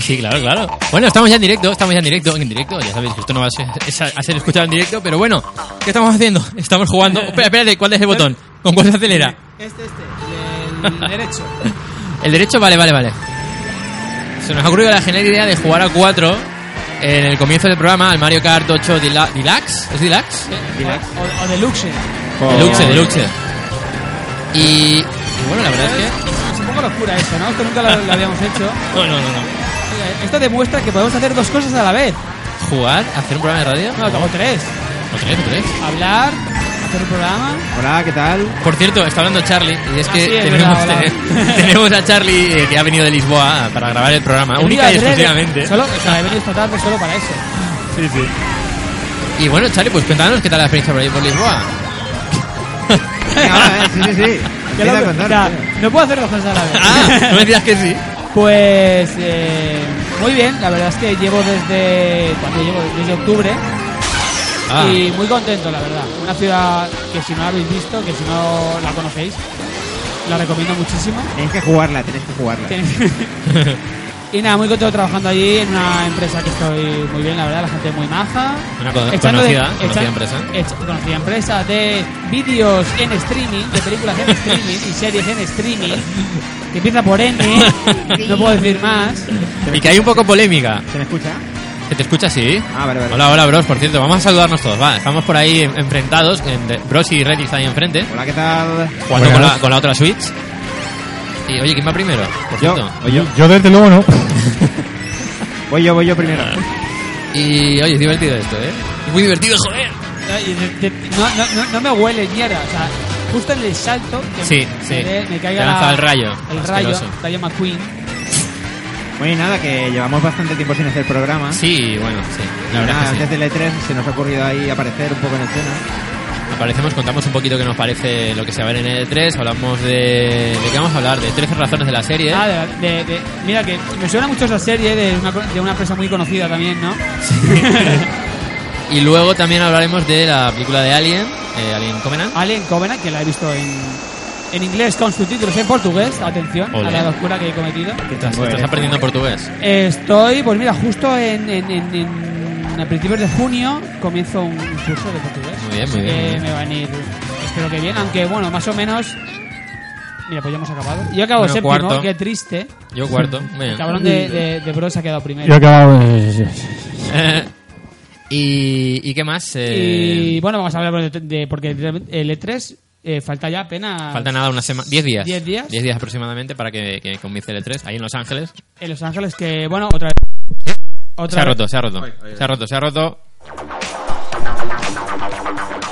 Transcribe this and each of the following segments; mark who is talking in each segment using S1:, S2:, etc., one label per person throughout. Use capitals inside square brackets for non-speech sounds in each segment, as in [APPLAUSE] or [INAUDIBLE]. S1: Sí, claro, claro. Bueno, estamos ya en directo, estamos ya en directo, en directo. Ya sabéis que esto no va a ser, es a, a ser escuchado en directo, pero bueno, ¿qué estamos haciendo? [LAUGHS] Estamos jugando. Espera, espérate, ¿cuál es el botón? ¿Con cuál se acelera?
S2: Este, este, el del
S3: [LAUGHS]
S2: derecho.
S1: El derecho, vale, vale, vale. Se nos ha ocurrido la genial idea de jugar a cuatro en el comienzo del programa al Mario Kart 8 Dila- Deluxe. ¿Es Deluxe?
S2: O, o deluxe.
S3: Oh.
S1: Deluxe, Deluxe. Y, y bueno, la verdad es que.
S2: Es un poco locura esto, ¿no? Esto nunca lo, lo habíamos hecho.
S1: No, no, no, no.
S2: Oiga, Esto demuestra que podemos hacer dos cosas a la vez.
S1: ¿Jugar? ¿Hacer un programa de radio?
S2: No, tengo tres.
S1: ¿O tres, o tres?
S2: Hablar, hacer un programa.
S3: Hola, ¿qué tal?
S1: Por cierto, está hablando Charlie y es
S2: Ah,
S1: que
S2: sí, es
S1: tenemos,
S2: verdad, hola.
S1: [LAUGHS] tenemos a Charlie eh, que ha venido de Lisboa para grabar el programa,
S2: He
S1: única y
S2: venido adrede-
S1: exclusivamente.
S2: Solo, o sea, he venido esta tarde solo para eso.
S1: Y bueno, Charlie, pues cuéntanos qué tal la experiencia por ahí por Lisboa.
S3: Venga, va, eh, sí, sí, sí.
S2: Ya
S3: Empieza
S2: lo-
S3: a contar.
S2: ya,
S3: tío.
S2: no puedo hacer dos cosas a la vez.
S1: [LAUGHS] Ah, no me digas que sí.
S2: Pues eh, muy bien, la verdad es que llevo desde cuando llevo desde octubre
S1: Ah.
S2: y muy contento, la verdad. Una ciudad que si no la habéis visto, que si no la conocéis, la recomiendo muchísimo.
S3: Tenéis que jugarla, tenéis que jugarla.
S2: [LAUGHS] y nada, muy contento trabajando allí en una empresa que estoy muy bien, la verdad, la gente muy maja.
S1: [LAUGHS] Una cono-
S2: Echando de-
S1: conocida- conocida empresa.
S2: echa- conocida empresa de vídeos en streaming, de películas
S1: [LAUGHS]
S2: en streaming y series en streaming, que empieza por N, no puedo decir más.
S1: Y que hay un poco polémica.
S3: ¿Se me escucha?
S1: ¿Que te escucha así?
S3: Ah, vale, vale.
S1: Hola, hola, bros, por cierto, vamos a saludarnos todos, va. Estamos por ahí en- enfrentados, en- de- bros y Reddy están ahí enfrente,
S3: Hola, ¿qué tal?
S1: jugando con
S4: Buenas.
S1: la, con la otra Switch. Y oye, ¿quién va primero? Por
S3: Yo,
S1: cierto.
S3: o yo.
S4: Yo desde luego no.
S3: [LAUGHS] Voy yo, voy yo primero.
S1: Y oye, es divertido esto, ¿eh? Es muy divertido, joder.
S2: Ay, de- de- No, no, no, no me huele mierda, o sea, justo en el salto que
S1: Sí,
S2: me,
S1: sí.
S2: me- me caiga
S1: Te lanza
S2: la-
S1: el rayo,
S2: el rayo,
S1: asqueroso.
S2: rayo McQueen.
S3: Bueno, y nada, que llevamos bastante tiempo sin hacer
S2: Ah.
S3: programa.
S1: Sí, bueno, sí. La
S3: Y
S1: verdad
S3: nada,
S1: es que sí.
S3: antes del E3 se nos ha ocurrido ahí aparecer un poco en escena.
S1: Aparecemos, contamos un poquito qué nos parece lo que se va a ver en el 3 hablamos de... ¿De qué vamos a hablar? De 13 razones de la serie.
S2: Ah, de, de- de- mira que me suena mucho esa serie de una, co- de una empresa muy conocida también, ¿no?
S1: Y luego también hablaremos de la película de Alien, eh, Alien Covenant.
S2: [LAUGHS] Alien Covenant, que la he visto en, en inglés con subtítulos en portugués, atención,
S1: Ole.
S2: a la locura que he cometido.
S1: Estás,
S3: Bueno.
S1: estás aprendiendo portugués.
S2: Estoy, pues mira, justo en, en- en- en- a principios de junio comienzo un curso de portugués.
S1: Muy bien, muy bien,
S2: Que
S1: muy bien.
S2: me va a venir, espero que bien, aunque bueno, más o menos. Mira, pues ya hemos acabado. Yo acabo
S1: Bueno,
S2: séptimo,
S1: cuarto.
S2: qué triste.
S1: Yo
S2: [LAUGHS]
S1: cuarto. Muy
S2: El
S1: bien.
S2: cabrón de, de, de Bros ha quedado primero.
S4: Yo he acabado.
S1: [LAUGHS] y, ¿Y qué más? Eh,
S2: Y bueno, vamos a hablar de, de- porque el E3 eh, falta ya apenas.
S1: Falta nada, una semana... 10 días.
S2: 10 días.
S1: 10 días aproximadamente para que, que comience el 3 ahí en Los Ángeles.
S2: En Los Ángeles, que bueno, otra vez. Otra
S1: Se ha
S2: vez-
S1: roto, se ha roto. Se ha roto, se ha roto.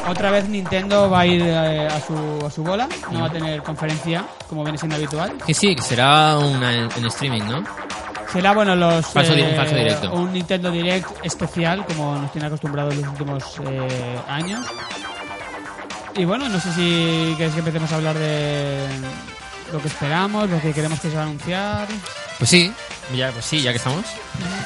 S2: Otra vez Nintendo va a ir eh, a, su, a su bola, no va a tener conferencia como viene siendo habitual.
S1: Que sí, que será una en, en streaming, ¿no?
S2: Será bueno los eh,
S1: Falso di- un falso directo.
S2: un Nintendo Direct especial como nos tiene acostumbrado en los últimos eh, años. Y bueno, no sé si queréis que empecemos a hablar de lo que esperamos, lo que queremos que se va a anunciar.
S1: Pues sí, ya, pues sí, ya que estamos.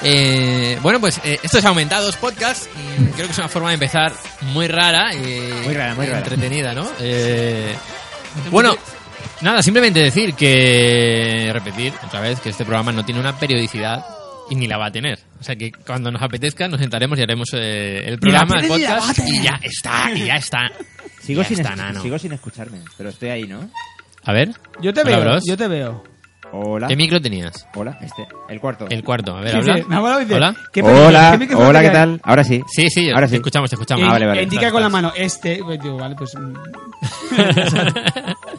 S1: Eh, bueno, pues eh, esto es Aumentados Podcast. Mm, Creo que es una forma de empezar muy rara y
S3: Muy rara, muy rara.
S1: entretenida, ¿no? Eh, bueno, nada, simplemente decir que, repetir otra vez, que este programa no tiene una periodicidad y ni la va a tener. O sea que cuando nos apetezca nos sentaremos y haremos eh, el programa, el
S2: tienes ni la
S1: podcast
S2: va a tener.
S1: y ya está, y ya está.
S3: Sigo
S1: Ya
S3: sin,
S1: está,
S3: escu-
S1: nano.
S3: sigo sin escucharme, pero estoy ahí, ¿no?
S1: A ver.
S2: Yo te
S1: Hola,
S2: veo,
S1: Bros.
S2: yo te veo.
S3: Hola.
S1: ¿Qué micro tenías?
S3: Hola, este. El cuarto.
S1: El cuarto. A ver,
S2: Dice,
S1: habla.
S2: me ha volado y dice,
S1: Hola.
S2: ¿qué pasa?
S3: hola,
S2: ¿Qué micrófono
S3: hola, ¿qué
S2: tenías?
S3: tal? Ahora sí.
S1: Sí, sí,
S3: Ahora sí.
S1: te escuchamos, te escuchamos.
S2: Y-
S3: Ah, vale, vale.
S2: Indica
S1: Estás,
S2: con la
S1: estás.
S2: mano, este. Digo, vale, pues. mm,
S1: [LAUGHS]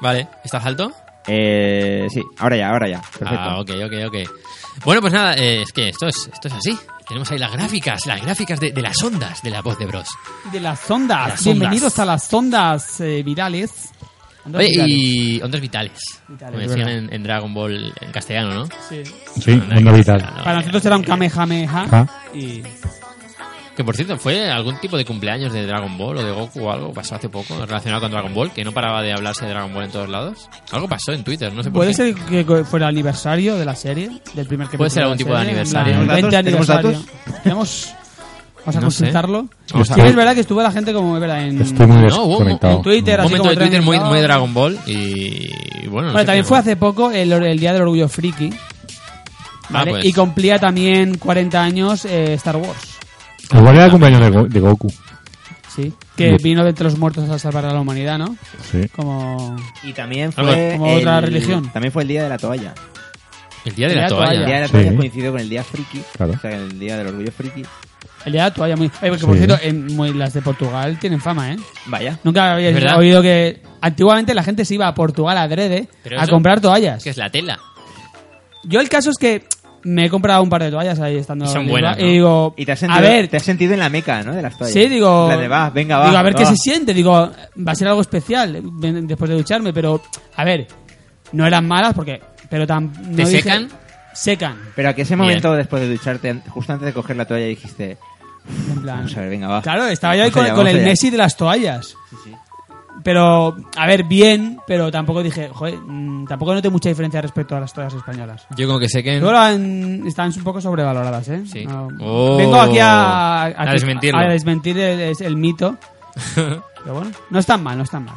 S1: Vale, ¿estás alto?
S3: Eh, sí, ahora ya, ahora ya. Perfecto.
S1: Ah, ok, ok, ok. Bueno, pues nada, eh, es que esto es, esto es así. Tenemos ahí las gráficas, las gráficas de, de las ondas de la voz de Bros.
S2: De las ondas.
S1: Las
S2: Bienvenidos
S1: ondas.
S2: a las ondas eh, virales. Ondas
S1: Oye,
S2: virales.
S1: y ondas vitales.
S2: Vitales,
S1: Como
S2: es
S1: decían
S2: verdad.
S1: en, en Dragon Ball en castellano, ¿no?
S2: Sí.
S4: Sí, onda vital.
S1: No,
S2: Para nosotros era un Kamehameha.
S4: Ah,
S2: Y...
S1: Que por cierto, fue algún tipo de cumpleaños de Dragon Ball o de Goku o algo, pasó hace poco relacionado con Dragon Ball, que no paraba de hablarse de Dragon Ball en todos lados. Algo pasó en Twitter, no sé por
S2: ¿Puede
S1: qué.
S2: ser que co- fuera aniversario de la serie? Del primer capítulo
S1: Pues Puede ser
S2: de la
S1: algún tipo de
S2: serie, en plan,
S1: aniversario.
S2: el 20
S3: ¿Tenemos
S2: aniversario.
S3: datos?
S2: Tenemos- Vamos a
S1: No sé.
S2: consultarlo.
S1: Vamos a
S2: Sí,
S1: ver.
S2: es verdad que estuvo la gente como, es verdad, en...
S4: Estoy muy
S1: No, hubo un,
S4: desconectado.
S1: un-
S2: Twitter,
S1: un
S2: así
S1: momento
S2: como
S1: de Twitter muy,
S2: trending.
S1: muy Dragon Ball y, y bueno, no
S2: Bueno,
S1: sé
S2: también
S1: qué-
S2: fue hace poco el, el Día del Orgullo Friki. ¿vale?
S1: pues.
S2: Y cumplía también 40 años eh, Star Wars.
S4: Igual era el cumpleaños de, Go- de Goku.
S2: Sí. Que
S4: Sí.
S2: vino de entre los muertos a salvar a la humanidad, ¿no?
S4: Sí.
S2: Como...
S3: Y también
S1: Algo-
S3: fue.
S2: como otra religión.
S3: También fue el día de la toalla.
S1: el día de la
S2: la toalla.
S1: toalla.
S3: El día de la
S4: Sí.
S3: toalla coincidió con el día friki.
S4: Claro.
S3: O sea, el día del orgullo friki.
S2: El día de la toalla muy... Oye, porque por
S4: Sí.
S2: cierto, en- muy, las de Portugal tienen fama, ¿eh?
S3: Vaya.
S2: Nunca había
S1: ¿Es verdad?
S2: oído que... Antiguamente la gente se iba a Portugal adrede
S1: Pero
S2: a
S1: eso-
S2: comprar toallas.
S1: Que es la tela.
S2: Yo el caso es que me he comprado un par de toallas ahí estando...
S1: Y son
S2: en Lisboa,
S1: buenas, ¿no?
S2: Y digo...
S3: Y te has sentido,
S2: a ver,
S3: te has sentido en la meca, ¿no? De las toallas.
S2: Sí, digo.
S3: La de va, venga, va.
S2: Digo, a ver qué
S3: va.
S2: se siente. Digo, va a ser algo especial ven- después de ducharme, pero a ver, no eran malas porque. Pero tan. no
S1: ¿Te
S2: dije-
S1: secan?
S2: Secan.
S3: Pero a que ese momento después de ducharte, an- justo antes de coger la toalla, dijiste,
S2: En plan.
S3: vamos a ver, venga,
S1: Ah.
S3: va.
S2: Claro, estaba yo ahí
S3: Vamos
S2: con,
S3: allá,
S2: con
S3: vamos
S2: el
S3: allá.
S2: Messi de las toallas. Pero, a ver, bien, pero tampoco dije, joder, mm, tampoco noté mucha diferencia respecto a las toallas españolas.
S1: Yo como que sé que...
S2: Luego eran- están un poco sobrevaloradas, ¿eh?
S1: Sí.
S2: No.
S1: Oh.
S2: Vengo aquí a,
S1: A desmentirlo.
S2: a desmentir el, el
S1: [LAUGHS]
S2: mito. Pero bueno, no están mal, no están mal.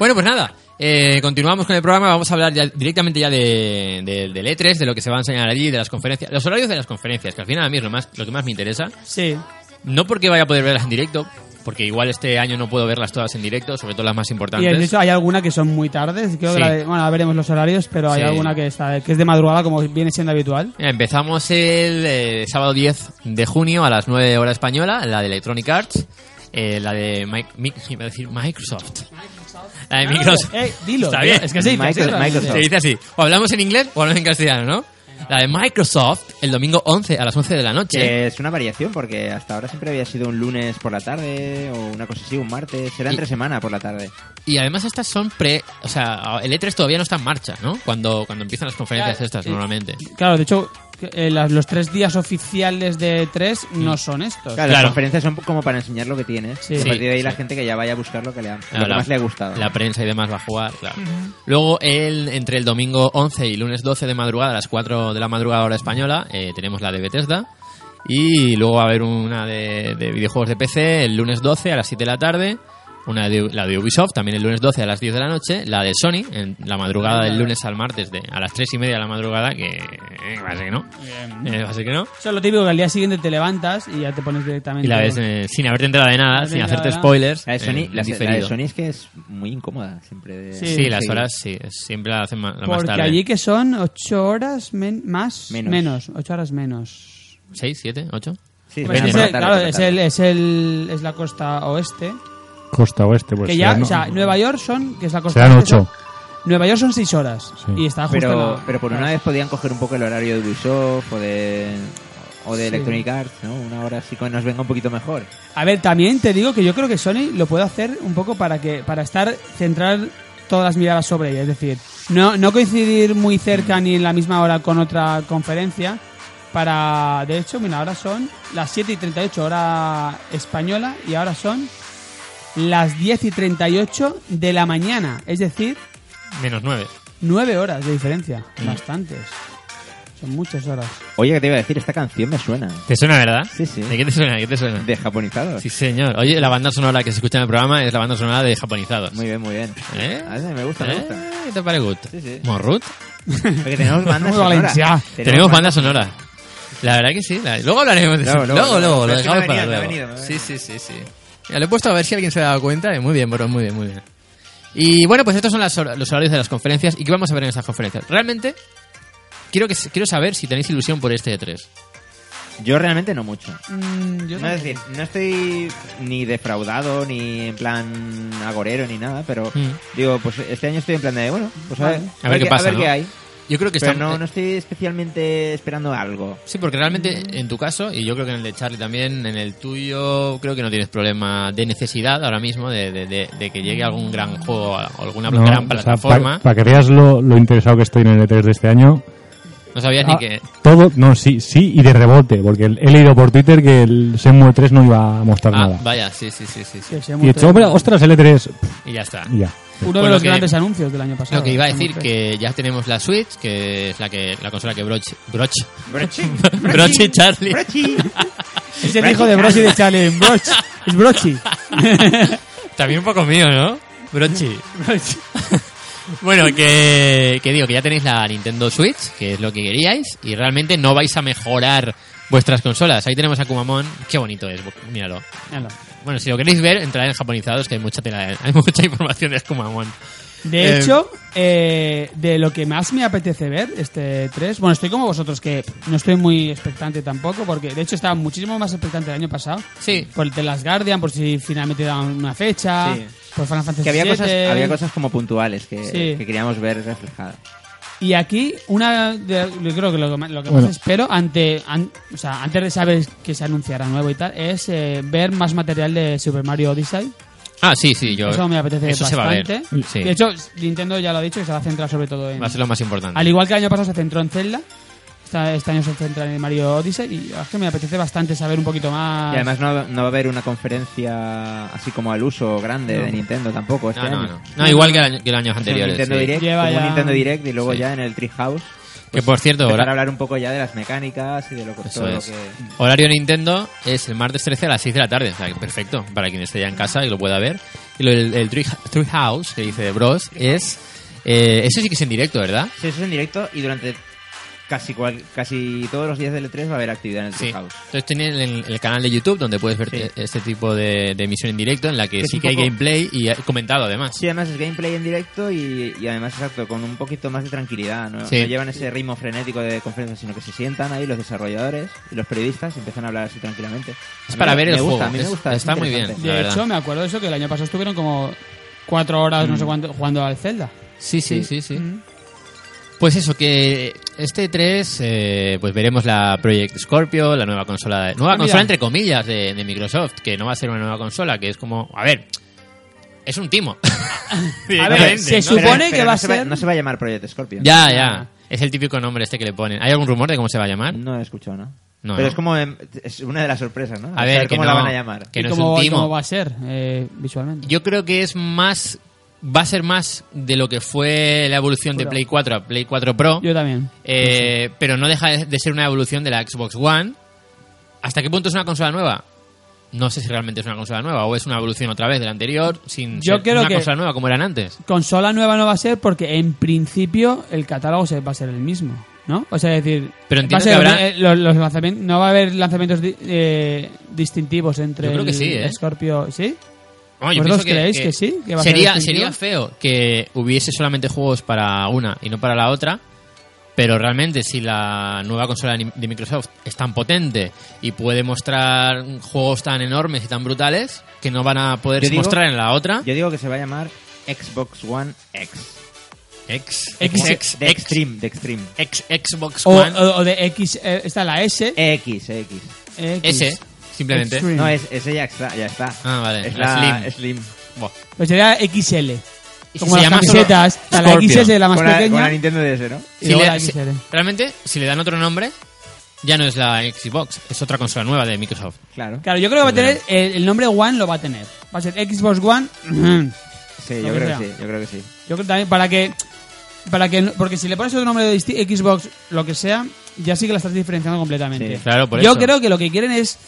S1: Bueno, pues nada. eh, continuamos con el programa. Vamos a hablar ya- directamente ya de, de, del E3, de lo que se va a enseñar allí, de las conferencias. Los horarios de las conferencias, que al final a mí es lo, más, lo que más me interesa.
S2: Sí.
S1: No porque vaya a poder verlas en directo, porque igual este año no puedo verlas todas en directo, sobre todo las más
S2: Y
S1: importantes.
S2: de hecho hay alguna que son muy tardes, creo
S1: Sí.
S2: que la de- bueno, ahora veremos los horarios, pero hay
S1: Sí.
S2: alguna que está que es de madrugada como viene siendo habitual.
S1: Mira, Empezamos el eh, sábado 10 de junio a las 9 hora española, la de Electronic Arts, eh, la de Mi- Mi- iba a decir Microsoft. La de Microsoft.
S2: Eh, dilo.
S1: Está
S2: tío,
S1: bien.
S2: Es que sí,
S3: Microsoft, Microsoft.
S1: Se dice así. O hablamos en inglés o hablamos en castellano, ¿no? La de Microsoft, el domingo 11 a las 11 de la noche.
S3: Que es una variación, porque hasta ahora siempre había sido un lunes por la tarde, o una cosa así, un martes. Era
S1: Y-
S3: entre semana por la tarde.
S1: Y además estas son pre... O sea, el E3 todavía no está en marcha, ¿no? Cuando, cuando empiezan las conferencias
S2: Claro,
S1: estas
S2: sí.
S1: normalmente.
S2: Claro, de hecho eh, las- los tres días oficiales de tres no son estos.
S3: Mm. Claro, las
S1: Claro.
S3: conferencias son como para enseñar lo que tienes.
S2: Sí.
S3: Y a
S2: Sí,
S3: partir de ahí la gente que ya vaya a buscar lo que, le ha, lo que
S1: la-
S3: más le ha gustado.
S1: La prensa y demás va a jugar, claro. Luego, el, entre el domingo 11 y lunes 12 de madrugada, a las 4 de la madrugada hora española, eh, tenemos la de Bethesda. Y luego va a haber una de, de videojuegos de PC el lunes 12 a las 7 de la tarde. Una de, la de Ubisoft, también el lunes 12 a las 10 de la noche. La de Sony, en la madrugada del lunes al martes de, a las 3 y media de la madrugada, que eh, va a ser que no. Eh, va a ser que no.
S2: Eso es lo típico que al día siguiente te levantas y ya te pones directamente.
S1: Y la ves eh, sin haberte enterado de nada,
S2: No
S1: sin
S2: tenía
S1: hacerte
S2: nada.
S1: spoilers.
S3: La de, Sony,
S1: eh,
S3: la, la de
S1: diferido.
S3: Sony es que es muy incómoda siempre. de-
S2: Sí.
S1: Sí, las
S3: Sí.
S1: horas sí, siempre la hacen ma- la más,
S2: porque
S1: tarde.
S2: allí que son ocho horas men- más
S3: Menos.
S2: menos, ocho horas menos.
S1: ¿Seis, siete, ocho?
S3: Sí,
S2: Hombre,
S3: por
S1: Vete,
S2: es
S3: la
S2: el-
S3: tarde,
S2: claro,
S3: por la
S2: es
S3: tarde.
S2: el, es el es la costa oeste.
S4: Costa oeste, pues.
S2: que ya,
S4: será, ¿no?
S2: o sea, Nueva York son, que es la costa
S4: Serán
S2: oeste, son-
S4: ocho.
S2: Nueva York son 6 horas.
S4: Sí.
S2: Y está justo.
S3: Pero,
S2: la-
S3: pero por una vez podían coger un poco el horario de Ubisoft o de, o de
S2: Sí.
S3: Electronic Arts, ¿no? Una hora así que nos venga un poquito mejor.
S2: A ver, también te digo que yo creo que Sony lo puede hacer un poco para que para estar centrar todas las miradas sobre ella. Es decir, no, no coincidir muy cerca ni en la misma hora con otra conferencia. Para, de hecho, mira, ahora son las 7 y 38 hora española y ahora son las 10 y 38 de la mañana. Es decir,
S1: Menos nueve.
S2: 9 horas de diferencia. Bastantes. Son muchas horas.
S3: Oye, que te iba a decir, esta canción me suena.
S1: ¿Te suena, verdad?
S3: Sí, sí.
S1: ¿De qué te suena? ¿De qué te suena?
S3: De japonizados.
S1: Sí, señor. Oye, la banda sonora que se escucha en el programa es la banda sonora de Japonizados.
S3: Muy bien, muy bien.
S1: ¿Eh?
S3: A ver, me gusta, me gusta.
S1: ¿Eh? ¿Qué te parece? Good?
S3: Sí, sí.
S1: ¿Morrut? [LAUGHS]
S3: Porque tenemos bandas
S2: Muy
S3: sonoras.
S2: valenciá.
S1: Tenemos banda sonora. La verdad que sí. la- Luego hablaremos de eso.
S3: Luego,
S1: Luego,
S3: luego,
S1: luego.
S3: luego.
S1: Lo
S3: Es que me ha
S1: dejamos para
S3: venido, me ha
S1: luego.
S3: venido, me
S1: Sí,
S3: ha
S1: sí, sí, sí. Mira, lo he puesto a ver si alguien se ha dado cuenta. Eh, Muy bien, bro. Muy bien, muy bien. Y bueno, pues estos son las hor- los horarios de las conferencias y qué vamos a ver en esas conferencias. Realmente, quiero, que, quiero saber si tenéis ilusión por este E3.
S3: Yo realmente no mucho.
S2: Mm, yo
S3: No, es decir, no estoy ni defraudado, ni en plan agorero, ni nada, pero
S1: Mm.
S3: digo, pues este año estoy en plan de, bueno, pues a ver,
S1: A ver qué pasa,
S3: A ver
S1: ¿no?
S3: qué hay.
S1: Yo creo que
S3: Pero
S1: está...
S3: no, no estoy especialmente esperando algo.
S1: Sí, porque realmente en tu caso, y yo creo que en el de Charlie también, en el tuyo, creo que no tienes problema de necesidad ahora mismo de, de- de- de que llegue algún gran juego o alguna
S4: No,
S1: gran
S4: o sea,
S1: plataforma.
S4: pa- para que veas lo, lo interesado que estoy en el E3 de este año.
S1: no sabías
S4: ah,
S1: ni que...
S4: Todo, no, sí, sí, y de rebote, porque he leído por Twitter que el Shenmue 3 no iba a mostrar
S1: Ah,
S4: nada.
S1: vaya, sí, sí, sí, sí, sí.
S2: Que el Shenmue
S4: Y he dicho, "Hombre,
S2: 3,
S4: ostras, el E3, pff,
S1: Y ya está.
S4: y ya.
S2: Uno
S1: Pues
S2: de
S1: lo
S2: los
S1: que-
S2: grandes anuncios del año pasado.
S1: Lo que iba a
S2: el
S1: decir,
S2: Shenmue 3.
S1: que ya tenemos la Switch, que es la que la consola que Broch... Broch...
S2: [LAUGHS]
S3: [LAUGHS]
S1: Broch y Charlie...
S3: ¡Brochi!
S2: Es el hijo de Brochi de Charlie. Broch. Es Brochi.
S1: También un poco mío, ¿no? Brochi. [LAUGHS] bueno, que, que digo, que ya tenéis la Nintendo Switch, que es lo que queríais, y realmente no vais a mejorar vuestras consolas. Ahí tenemos a Kumamon, qué bonito es, míralo.
S2: Míralo.
S1: Bueno, si lo queréis ver, entrad en japonizados, que hay mucha, tela- hay mucha información de Kumamon.
S2: De
S1: Eh,
S2: hecho, eh, de lo que más me apetece ver este 3, bueno, estoy como vosotros, que no estoy muy expectante tampoco, porque de hecho estaba muchísimo más expectante el año pasado.
S1: Sí.
S2: Por el The Last Guardian, por si finalmente daban una fecha,
S3: Sí.
S2: por Final Fantasy
S3: que había
S2: VII.
S3: cosas,
S1: eh,
S3: había cosas como puntuales que,
S2: Sí.
S3: que queríamos ver reflejadas.
S2: Y aquí, una de, yo creo que lo que más, lo que más
S4: Bueno.
S2: espero, ante, an- o sea, antes de saber que se anunciará nuevo y tal, es eh, ver más material de Super Mario Odyssey.
S1: Ah, sí, sí, yo...
S2: eso me apetece
S1: eso se va a ver,
S2: bastante.
S1: sí.
S2: De hecho, Nintendo ya lo ha dicho, que se va a centrar sobre todo en...
S1: Va a ser lo más importante.
S2: Al igual que el año pasado se centró en Zelda, esta- este año se centra en el Mario Odyssey y la verdad es que me apetece bastante saber un poquito más.
S1: Ah.
S3: Y además no, no va a haber una conferencia así como al uso grande de Nintendo tampoco este
S1: no, no,
S3: año.
S1: no. No, igual que, el año- que los años
S3: Es un
S1: anteriores.
S3: Nintendo
S1: sí.
S3: Direct,
S2: Lleva
S3: como un
S2: ya-
S3: Nintendo Direct y luego
S1: Sí.
S3: ya en el Treehouse
S1: Que por cierto,
S3: empezar a
S1: ahora...
S3: hablar un poco ya de las mecánicas y de lo que
S1: Eso
S3: todo lo
S1: es.
S3: que-
S1: Horario Nintendo es el martes 13 a las 6 de la tarde. O sea, que perfecto para quien esté ya en casa y lo pueda ver. Y lo- el, el Tree, Tree House, que dice Bros, es. Eh, eso sí que es en directo, ¿verdad?
S3: Sí, eso es en directo y durante casi cual- casi todos los días del E3 va a haber actividad en el Treehouse.
S1: Entonces tienen el, el canal de YouTube donde puedes ver
S3: Sí.
S1: e- este tipo de, de emisión en directo en la que
S3: Que es
S1: sí
S3: un
S1: que hay
S3: poco-
S1: gameplay y hay comentado además.
S3: Sí, además es gameplay en directo y, y además, exacto, con un poquito más de tranquilidad. ¿no?
S1: Sí.
S3: No llevan ese ritmo frenético de conferencias, sino que se sientan ahí los desarrolladores y los periodistas y empiezan a hablar así tranquilamente. A mí
S1: para
S3: me-
S1: ver
S3: me
S1: el
S3: gusta,
S1: juego,
S3: a mí me
S1: es-
S3: gusta, es
S1: está muy bien.
S3: interesante.
S2: de
S1: la verdad.
S2: hecho, me acuerdo de eso que el año pasado estuvieron como cuatro horas, no sé cuánto, jugando al Zelda. Mm.
S1: Sí, sí, sí, Mm. sí. Pues eso, que este 3, eh, pues veremos la Project Scorpio, la nueva consola, de- nueva
S2: Ah, mira.
S1: consola entre comillas de, de Microsoft, que no va a ser una nueva consola, que es como, a ver, es
S2: [LAUGHS]
S1: un timo.
S2: A ver, se
S1: ¿no?
S2: supone
S3: Pero-
S2: que
S3: pero
S2: va
S3: no
S2: a
S3: se
S2: ser-
S3: no se va a llamar Project Scorpion.
S1: Ya, ya. Es el típico nombre este que le ponen. ¿Hay algún rumor de cómo se va a llamar?
S3: No he escuchado, ¿no?
S1: No,
S3: Pero
S1: no.
S3: es como em, es una de las sorpresas, ¿no?
S1: A ver, que
S3: cómo
S1: no.
S3: la van a llamar.
S1: Que
S2: ¿Y
S1: no es
S2: cómo,
S1: un
S2: y
S1: timo.
S2: cómo va a ser eh, visualmente?
S1: Yo creo que es más, va a ser más de lo que fue la evolución de Play 4 a Play 4 Pro.
S2: Yo también.
S1: Eh, pero no deja de- de ser una evolución de la Xbox One. ¿Hasta qué punto es una consola nueva? No sé si realmente es una consola nueva o es una evolución otra vez de la anterior sin
S2: Yo
S1: ser
S2: creo
S1: una
S2: que-
S1: consola nueva como eran antes.
S2: Consola nueva no va a ser porque en principio el catálogo se- va a ser el mismo, ¿no? O sea, es decir, va a
S1: Pero entiendo
S2: ser
S1: que habrá-
S2: eh, los, los lanzamientos, no va a haber lanzamientos di- eh, distintivos entre
S1: Yo creo que
S2: el
S1: sí, ¿eh?
S2: Scorpio, ¿sí?
S1: No, yo
S2: ¿Vosotros
S1: pienso
S2: creéis que sí? ¿Que va a ser
S1: sería,
S2: distintivo?
S1: sería feo que hubiese solamente juegos para una y no para la otra. Pero realmente, si la nueva consola de de Microsoft es tan potente y puede mostrar juegos tan enormes y tan brutales que no van a poder
S3: Yo digo-
S1: mostrar en la
S2: ¿Ah?
S1: otra.
S3: Yo digo que se va a llamar Xbox One X.
S1: Ex,
S2: Ex-
S1: ex,
S3: de
S1: ex,
S3: Extreme, de Extreme.
S1: ex- Xbox
S2: O,
S1: One
S2: o- o de X, eh, está la S.
S3: X, X.
S2: X.
S1: S, simplemente.
S2: Extreme.
S3: No, es, ese ya está, ya está.
S1: Ah, vale,
S3: Es
S1: la
S3: la
S1: Slim.
S3: Slim.
S1: Buah.
S2: Pues sería XL.
S1: Y si
S2: Como
S1: se
S2: las
S1: llama
S2: camisetas.
S1: solo
S2: está la
S1: Scorpio.
S2: XS, la más
S3: Con la, con la
S2: pequeña.
S3: Nintendo DS, ¿no?
S2: y
S1: Si
S2: luego
S1: le-
S2: la
S1: si-
S2: XL.
S1: realmente, si le dan otro nombre, ya no es la Xbox, es otra consola nueva de Microsoft.
S3: Claro.
S2: Claro, yo creo que va a tener, el, el nombre One lo va a tener. Va a ser Xbox One. [CLEARS THROAT]
S3: Sí,
S2: Lo
S3: yo
S2: que
S3: creo
S2: sea.
S3: que sí, yo creo que sí.
S2: Yo creo también para que... Para que no- porque si le pones otro nombre de disti- Xbox, lo que sea, ya sí que la estás diferenciando completamente.
S3: Sí,
S1: claro, por
S2: Yo
S1: eso.
S2: creo que lo que quieren es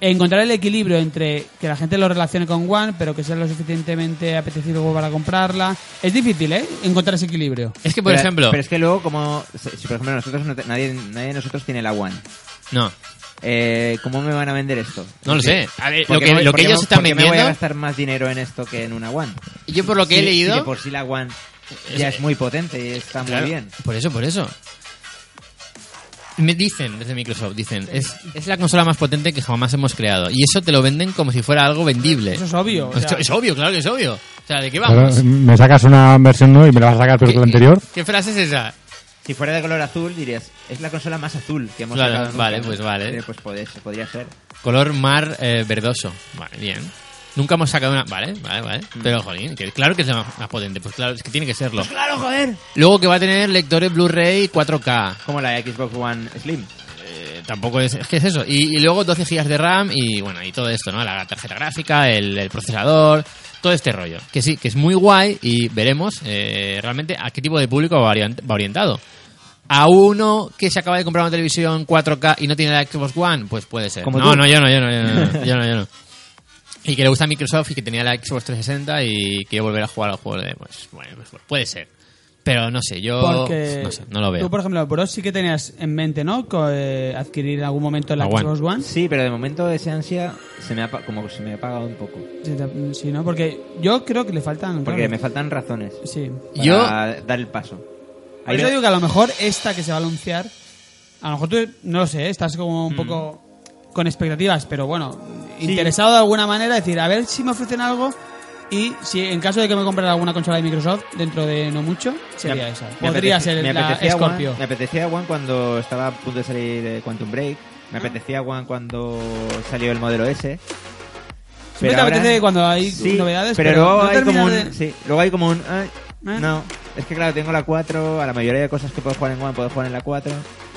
S2: encontrar el equilibrio entre que la gente lo relacione con One, pero que sea lo suficientemente apetecido como para comprarla. Es difícil, ¿eh? Encontrar ese equilibrio.
S1: Es que, por
S3: Pero-
S1: ejemplo.
S3: Pero es que luego, como. Si, si, por ejemplo, nosotros no te- nadie, nadie de nosotros tiene la One.
S1: No.
S3: eh, ¿cómo me van a vender esto?
S1: No lo sé. A ver, Eh, lo
S3: Porque
S1: que,
S3: me-
S1: lo que
S3: porque
S1: ellos
S3: me-
S1: están
S3: porque me voy a
S1: vendiendo,
S3: gastar más dinero en esto que en una One.
S1: yo por lo que he
S3: Si-
S1: leído...
S3: si de por sí la One ya es muy potente y está
S1: Claro,
S3: muy bien.
S1: Por eso, por eso. Me dicen desde Microsoft, dicen, es, es la consola más potente que jamás hemos creado. Y eso te lo venden como si fuera algo vendible.
S2: Eso es obvio. o sea,
S1: Esto es obvio, claro que es obvio. O sea, ¿de qué
S4: Ahora, eh,
S1: vamos?
S4: me sacas una versión nueva y me la vas a sacar peor
S1: ¿Qué-
S4: que la anterior.
S1: ¿Qué, qué frase es esa?
S3: Si fuera de color azul dirías, es la consola más azul que hemos
S1: Claro,
S3: sacado nunca,
S1: vale,
S3: ¿no?
S1: pues vale.
S3: Eh, Pues podría, podría ser.
S1: Color mar eh, verdoso. Vale, bien. Nunca hemos sacado una... Vale, vale, vale. Pero, jolín, que- claro que es la más, más potente. Pues claro, es que tiene que serlo.
S3: ¡Claro, joder!
S1: Luego que va a tener lectores Blu-ray 4K.
S3: Como la Xbox One Slim.
S1: Eh, tampoco es, es que es eso. Y, y luego 12 GB de RAM y bueno, y todo esto, ¿no? La tarjeta gráfica, el, el procesador, todo este rollo. Que sí, que es muy guay y veremos eh, realmente a qué tipo de público va, orient- va orientado. A uno que se acaba de comprar una televisión 4K y no tiene la Xbox One, pues puede ser.
S3: Como
S1: no,
S3: tú.
S1: no, yo no, yo no, yo
S2: [LAUGHS]
S1: no, yo no, yo no. Y que le gusta Microsoft y que tenía la Xbox 360 y quiere volver a jugar al juego de... Pues bueno, pues, puede ser. Pero no sé,
S2: [LAUGHS]
S1: yo...
S2: Porque
S1: No sé, no lo
S2: tú,
S1: veo.
S2: por ejemplo, Bros sí que tenías en mente, ¿no? Co- eh, adquirir en algún momento la
S1: La One.
S2: Xbox One.
S3: Sí, pero de momento esa ansia se me ha, pa- como que se me ha apagado un poco.
S2: Sí, te- sí, ¿no? Porque yo creo que le faltan...
S3: Porque
S2: claro,
S3: me faltan razones
S2: Sí.
S3: para
S1: Yo-
S3: dar el paso.
S2: Por eso digo que a lo mejor esta que se va a anunciar, a lo mejor tú, no lo sé, ¿eh? estás como
S3: Mm.
S2: un poco con expectativas, pero bueno, interesado de alguna manera, decir, a ver si me ofrecen algo y si en caso de que me comprara alguna consola de Microsoft dentro de no mucho, sería
S3: Me-
S2: esa.
S3: me
S2: Podría
S3: apetecía- me
S2: ser la
S3: apetecía One-
S2: Scorpio.
S3: me apetecía One cuando estaba a punto de salir eh, Quantum Break. Me apetecía One cuando salió el modelo S.
S2: Siempre te
S3: ahora-
S2: apetece cuando hay
S3: sí,
S2: novedades,
S3: pero,
S2: pero
S3: luego
S2: no
S3: hay como un,
S2: terminas de-
S3: sí, luego hay como un ay,
S2: Eh.
S3: no, es que claro, tengo la 4, a la mayoría de cosas que puedo jugar en One puedo jugar en la 4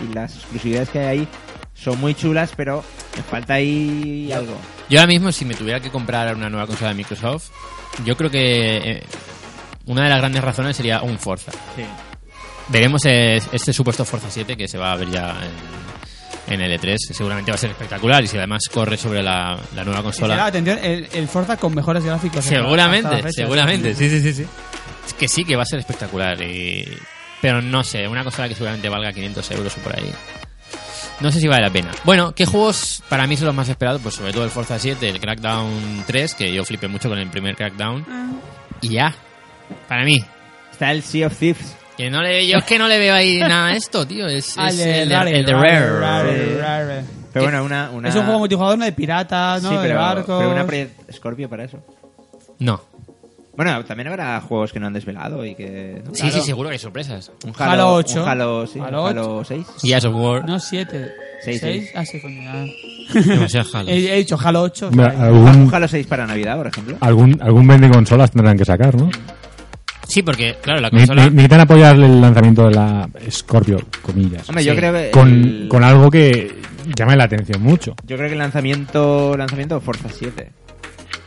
S3: y las exclusividades que hay ahí son muy chulas, pero me falta ahí algo.
S1: Yo ahora mismo, si me tuviera que comprar una nueva consola de Microsoft, yo creo que eh, una de las grandes razones sería un Forza.
S3: Sí.
S1: Veremos eh, este supuesto Forza 7 que se va a ver ya en, en el E3. que Seguramente va a ser espectacular y si además corre sobre la, la nueva
S2: Y será,
S1: consola.
S2: atención, el, el Forza con mejores gráficos. hasta la
S1: [LAUGHS] Seguramente,
S2: fecha,
S1: seguramente. Sí, sí, sí, sí. Es que sí, que va a ser espectacular. y- Pero no sé, una consola que seguramente valga 500 euros o por ahí. No sé si vale la pena. Bueno, ¿qué juegos para mí son los más esperados? Pues sobre todo el Forza 7, el Crackdown 3, que yo flipé mucho con el primer Crackdown.
S2: Ah.
S1: Y ya. Para mí.
S3: Está el Sea of Thieves.
S1: Que no le, yo es que no le
S2: [LAUGHS]
S1: veo ahí nada a esto, tío. Es,
S2: Ah,
S1: es
S2: el de
S1: el,
S2: Rare,
S1: el de
S2: Rare,
S1: Rare.
S2: Rare,
S3: Sí.
S2: Rare.
S3: Pero bueno, una, una
S2: Es un juego multijugador ¿no? de piratas,
S3: Sí,
S2: ¿no?
S3: pero,
S2: de barcos.
S3: pero una Project Scorpio para eso.
S1: No.
S3: Bueno, también habrá juegos que no han desvelado y que ¿no?
S1: Sí,
S2: Claro.
S1: sí, seguro que hay sorpresas.
S3: un
S2: Halo 8.
S3: un Halo, sí, un
S2: Halo
S3: Halo, 6.
S1: Gears of
S2: [LAUGHS]
S1: War.
S2: No, siete. ¿Seis?
S3: Seis, seis.
S2: Ah, sí, coño. ah.
S1: Demasiado Halo.
S2: He, he dicho Halo 8.
S4: Hombre,
S3: Un
S4: algún,
S3: Halo 6 para Navidad, por ejemplo.
S4: algún, algún vende consolas tendrán que sacar, ¿no?
S1: Sí, porque, claro, la
S4: Ne-
S1: consola.
S4: ne- necesitan apoyar el lanzamiento de la Scorpio, comillas.
S3: Hombre, yo
S1: Sí.
S3: creo que
S4: Con,
S3: el-
S4: con algo que llame la atención mucho.
S3: yo creo que el lanzamiento lanzamiento Forza 7.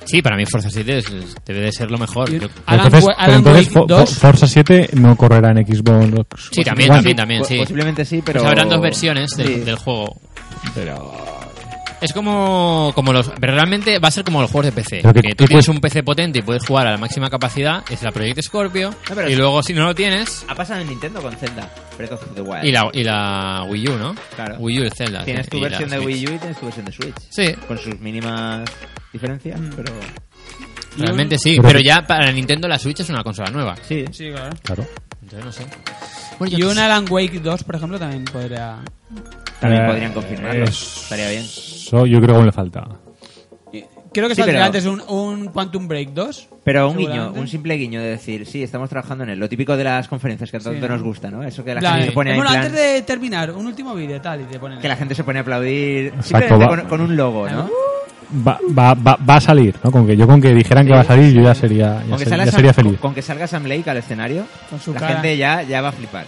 S1: Sí, para mí Forza 7 es- es- debe de ser lo mejor.
S2: Y-
S1: Yo-
S4: Pero
S2: Alan
S4: entonces,
S2: Wa-
S4: pero
S2: Alan
S4: entonces
S2: Wake
S4: Fo- Fo-
S2: 2.
S4: Forza 7 no correrá en Xbox.
S1: Sí, también,
S4: One.
S1: también, también,
S3: Po-
S1: sí.
S3: Posiblemente sí, pero
S1: Pues habrán dos versiones del,
S3: Sí.
S1: del juego. Es como, como los. Pero realmente va a ser como los juegos de PC.
S4: Pero que-
S1: que tú
S4: que-
S1: tienes un PC potente y puedes jugar a la máxima capacidad. Es la Project Scorpio.
S3: No, pero
S1: y
S3: es-
S1: luego, si no lo tienes.
S3: Ha pasado en Nintendo con Zelda, Breath of the Wild.
S1: Y la, y la Wii U, ¿no?
S3: Claro.
S1: Wii U, el Zelda.
S3: Tienes
S1: sí,
S3: tu
S1: y la
S3: versión de
S1: Switch.
S3: Wii U y tienes tu versión de Switch.
S1: Sí, Mm.
S3: Con sus mínimas diferencias, pero
S1: realmente sí.
S4: Pero-
S1: Pero ya para Nintendo la Switch es una consola nueva.
S3: sí.
S2: Sí, claro.
S4: Claro.
S1: Entonces no sé.
S2: Y un Alan Wake 2, por ejemplo, también podría.
S3: También
S4: Eh,
S3: podrían confirmarlo.
S4: es-
S3: Estaría bien.
S4: Eso yo creo que le falta.
S2: Creo que
S3: Sí,
S2: saldrá
S3: pero-
S2: antes un, un Quantum Break 2.
S3: Pero un guiño,
S2: seguramente.
S3: un simple guiño de decir, sí, estamos trabajando en él. Lo típico de las conferencias que tanto
S2: Sí.
S3: nos gusta, ¿no? Eso que la
S2: Plan,
S3: gente se pone ahí en
S2: bueno,
S3: plan,
S2: antes de terminar, un último vídeo tal y te ponen.
S3: que la
S2: eso.
S3: gente se pone a aplaudir
S4: Exacto,
S3: simplemente
S4: va.
S3: con, con un logo, ¿no?
S4: Va, va, va, va a salir, ¿no? Con que yo con que dijeran que va a salir, yo ya sería, ya
S3: Con que,
S4: ser-
S3: salga
S4: ya
S3: Sam-
S4: sería feliz.
S3: con que salga Sam Lake al escenario,
S2: Con su
S3: la
S2: cara.
S3: gente ya, ya va a flipar.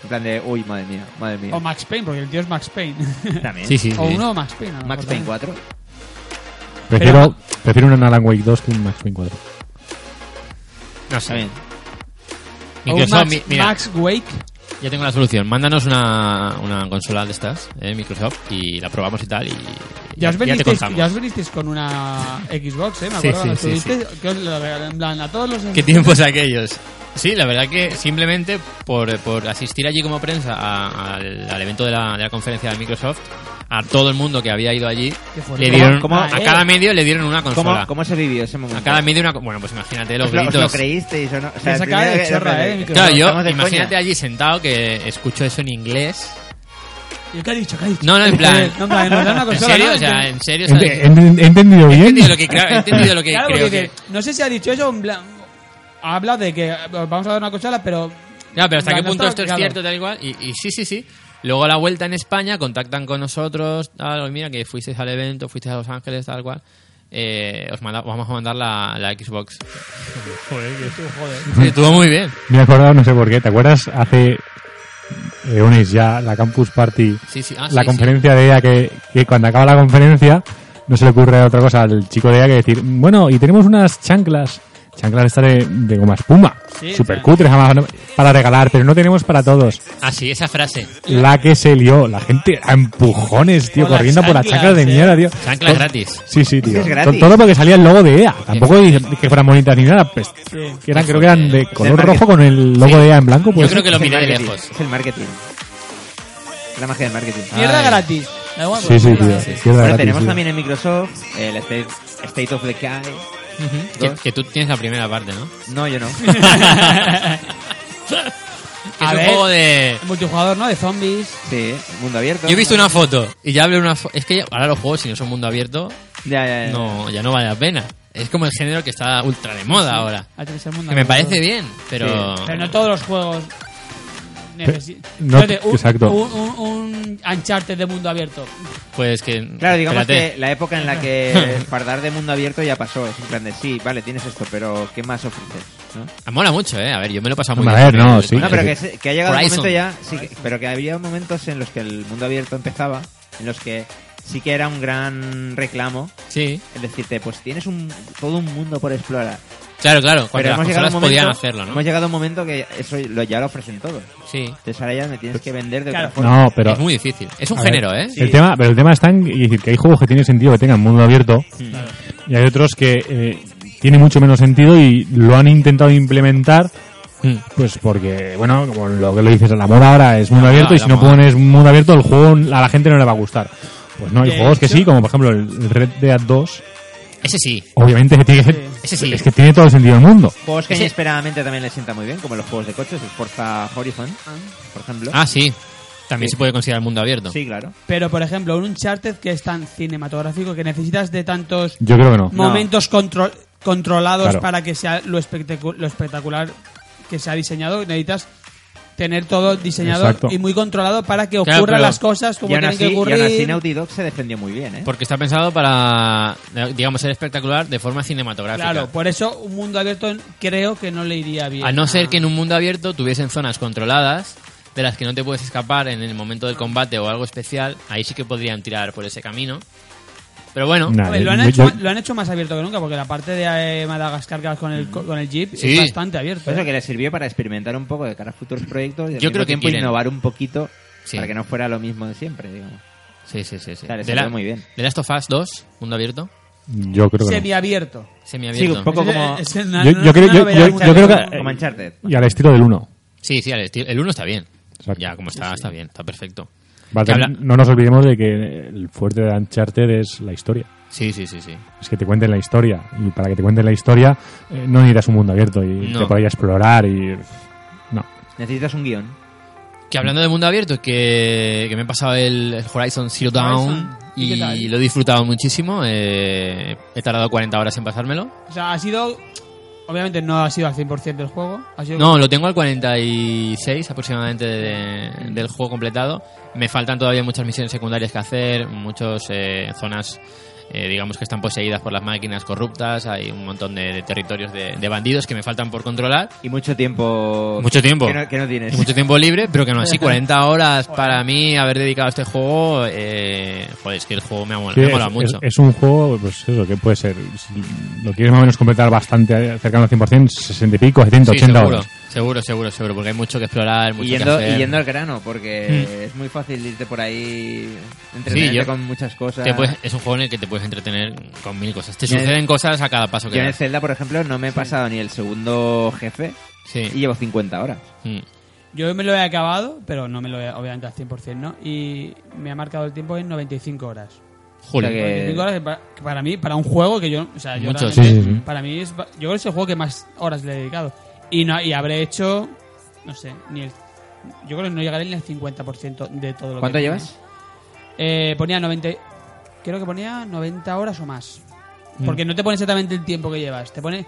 S3: En plan de, uy, madre mía, madre mía.
S2: O Max Payne, porque el tío es Max Payne.
S3: También.
S1: Sí, sí.
S2: [LAUGHS] o
S1: sí.
S2: uno o Max Payne. a lo
S3: Max
S2: mejor también.
S3: Payne 4.
S4: Prefiero, prefiero un Alan Wake 2 que un Max Payne 4.
S1: No sé.
S3: Está bien.
S2: O un
S1: Microsoft,
S2: Max,
S1: mi- mira,
S2: Max Wake.
S1: ya tengo la solución. Mándanos una, una consola de estas, eh, Microsoft, y la probamos y tal. Y
S2: Ya os,
S1: te
S2: venisteis,
S1: contamos.
S2: ya os venisteis con una Xbox, ¿eh? Me
S1: Sí,
S2: acuerdo cuando
S1: sí, sí,
S2: estuvisteis, que os lo regalé, en plan, a todos los...
S1: ¿Qué tiempos aquellos? Sí, la verdad que simplemente por, por asistir allí como prensa a- al, al evento de la, de la conferencia de Microsoft, a todo el mundo que había ido allí,
S2: Qué fuerte.
S1: le dieron,
S3: ¿Cómo-
S1: a
S3: cómo-
S1: cada medio le dieron una
S3: ¿Cómo,
S1: consola.
S3: ¿Cómo se vivió ese momento?
S1: A cada medio una... co- Bueno, pues imagínate los
S3: ¿Os lo, os lo
S1: gritos.
S3: creísteis o no? O sea,
S2: Me
S3: el
S2: sacaba
S3: primero
S2: de
S3: que-
S2: chorra, eh, mi
S1: Claro, yo,
S3: Estamos de coña.
S1: imagínate allí sentado que escucho eso en inglés.
S2: ¿Y qué ha dicho? ¿Qué ha dicho?
S1: No,
S2: [LAUGHS]
S1: no, en plan...
S2: No, en plan, nos da una
S1: ¿En
S2: consola.
S1: serio?
S2: ¿no?
S1: O sea, ¿en serio? O sea,
S4: Ente- ent- ¿He entendido
S1: he
S4: bien?
S1: entendido lo que, creo- he entendido lo que
S2: Claro,
S1: creo
S2: porque
S1: que...
S2: que- no sé si ha dicho eso, en plan, ha hablado de que eh, vamos a dar una consola, pero...
S1: Ya, pero hasta
S2: en
S1: qué
S2: plan,
S1: punto
S2: no
S1: esto
S2: estaba
S1: es
S2: claro.
S1: cierto, tal y cual. Y, y sí, sí, sí. Luego a la vuelta en España contactan con nosotros. Tal, mira, que fuisteis al evento, fuisteis a Los Ángeles, tal cual. Eh, os, manda- os vamos a mandar la, la Xbox. Sí, Estuvo muy bien.
S4: Me he acordado, no sé por qué. ¿Te acuerdas hace eones ya la Campus Party?
S1: Sí, sí. Ah,
S4: la
S1: sí,
S4: conferencia de EA que, que cuando acaba la conferencia no se le ocurre otra cosa al chico de EA que decir, bueno, y tenemos unas chanclas, chanclas estas de, de goma espuma,
S2: Sí,
S4: super
S2: sí.
S4: cutres jamás no- para regalar, pero no tenemos para todos.
S1: sí. Ah, sí, esa frase.
S4: La que se lió, la gente a empujones, tío,
S2: Con las
S4: corriendo por las
S2: chanclas,
S4: chanclas de
S2: eh.
S4: mierda, tío.
S1: Chancla gratis.
S4: Sí, sí, tío.
S3: Es gratis.
S4: Todo porque salía el logo de EA. Tampoco dije que fueran bonitas ni nada. Pues, que eran, creo que eran de color rojo con el logo de EA en blanco. Pues,
S1: Yo creo que lo
S3: Es el
S1: miré de
S3: marketing,
S1: lejos.
S3: Es el marketing. La magia del marketing.
S2: Mierda
S1: Ay.
S2: gratis. Da igual,
S4: Sí,
S2: pues,
S4: sí,
S2: mierda
S4: tío.
S2: gratis.
S4: Izquierda
S3: Bueno,
S4: gratis,
S3: tenemos
S4: tío.
S3: también en Microsoft el State, State of the Kai.
S1: Que, que tú tienes la primera parte,
S2: [LAUGHS]
S1: ¿no? [LAUGHS]
S3: No, yo no.
S1: Que es
S2: A
S1: un
S2: ver.
S1: juego de...
S2: Multijugador, ¿no? De zombies.
S3: Sí, mundo abierto.
S1: Yo he visto una foto y ya hablé una fo- Es que ya- ahora los juegos, si no son mundo abierto,
S3: Ya, ya, ya.
S1: no, ya no vale la pena. Es como el género que está ultra de moda ahora.
S2: Ha tenido que ser mundo
S1: Que me
S2: abierto.
S1: parece bien, pero...
S2: Pero no todos los juegos... necesi-
S4: Eh, no,
S2: Fíjate, un,
S4: exacto.
S2: Un, un, un Uncharted de mundo abierto.
S1: Pues que...
S3: Claro, digamos
S1: espérate.
S3: que la época en
S1: [LAUGHS]
S3: la que fardar de mundo abierto ya pasó. Es en plan de, sí, vale, tienes esto, pero ¿qué más ofreces? ¿no?
S1: Ah, Mola mucho, ¿eh? A ver, yo me lo he pasado muy
S4: A
S1: bien.
S4: ver, no,
S1: con
S4: sí.
S1: el-
S3: No, pero que, se- que ha llegado
S1: Horizon.
S3: un momento ya, sí, que- pero que había momentos en los que el mundo abierto empezaba, en los que sí que era un gran reclamo
S1: Sí.
S3: el decirte, pues tienes un, todo un mundo por explorar.
S1: Claro, claro. Cuando
S3: Pero
S1: las
S3: hemos llegado,
S1: consolas
S3: a un momento,
S1: podían hacerlo, ¿no?
S3: hemos llegado a un momento que eso lo- ya lo ofrecen todos.
S1: Sí.
S3: Entonces ahora ya me tienes que vender de
S2: Claro.
S3: otra forma.
S4: No, pero
S1: es muy difícil. Es un
S4: A
S1: género,
S4: ver,
S1: ¿eh?
S4: El tema, pero el tema está en y decir que hay juegos que tiene sentido que tengan mundo abierto
S1: Mm.
S4: y hay otros que eh, tiene mucho menos sentido y lo han intentado implementar
S1: Mm.
S4: pues porque, bueno, como lo que lo dices, la moda ahora es mundo abierto y
S1: la
S4: si no
S1: moda.
S4: pones mundo abierto el juego a la gente no le va a gustar. Pues no, hay
S2: De
S4: juegos que
S2: hecho-
S4: sí, como por ejemplo el Red Dead 2,
S1: Ese sí.
S4: obviamente que tiene,
S1: Ese sí.
S4: es que tiene todo el sentido del mundo.
S3: Juegos que
S1: Ese-
S3: inesperadamente también les sienta muy bien, como los juegos de coches, el Forza Horizon, por ejemplo.
S1: Ah, sí. También
S3: Sí.
S1: se puede considerar mundo abierto.
S3: Sí, claro.
S2: Pero, por ejemplo, un Uncharted que es tan cinematográfico que necesitas de tantos
S4: Yo creo que no.
S2: momentos contro- controlados
S4: Claro.
S2: para que sea lo, espectacu- lo espectacular que se ha diseñado. Necesitas tener todo diseñado
S4: Exacto.
S2: y muy controlado para que
S1: Claro,
S2: ocurran
S1: pero-
S2: las cosas como
S3: Y aún,
S2: tienen
S3: así,
S2: que
S3: y aún
S2: ocurrir.
S3: así Naughty Dog se defendió muy bien, ¿eh?
S1: Porque está pensado para, digamos, ser espectacular de forma cinematográfica.
S2: claro,
S3: pues,
S2: por eso un mundo abierto creo que no le iría bien.
S1: A no ser que en un mundo abierto tuviesen zonas controladas de las que no te puedes escapar en el momento del combate o algo especial, ahí sí que podrían tirar por ese camino. Pero bueno,
S4: Nah,
S2: A ver, lo,
S4: yo-
S2: han hecho,
S4: yo-
S2: lo han hecho más abierto que nunca, porque la parte de eh, Madagascar que vas con el, co- con el jeep
S1: Sí.
S2: es bastante abierto.
S3: Por eso
S2: ¿eh?
S3: que le sirvió para experimentar un poco de cara a futuros proyectos y al
S1: Yo
S3: mismo
S1: creo que
S3: tiempo
S1: quieren.
S3: innovar un poquito
S1: Sí.
S3: para que no fuera lo mismo de siempre, digamos.
S1: sí, sí, sí. sí.
S3: Claro,
S1: de,
S3: salió muy bien.
S1: de Last of Us 2, mundo abierto,
S4: Yo creo que no.
S2: Semiabierto.
S1: semiabierto.
S3: Sí, un poco como-
S2: Es- es una-
S4: Yo- yo
S2: una
S4: creo- yo-
S2: novedad
S4: yo-
S2: muy
S4: yo creo que- eh,
S2: abierta.
S3: Como Uncharted.
S4: Y al estilo del 1.
S1: Sí, sí, al estilo- el 1 está bien.
S4: Exacto.
S1: Ya, como está, está bien, está perfecto.
S4: Va a
S1: Que
S4: tener-
S1: habla-
S4: No nos olvidemos de que el fuerte de Uncharted es la historia.
S1: Sí, sí, sí, sí.
S4: Es que te cuenten la historia. Y para que te cuenten la historia, eh, no irás a un mundo abierto y
S1: No.
S4: te podías explorar y. No.
S3: Necesitas un guión.
S1: Que hablando de mundo abierto, que, que me he pasado el, el Horizon Zero Dawn
S2: Horizon. ¿Y qué
S1: y
S2: tal?
S1: lo he disfrutado muchísimo. eh, he tardado 40 horas en pasármelo.
S2: O sea, ha sido. Obviamente no ha sido al 100% del juego. Ha sido
S1: No, lo tengo al 46 aproximadamente de- del juego completado. Me faltan todavía muchas misiones secundarias que hacer, muchas zonas, eh, digamos, que están poseídas por las máquinas corruptas. Hay un montón de, de territorios de, de bandidos que me faltan por controlar.
S3: Y mucho tiempo...
S1: Mucho tiempo.
S3: Que no, que no tienes.
S1: Mucho tiempo libre, pero que no así, 40 horas para mí haber dedicado a este juego, eh, joder, es que el juego me ha molado,
S4: Sí,
S1: me ha
S4: es,
S1: molado mucho.
S4: es- es un juego, pues eso, que puede ser. si lo quieres más o menos completar bastante eh, cercano al 100%, 60 y pico, 70,
S1: Sí,
S4: 80
S1: seguro,
S4: horas.
S1: seguro, seguro, seguro, porque hay mucho que explorar, mucho
S3: Y
S1: que
S3: yendo,
S1: hacer. Mm.
S3: y yendo al grano, porque es muy fácil irte por ahí, entretenerte
S1: Sí, yo-
S3: con muchas cosas.
S1: Te puedes- es un juego en el que te puedes entretener con mil cosas. Te
S3: Yo en-
S1: suceden cosas a cada paso que
S3: Yo en el
S1: das.
S3: Zelda, por ejemplo, no me he pasado ni el segundo jefe y
S1: Sí.
S3: llevo 50 horas.
S1: Mm.
S2: Yo me lo he acabado, pero no me lo he, obviamente al 100%, ¿no? Y me ha marcado el tiempo en 95 horas.
S1: Jolín.
S3: O sea que-
S2: 95 horas que para, que para mí, para un juego que yo, o sea, yo
S1: Mucho,
S2: realmente-
S4: sí, sí, sí.
S2: para mí es, yo creo que es el juego que más horas le he dedicado. Y no y habré hecho no sé, ni el yo creo que no llegaré ni al 50% de todo lo que
S3: ¿Cuánto
S2: tenía.
S3: llevas?
S2: Eh, ponía 90. Creo que ponía 90 horas o más. Porque no te pone exactamente el tiempo que llevas. Te pone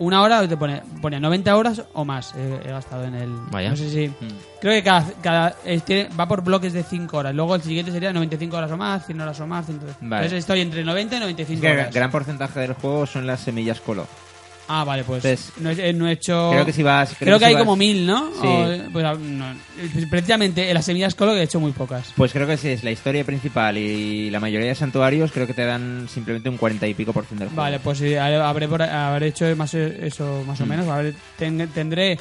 S2: una hora o te pone. Ponía 90 horas o más. eh, He, gastado en el.
S1: Vaya.
S2: No sé si.
S3: Mm.
S2: Creo que cada. cada- eh, tiene- va por bloques de 5 horas. Luego el siguiente sería 95 horas o más, 100 horas o más. 100 horas.
S3: Vale.
S2: Entonces estoy entre 90 y 95
S3: Que
S2: horas.
S3: gran porcentaje del juego son las semillas colo.
S2: Ah, vale, pues.
S3: Entonces,
S2: no, he, eh, no he hecho.
S3: Creo que si vas.
S2: Creo que
S3: si
S2: hay
S3: vas-
S2: como mil, ¿no?
S3: Sí.
S2: O- pues, ah, no. Precisamente en las semillas colo que he hecho muy pocas.
S3: Pues creo que si es la historia principal y la mayoría de santuarios, creo que te dan simplemente un 40 y pico por ciento del juego.
S2: Vale, pues sí, habré, por- habré hecho más eh, eso más o
S1: Mm.
S2: menos. Habré- ten- tendré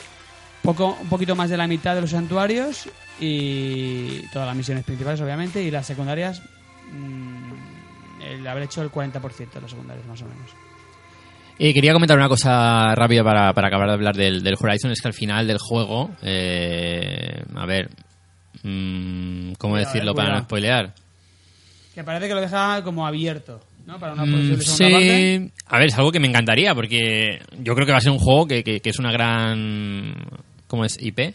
S2: poco, un poquito más de la mitad de los santuarios y todas las misiones principales, obviamente, y las secundarias. mm, el- habré hecho el 40% de las secundarias, más o menos.
S1: Eh, quería comentar una cosa rápida para, para acabar de hablar del, del Horizon, es que al final del juego, eh, a ver, mm, ¿cómo
S2: Cuidado,
S1: decirlo
S2: eh,
S1: para
S2: cuidado.
S1: no spoilear?
S2: Que parece que lo deja como abierto, ¿no? Para una
S1: Mm,
S2: posible segunda parte.
S1: sí, a ver, es algo que me encantaría porque yo creo que va a ser un juego que, que- que es una gran, ¿cómo es? IP,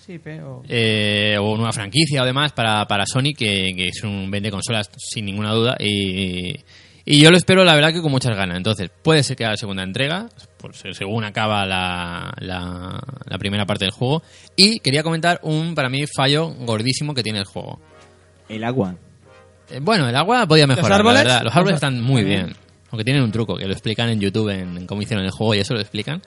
S2: Sí, pero.
S1: eh, o nueva franquicia o demás para, para Sony, que, que es un vende consolas sin ninguna duda. Y, y yo lo espero, la verdad, que con muchas ganas. Entonces, puede ser que haga la segunda entrega, pues, eh, según acaba la, la, la primera parte del juego. Y quería comentar un, para mí, fallo gordísimo que tiene el juego.
S2: pues-
S3: El agua.
S1: Eh, bueno, el agua podía mejorar, la
S2: árboles?
S1: verdad. Los árboles
S2: Los ar-
S1: están muy
S2: muy bien.
S1: bien. Aunque tienen un truco, que lo explican en YouTube, en, en cómo hicieron el juego, y eso lo explican.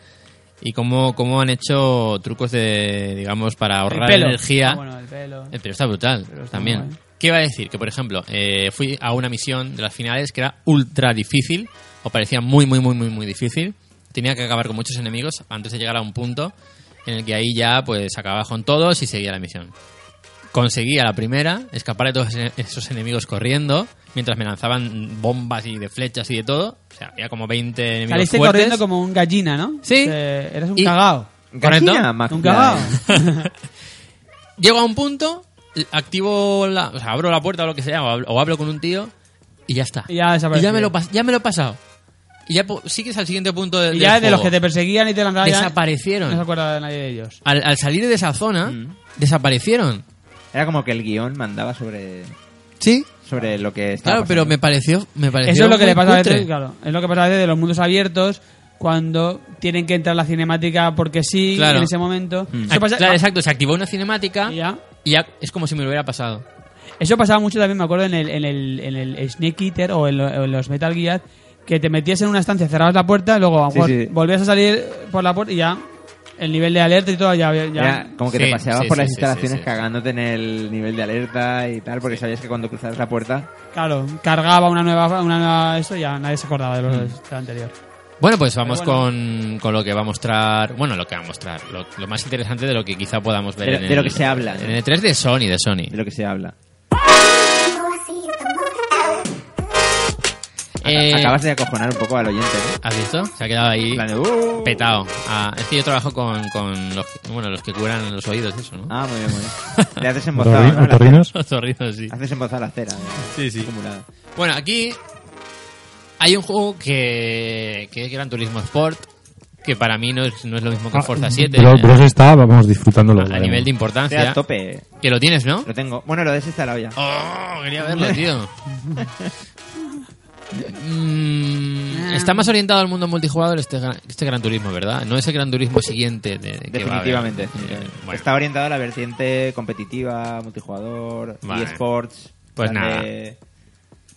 S1: Y cómo, cómo han hecho trucos de, digamos, para ahorrar
S2: el pelo.
S1: energía. Eh,
S2: Ah, bueno, el pelo.
S1: El pelo está brutal
S2: Pero está
S1: también.
S2: muy guay.
S1: ¿Qué iba a decir? Que, por ejemplo, eh, fui a una misión de las finales que era ultra difícil, o parecía muy, muy, muy, muy, muy difícil. Tenía que acabar con muchos enemigos antes de llegar a un punto en el que ahí ya pues acababa con todos y seguía la misión. Conseguía la primera, escapar de todos ese- esos enemigos corriendo, mientras me lanzaban bombas y de flechas y de todo. O sea, había como 20 enemigos
S2: Saliste
S1: fuertes.
S2: corriendo como un gallina, ¿no?
S1: Sí.
S2: Eh, eres un
S1: Y-
S2: cagao.
S1: Correcto.
S3: Gallina, McFly.
S2: Un
S1: [LAUGHS]
S2: cagao.
S1: Llego a un punto, activo la, o sea, abro la puerta o lo que sea, o hablo, o hablo con un tío y ya está.
S2: Y ya ha
S1: Y
S2: desaparecido.
S1: ya me lo, pas- ya me lo he pasado. Y ya pues, po- sigues al siguiente punto de,
S2: Y
S1: del
S2: ya de los
S1: juego.
S2: que te perseguían y te lanzaban. ya-
S1: Desaparecieron.
S2: No se acuerda de nadie de ellos.
S1: al, al salir de esa zona,
S3: Mm.
S1: desaparecieron.
S3: Era como que el guión mandaba sobre,
S1: Sí,
S3: sobre lo que estaba.
S1: claro, pero
S3: pasando.
S1: me pareció, me pareció
S2: Eso es lo que
S1: Pues muy
S2: le pasa a veces,
S1: cutre.
S2: claro. Es lo que pasa a veces de los mundos abiertos cuando tienen que entrar la cinemática porque sí
S1: Claro.
S2: en ese momento.
S3: Mm.
S1: Ah,
S2: Eso, pasa-
S1: claro, exacto, se activó una cinemática
S2: Y ya.
S1: y ya es como si me lo hubiera pasado.
S2: Eso pasaba mucho también, me acuerdo, en el, en el, en el Snake Eater o en, lo- o en los Metal Gear, que te metías en una estancia, cerrabas la puerta, luego a lo
S3: Sí,
S2: mejor
S3: sí.
S2: volvías a salir por la puerta y ya el nivel de alerta y todo ya... ya-
S3: Era como que
S1: Sí,
S3: te paseabas
S1: sí,
S3: por las
S1: sí, sí,
S3: instalaciones
S1: sí, sí.
S3: cagándote en el nivel de alerta y tal, porque sabías que cuando cruzabas la puerta.
S2: Claro, cargaba una nueva... Una nueva esto y ya nadie se acordaba de lo
S3: Mm.
S2: de lo anterior.
S1: Bueno, pues vamos
S2: Pero
S1: Con, con lo que va a mostrar. Bueno, lo que va a mostrar. Lo, lo más interesante de lo que quizá podamos ver
S3: De-
S1: en
S3: de
S1: el-
S3: lo que se habla, ¿no?
S1: En el 3 de Sony, de Sony.
S3: De lo que se habla.
S1: Eh,
S3: Acabas de acojonar un poco al oyente, ¿no?
S1: ¿Has visto? Se ha quedado ahí
S3: En plan de, "Uh".
S1: petado. Ah, es que yo trabajo con, con los, que- bueno, los que curan los oídos, eso, ¿no?
S3: Ah, muy bien, muy bien. Le haces embozado, ¿no?
S4: ¿Otorri-
S3: La-
S4: ¿Otorrinos?
S1: [LAUGHS] Los oídos, sí.
S3: Haces embozado la cera. ¿no?
S1: Sí, sí.
S3: Acumulada.
S1: Bueno, aquí hay un juego que, que es Gran Turismo Sport, que para mí no es, no es lo
S4: Ah,
S1: mismo que
S3: Ah,
S1: el Forza 7.
S4: Bro-
S1: eh,
S4: Bros está, vamos, disfrutándolo.
S1: a
S4: veremos.
S1: nivel de
S3: Estoy a
S1: importancia.
S3: tope. eh.
S1: Que lo tienes, ¿no?
S3: Lo tengo. Bueno, lo he desinstalado ya.
S1: Oh,
S3: [LAUGHS]
S1: quería verlo, tío. Mm, está más orientado al mundo multijugador este, gra- este Gran Turismo, ¿verdad? No es el Gran Turismo siguiente. de- que va a haber.
S3: Definitivamente. definitivamente.
S1: Eh, bueno.
S3: Está orientado a la vertiente competitiva, multijugador,
S1: Vale.
S3: eSports.
S1: Pues
S3: plan
S1: nada.
S3: de-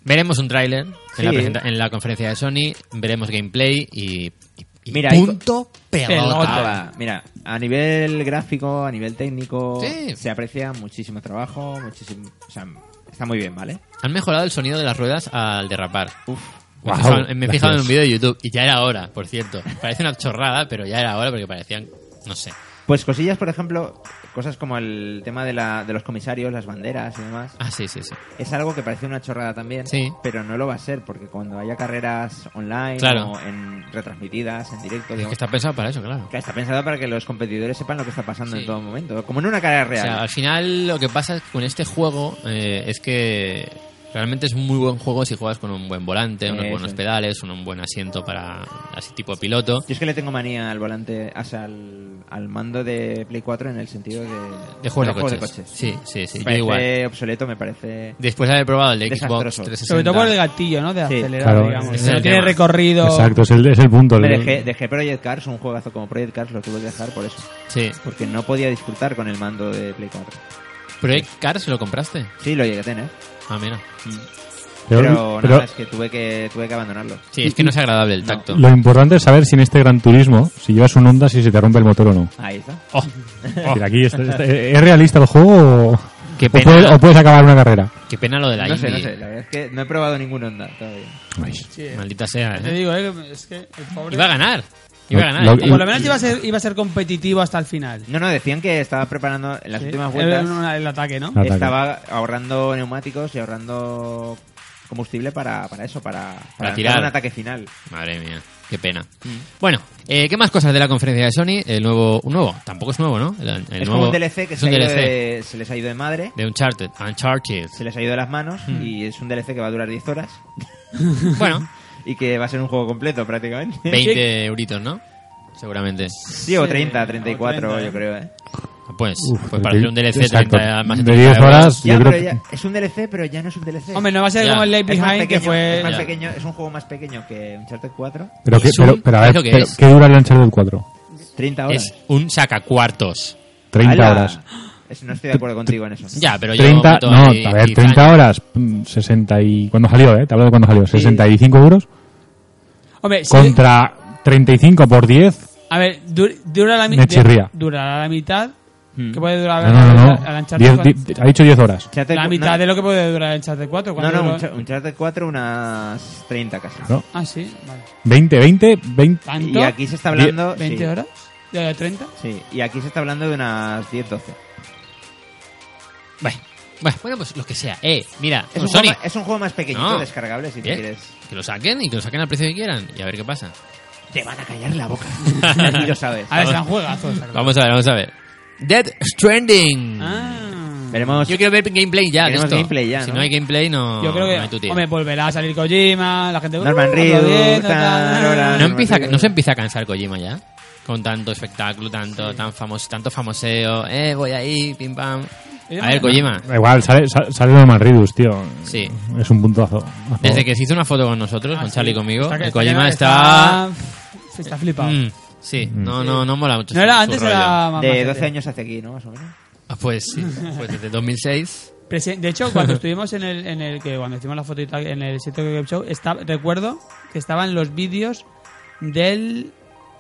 S1: Veremos un tráiler
S3: Sí.
S1: en, la presenta- en la conferencia de Sony, veremos gameplay y, y- y
S3: Mira, y-
S1: punto pelota.
S2: Pelota.
S3: Ah, va. Mira, a nivel gráfico, a nivel técnico,
S1: Sí.
S3: se aprecia muchísimo trabajo, muchísimo... O sea, está muy bien, ¿vale?
S1: Han mejorado el sonido de las ruedas al derrapar. Me
S3: Uf.
S1: he
S4: Guau,
S1: fijado- me he fijado en un
S4: gracias.
S1: vídeo de YouTube y ya era hora, por cierto. Parece una chorrada, pero ya era hora porque parecían, no sé.
S3: Pues cosillas, por ejemplo, cosas como el tema de, la, de los comisarios, las banderas y demás,
S1: Ah, sí, sí, sí.
S3: es algo que parece una chorrada también,
S1: Sí.
S3: pero no lo va a ser, porque cuando haya carreras online
S1: Claro.
S3: o en retransmitidas, en directo,
S1: Es que
S3: digamos,
S1: está pensado para eso, claro.
S3: Claro, está pensado para que los competidores sepan lo que está pasando
S1: Sí.
S3: en todo momento, como en una carrera
S1: O
S3: real.
S1: sea, al final lo que pasa con este juego eh, es que realmente es un muy buen juego si juegas con un buen volante, unos
S3: Eso
S1: buenos
S3: es.
S1: pedales, un, un buen asiento para así tipo piloto.
S3: Yo es que le tengo manía al volante, o sea, al, al mando de Play 4 en el sentido de,
S1: De juegos de
S3: juegos
S1: coches. Sí, sí, sí.
S3: me
S1: Yo igual.
S3: parece obsoleto, me parece...
S1: Después de haber probado el de Xbox
S3: Desastroso.
S1: 360.
S2: Sobre todo por el gatillo, ¿no? De
S3: Sí.
S2: acelerar,
S4: Claro,
S2: digamos.
S4: ese
S1: es
S2: No
S1: el
S2: tiene
S1: tema.
S2: recorrido.
S4: Exacto, es el, es el punto.
S3: Me
S4: el-
S3: dejé, dejé Project Cars, un juegazo como Project Cars, lo tuve que dejar por eso.
S1: Sí.
S3: Porque no podía disfrutar con el mando de Play 4.
S1: Project Cars lo compraste.
S3: Sí, lo llegué a tener.
S1: Ah, mira.
S4: pero-
S3: Pero,
S4: pero
S3: nada, es que tuve que, tuve que abandonarlo.
S1: Sí, es que no es agradable el
S3: No.
S1: tacto.
S4: lo importante es saber si en este gran turismo, si llevas un Honda, si se te rompe el motor o
S1: [LAUGHS]
S4: no.
S3: Ahí está. [LAUGHS]
S1: Oh,
S4: Es decir, aquí está- está- ¿Es realista el juego o,
S1: Qué
S4: o
S1: pena.
S4: puedes, o puedes acabar una carrera?
S1: qué pena lo de la
S3: no sé,
S1: Indy.
S3: no sé. La verdad es que no he probado ningún Honda todavía.
S4: Ay,
S2: Sí.
S1: Maldita sea.
S2: Ya Te
S1: ¿eh?
S2: digo, ¿eh? que es que el pobre-
S1: Iba a ganar. Iba a
S4: Lo-
S1: ganar.
S4: lo-
S1: el tío.
S2: Por lo menos iba a ser, iba a ser competitivo hasta el final.
S3: No, no, decían que estaba preparando en las
S2: Sí.
S3: últimas
S2: Era
S3: vueltas.
S2: una- el ataque, ¿no?
S4: Ah. Ataque.
S3: Estaba ahorrando neumáticos y ahorrando combustible para, para eso, para, lanzar
S1: tirar.
S3: un ataque final.
S1: Madre mía, qué pena.
S3: Mm.
S1: Bueno, eh, ¿qué más cosas de la conferencia de Sony? El nuevo, un nuevo, tampoco es nuevo, ¿no? El- el
S3: es
S1: nuevo-
S3: como un DLC que
S1: es
S3: se,
S1: un
S3: ha ido
S1: DLC
S3: de- se les ha ido de madre,
S1: de Uncharted, Uncharted.
S3: se les ha ido de las manos
S1: Hmm.
S3: y es un DLC que va a durar 10 horas [LAUGHS]
S1: Bueno,
S3: y que va a ser un juego completo prácticamente. [LAUGHS]
S1: 20 euritos, ¿no? Seguramente.
S3: Sí, o 30, 34
S2: o 30,
S3: yo creo, ¿eh?
S1: Pues,
S4: Uf,
S1: pues para hacer un DLC de
S4: exacto.
S1: 30 más
S4: De
S1: de 30
S4: 10
S1: euros.
S4: horas,
S3: Ya,
S4: yo creo
S3: pero
S4: que-
S3: ya, es un DLC, pero ya no es un DLC.
S2: Hombre, no va a ser
S1: Ya.
S2: como el Late
S3: es más
S2: Behind, que
S3: pequeño,
S2: fue.
S3: es, más
S1: Ya.
S3: pequeño, es un juego más pequeño que Uncharted 4.
S4: Pero, que,
S1: Es
S4: pero,
S1: un-
S4: pero a ver,
S1: es lo que
S4: pero
S1: es.
S4: ¿qué dura el Uncharted 4?
S3: 30 horas.
S1: Es un sacacuartos.
S4: 30
S3: ¡Hala!
S4: horas.
S3: Es- no estoy de acuerdo contigo en eso.
S1: Ya, pero yo
S4: 30,
S1: meto
S4: no,
S1: ahí
S4: a ver, 30
S1: años.
S4: horas, mm, 60 y... ¿Cuándo salió, eh? Te hablo de cuándo salió. 65 euros
S2: Hombre, sí,
S4: contra 35 por 10.
S2: a ver, dur- dura la
S4: Me
S2: mitad.
S4: chirría.
S2: Durará la mitad.
S3: Hmm.
S2: Que puede
S4: No,
S2: durar
S4: no, no.
S2: la- la Uncharted
S4: 10,
S2: cuatro-
S4: di- ha dicho 10 horas.
S3: Uncharted
S2: la
S3: cu-
S2: mitad
S3: no,
S2: de lo que puede durar el Uncharted 4.
S3: No,
S2: ¿cuánto
S3: no,
S2: dura?
S3: Uncha- Uncharted 4 unas 30 casi.
S4: ¿no?
S2: Ah, sí, vale.
S4: 20, 20, 20...
S2: ¿Tanto?
S3: Y aquí se está hablando... sí.
S2: ¿20 horas? ¿Ya de 30?
S3: Sí, y aquí se está hablando de unas 10, 12.
S1: Bueno, bueno, bueno, pues lo que sea. Eh, mira,
S3: Es
S1: con
S3: un,
S1: Sony.
S3: juego, ma- es un juego más pequeñito,
S1: No.
S3: descargable, si te
S1: Bien.
S3: quieres.
S1: Que lo saquen y que lo saquen al precio que quieran y a ver qué pasa.
S3: Te van a callar la boca. [LAUGHS] y lo sabes.
S2: [LAUGHS] A ver, serán
S3: [LAUGHS]
S2: juegazos. ¿verdad?
S1: Vamos a ver, vamos a ver. Dead Stranding.
S2: Ah.
S3: Veremos.
S1: Yo quiero ver gameplay ya. de
S3: Queremos
S1: esto.
S3: gameplay ya,
S1: Si
S3: ¿no?
S1: no hay gameplay, no,
S2: Yo creo que
S1: no hay tu tía.
S2: hombre, volverá a salir Kojima, la gente...
S3: Norman
S2: "Uh,
S3: Reedus,
S2: aplaudiendo,
S3: tal,
S1: ¿No,
S3: hola".
S1: empieza, ¿No se empieza a cansar Kojima ya? Con tanto espectáculo, tanto, tan famoso, tanto famoseo. Eh, voy ahí, pim pam.
S2: Yo
S1: A ver,
S2: no-
S1: Kojima.
S4: Da Igual, sale, sale, sale Norman Reedus, tío.
S1: Sí.
S4: Es un puntazo. Oh.
S1: Desde que se hizo una foto con nosotros,
S2: Ah,
S1: con
S2: sí.
S1: Charlie y conmigo,
S2: que-
S1: el Kojima
S2: que-
S1: está.
S2: Se está flipado.
S1: Mm, sí, no, no, no mola mucho.
S2: No
S1: su-
S2: era
S1: su
S2: antes,
S1: rollo.
S2: era más...
S3: De
S2: más
S3: 12
S2: gente.
S3: años hacia aquí, ¿no? Más o menos.
S1: Ah, Pues sí, pues
S2: [LAUGHS]
S1: desde 2006.
S2: Presi- De hecho,
S1: [LAUGHS]
S2: cuando estuvimos en el, en el que cuando hicimos la foto y tal, en el sitio Game Show, está, recuerdo que estaban los vídeos del...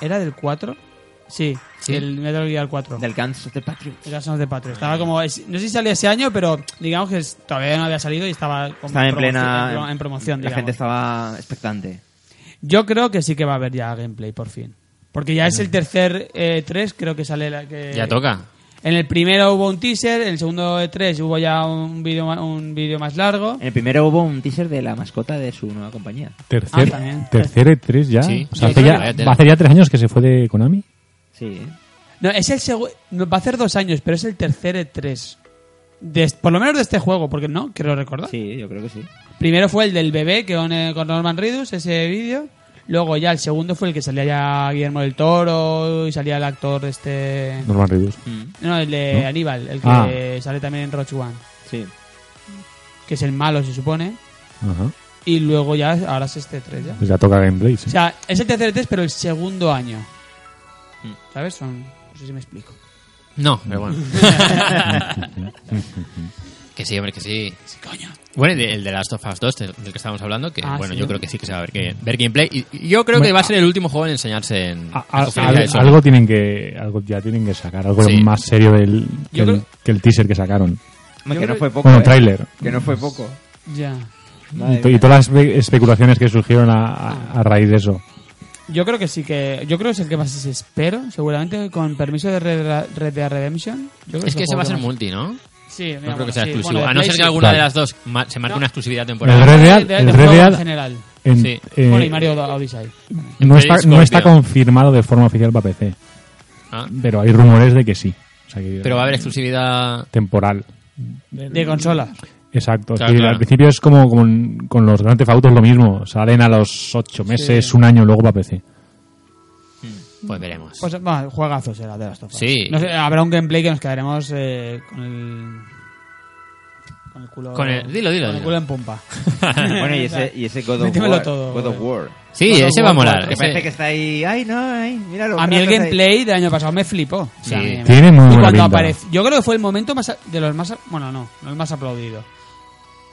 S2: ¿Era del 4? Sí,
S1: Sí.
S2: del Metal Gear 4.
S3: Del Guns of the Patriots.
S2: El Gas de Patria. Estaba como. es- No sé si salió ese año, pero digamos que es- todavía no había salido y estaba. como
S3: Estaba en
S2: promoción-
S3: plena.
S2: en pro- En promoción,
S3: La
S2: digamos.
S3: gente estaba expectante.
S2: Yo creo que sí que va a haber ya gameplay por fin. Porque ya es el tercer E3, creo que sale la que.
S1: Ya toca.
S2: En el primero hubo un teaser, en el segundo E3 hubo ya un vídeo ma- un vídeo más largo.
S3: En el primero hubo un teaser de la mascota de su nueva compañía.
S4: Tercer,
S2: Ah, también.
S4: tercer E3 ya.
S1: Sí.
S4: O sea,
S1: Sí,
S4: hace,
S1: claro,
S4: ya,
S1: vaya tela.
S4: va a hacer ya tres años que se fue de Konami.
S3: Sí. ¿eh?
S2: No, es el segu- no, va a ser dos años, pero es el tercer E3. De est- por lo menos de este juego, porque no, quiero recordar.
S3: Sí, yo creo que sí.
S2: Primero fue el del bebé que con, eh, con Norman Reedus, ese vídeo. Luego ya el segundo fue el que salía ya Guillermo del Toro y salía el actor este...
S4: Norman Reedus.
S2: No, el de
S4: ¿No?
S2: Aníbal, el que
S4: Ah.
S2: sale también en Roach One,
S3: Sí.
S2: que es el malo se supone.
S4: Ajá.
S2: Y luego ya, ahora es este 3 ya.
S4: Pues ya toca gameplay. sí.
S2: O sea, es el tercer 3 pero el segundo año.
S1: Mm.
S2: ¿Sabes? Son... No sé si me explico.
S1: No,
S2: [LAUGHS]
S1: pero bueno. que sí, hombre, que sí.
S2: Sí, coño.
S1: Bueno, y de- el de Last of Us 2, del del que estábamos hablando, que
S2: Ah,
S1: bueno,
S2: sí.
S1: yo creo que sí que se va a ver, que, ver gameplay. Y, y yo creo
S4: Bueno,
S1: que va a
S4: a-
S1: ser el último juego en enseñarse en
S4: A-
S1: en
S4: a-
S1: conferencia
S4: al-
S1: de Sony.
S4: algo tienen que algo ya tienen que sacar algo
S1: Sí.
S4: más serio del, que,
S2: Yo
S4: el,
S2: creo-
S4: que el teaser que sacaron
S2: Yo
S3: Hombre, que
S2: creo-
S3: no fue poco.
S4: bueno
S3: ¿eh?
S4: tráiler
S3: Que no fue poco.
S2: Ya.
S4: y, to- y todas las espe- especulaciones que surgieron a, a- a raíz de eso
S2: Yo creo que sí que. Yo creo que es el que más espero, seguramente, con permiso de Red, Red Dead Redemption. Yo creo
S1: Es que
S2: el
S1: ese va a ser
S2: juego
S1: multi, ¿no?
S2: más- Sí,
S1: No creo que
S2: digamos,
S1: sea
S2: sí.
S1: exclusivo.
S2: Bueno, de
S1: a no
S2: Play
S1: ser que
S2: sí.
S1: alguna
S4: Vale.
S1: de las dos ma- se marque
S2: No.
S1: una exclusividad temporal.
S4: El Red Dead,
S2: De-
S4: el
S2: de
S4: Red
S2: juego en
S4: Dead
S2: general.
S4: en-
S1: Sí.
S4: eh,
S2: Bueno, y Mario Odyssey.
S4: no, está,
S1: Play
S4: no está
S1: Scorpio.
S4: confirmado de forma oficial para PC,
S1: Ah,
S4: pero hay rumores de que sí. O sea que-
S1: pero va a haber exclusividad.
S4: temporal.
S2: De consola.
S4: Exacto.
S1: Claro,
S4: sí,
S1: claro.
S4: Al principio es como con, con los grandes autos lo mismo. Salen a los ocho meses,
S2: Sí.
S4: un año, luego para PC.
S1: Pues veremos.
S2: Pues va, juegazo será de las tofas.
S1: Sí.
S2: No sé, habrá un gameplay que nos quedaremos eh, con el. Con el culo.
S1: Con el- dilo, dilo,
S2: Con el
S1: dilo.
S2: culo en pompa.
S3: Bueno, y ese, y ese God of
S2: Métemelo
S3: War.
S2: todo,
S3: God of War.
S1: sí,
S2: God of
S1: ese va a
S2: War
S1: molar.
S2: cuatro,
S3: Que
S1: ese-
S3: parece que está ahí. Ay, no, ay, míralo.
S2: A mí el
S3: está ahí.
S2: gameplay del año pasado me flipó. O sea,
S1: Sí.
S2: a mí me-
S4: Tiene muy
S2: y
S4: buena
S2: cuando
S4: pinta.
S2: aparece- Yo creo que fue el momento más a- de los más. a- Bueno, no, no el más aplaudido.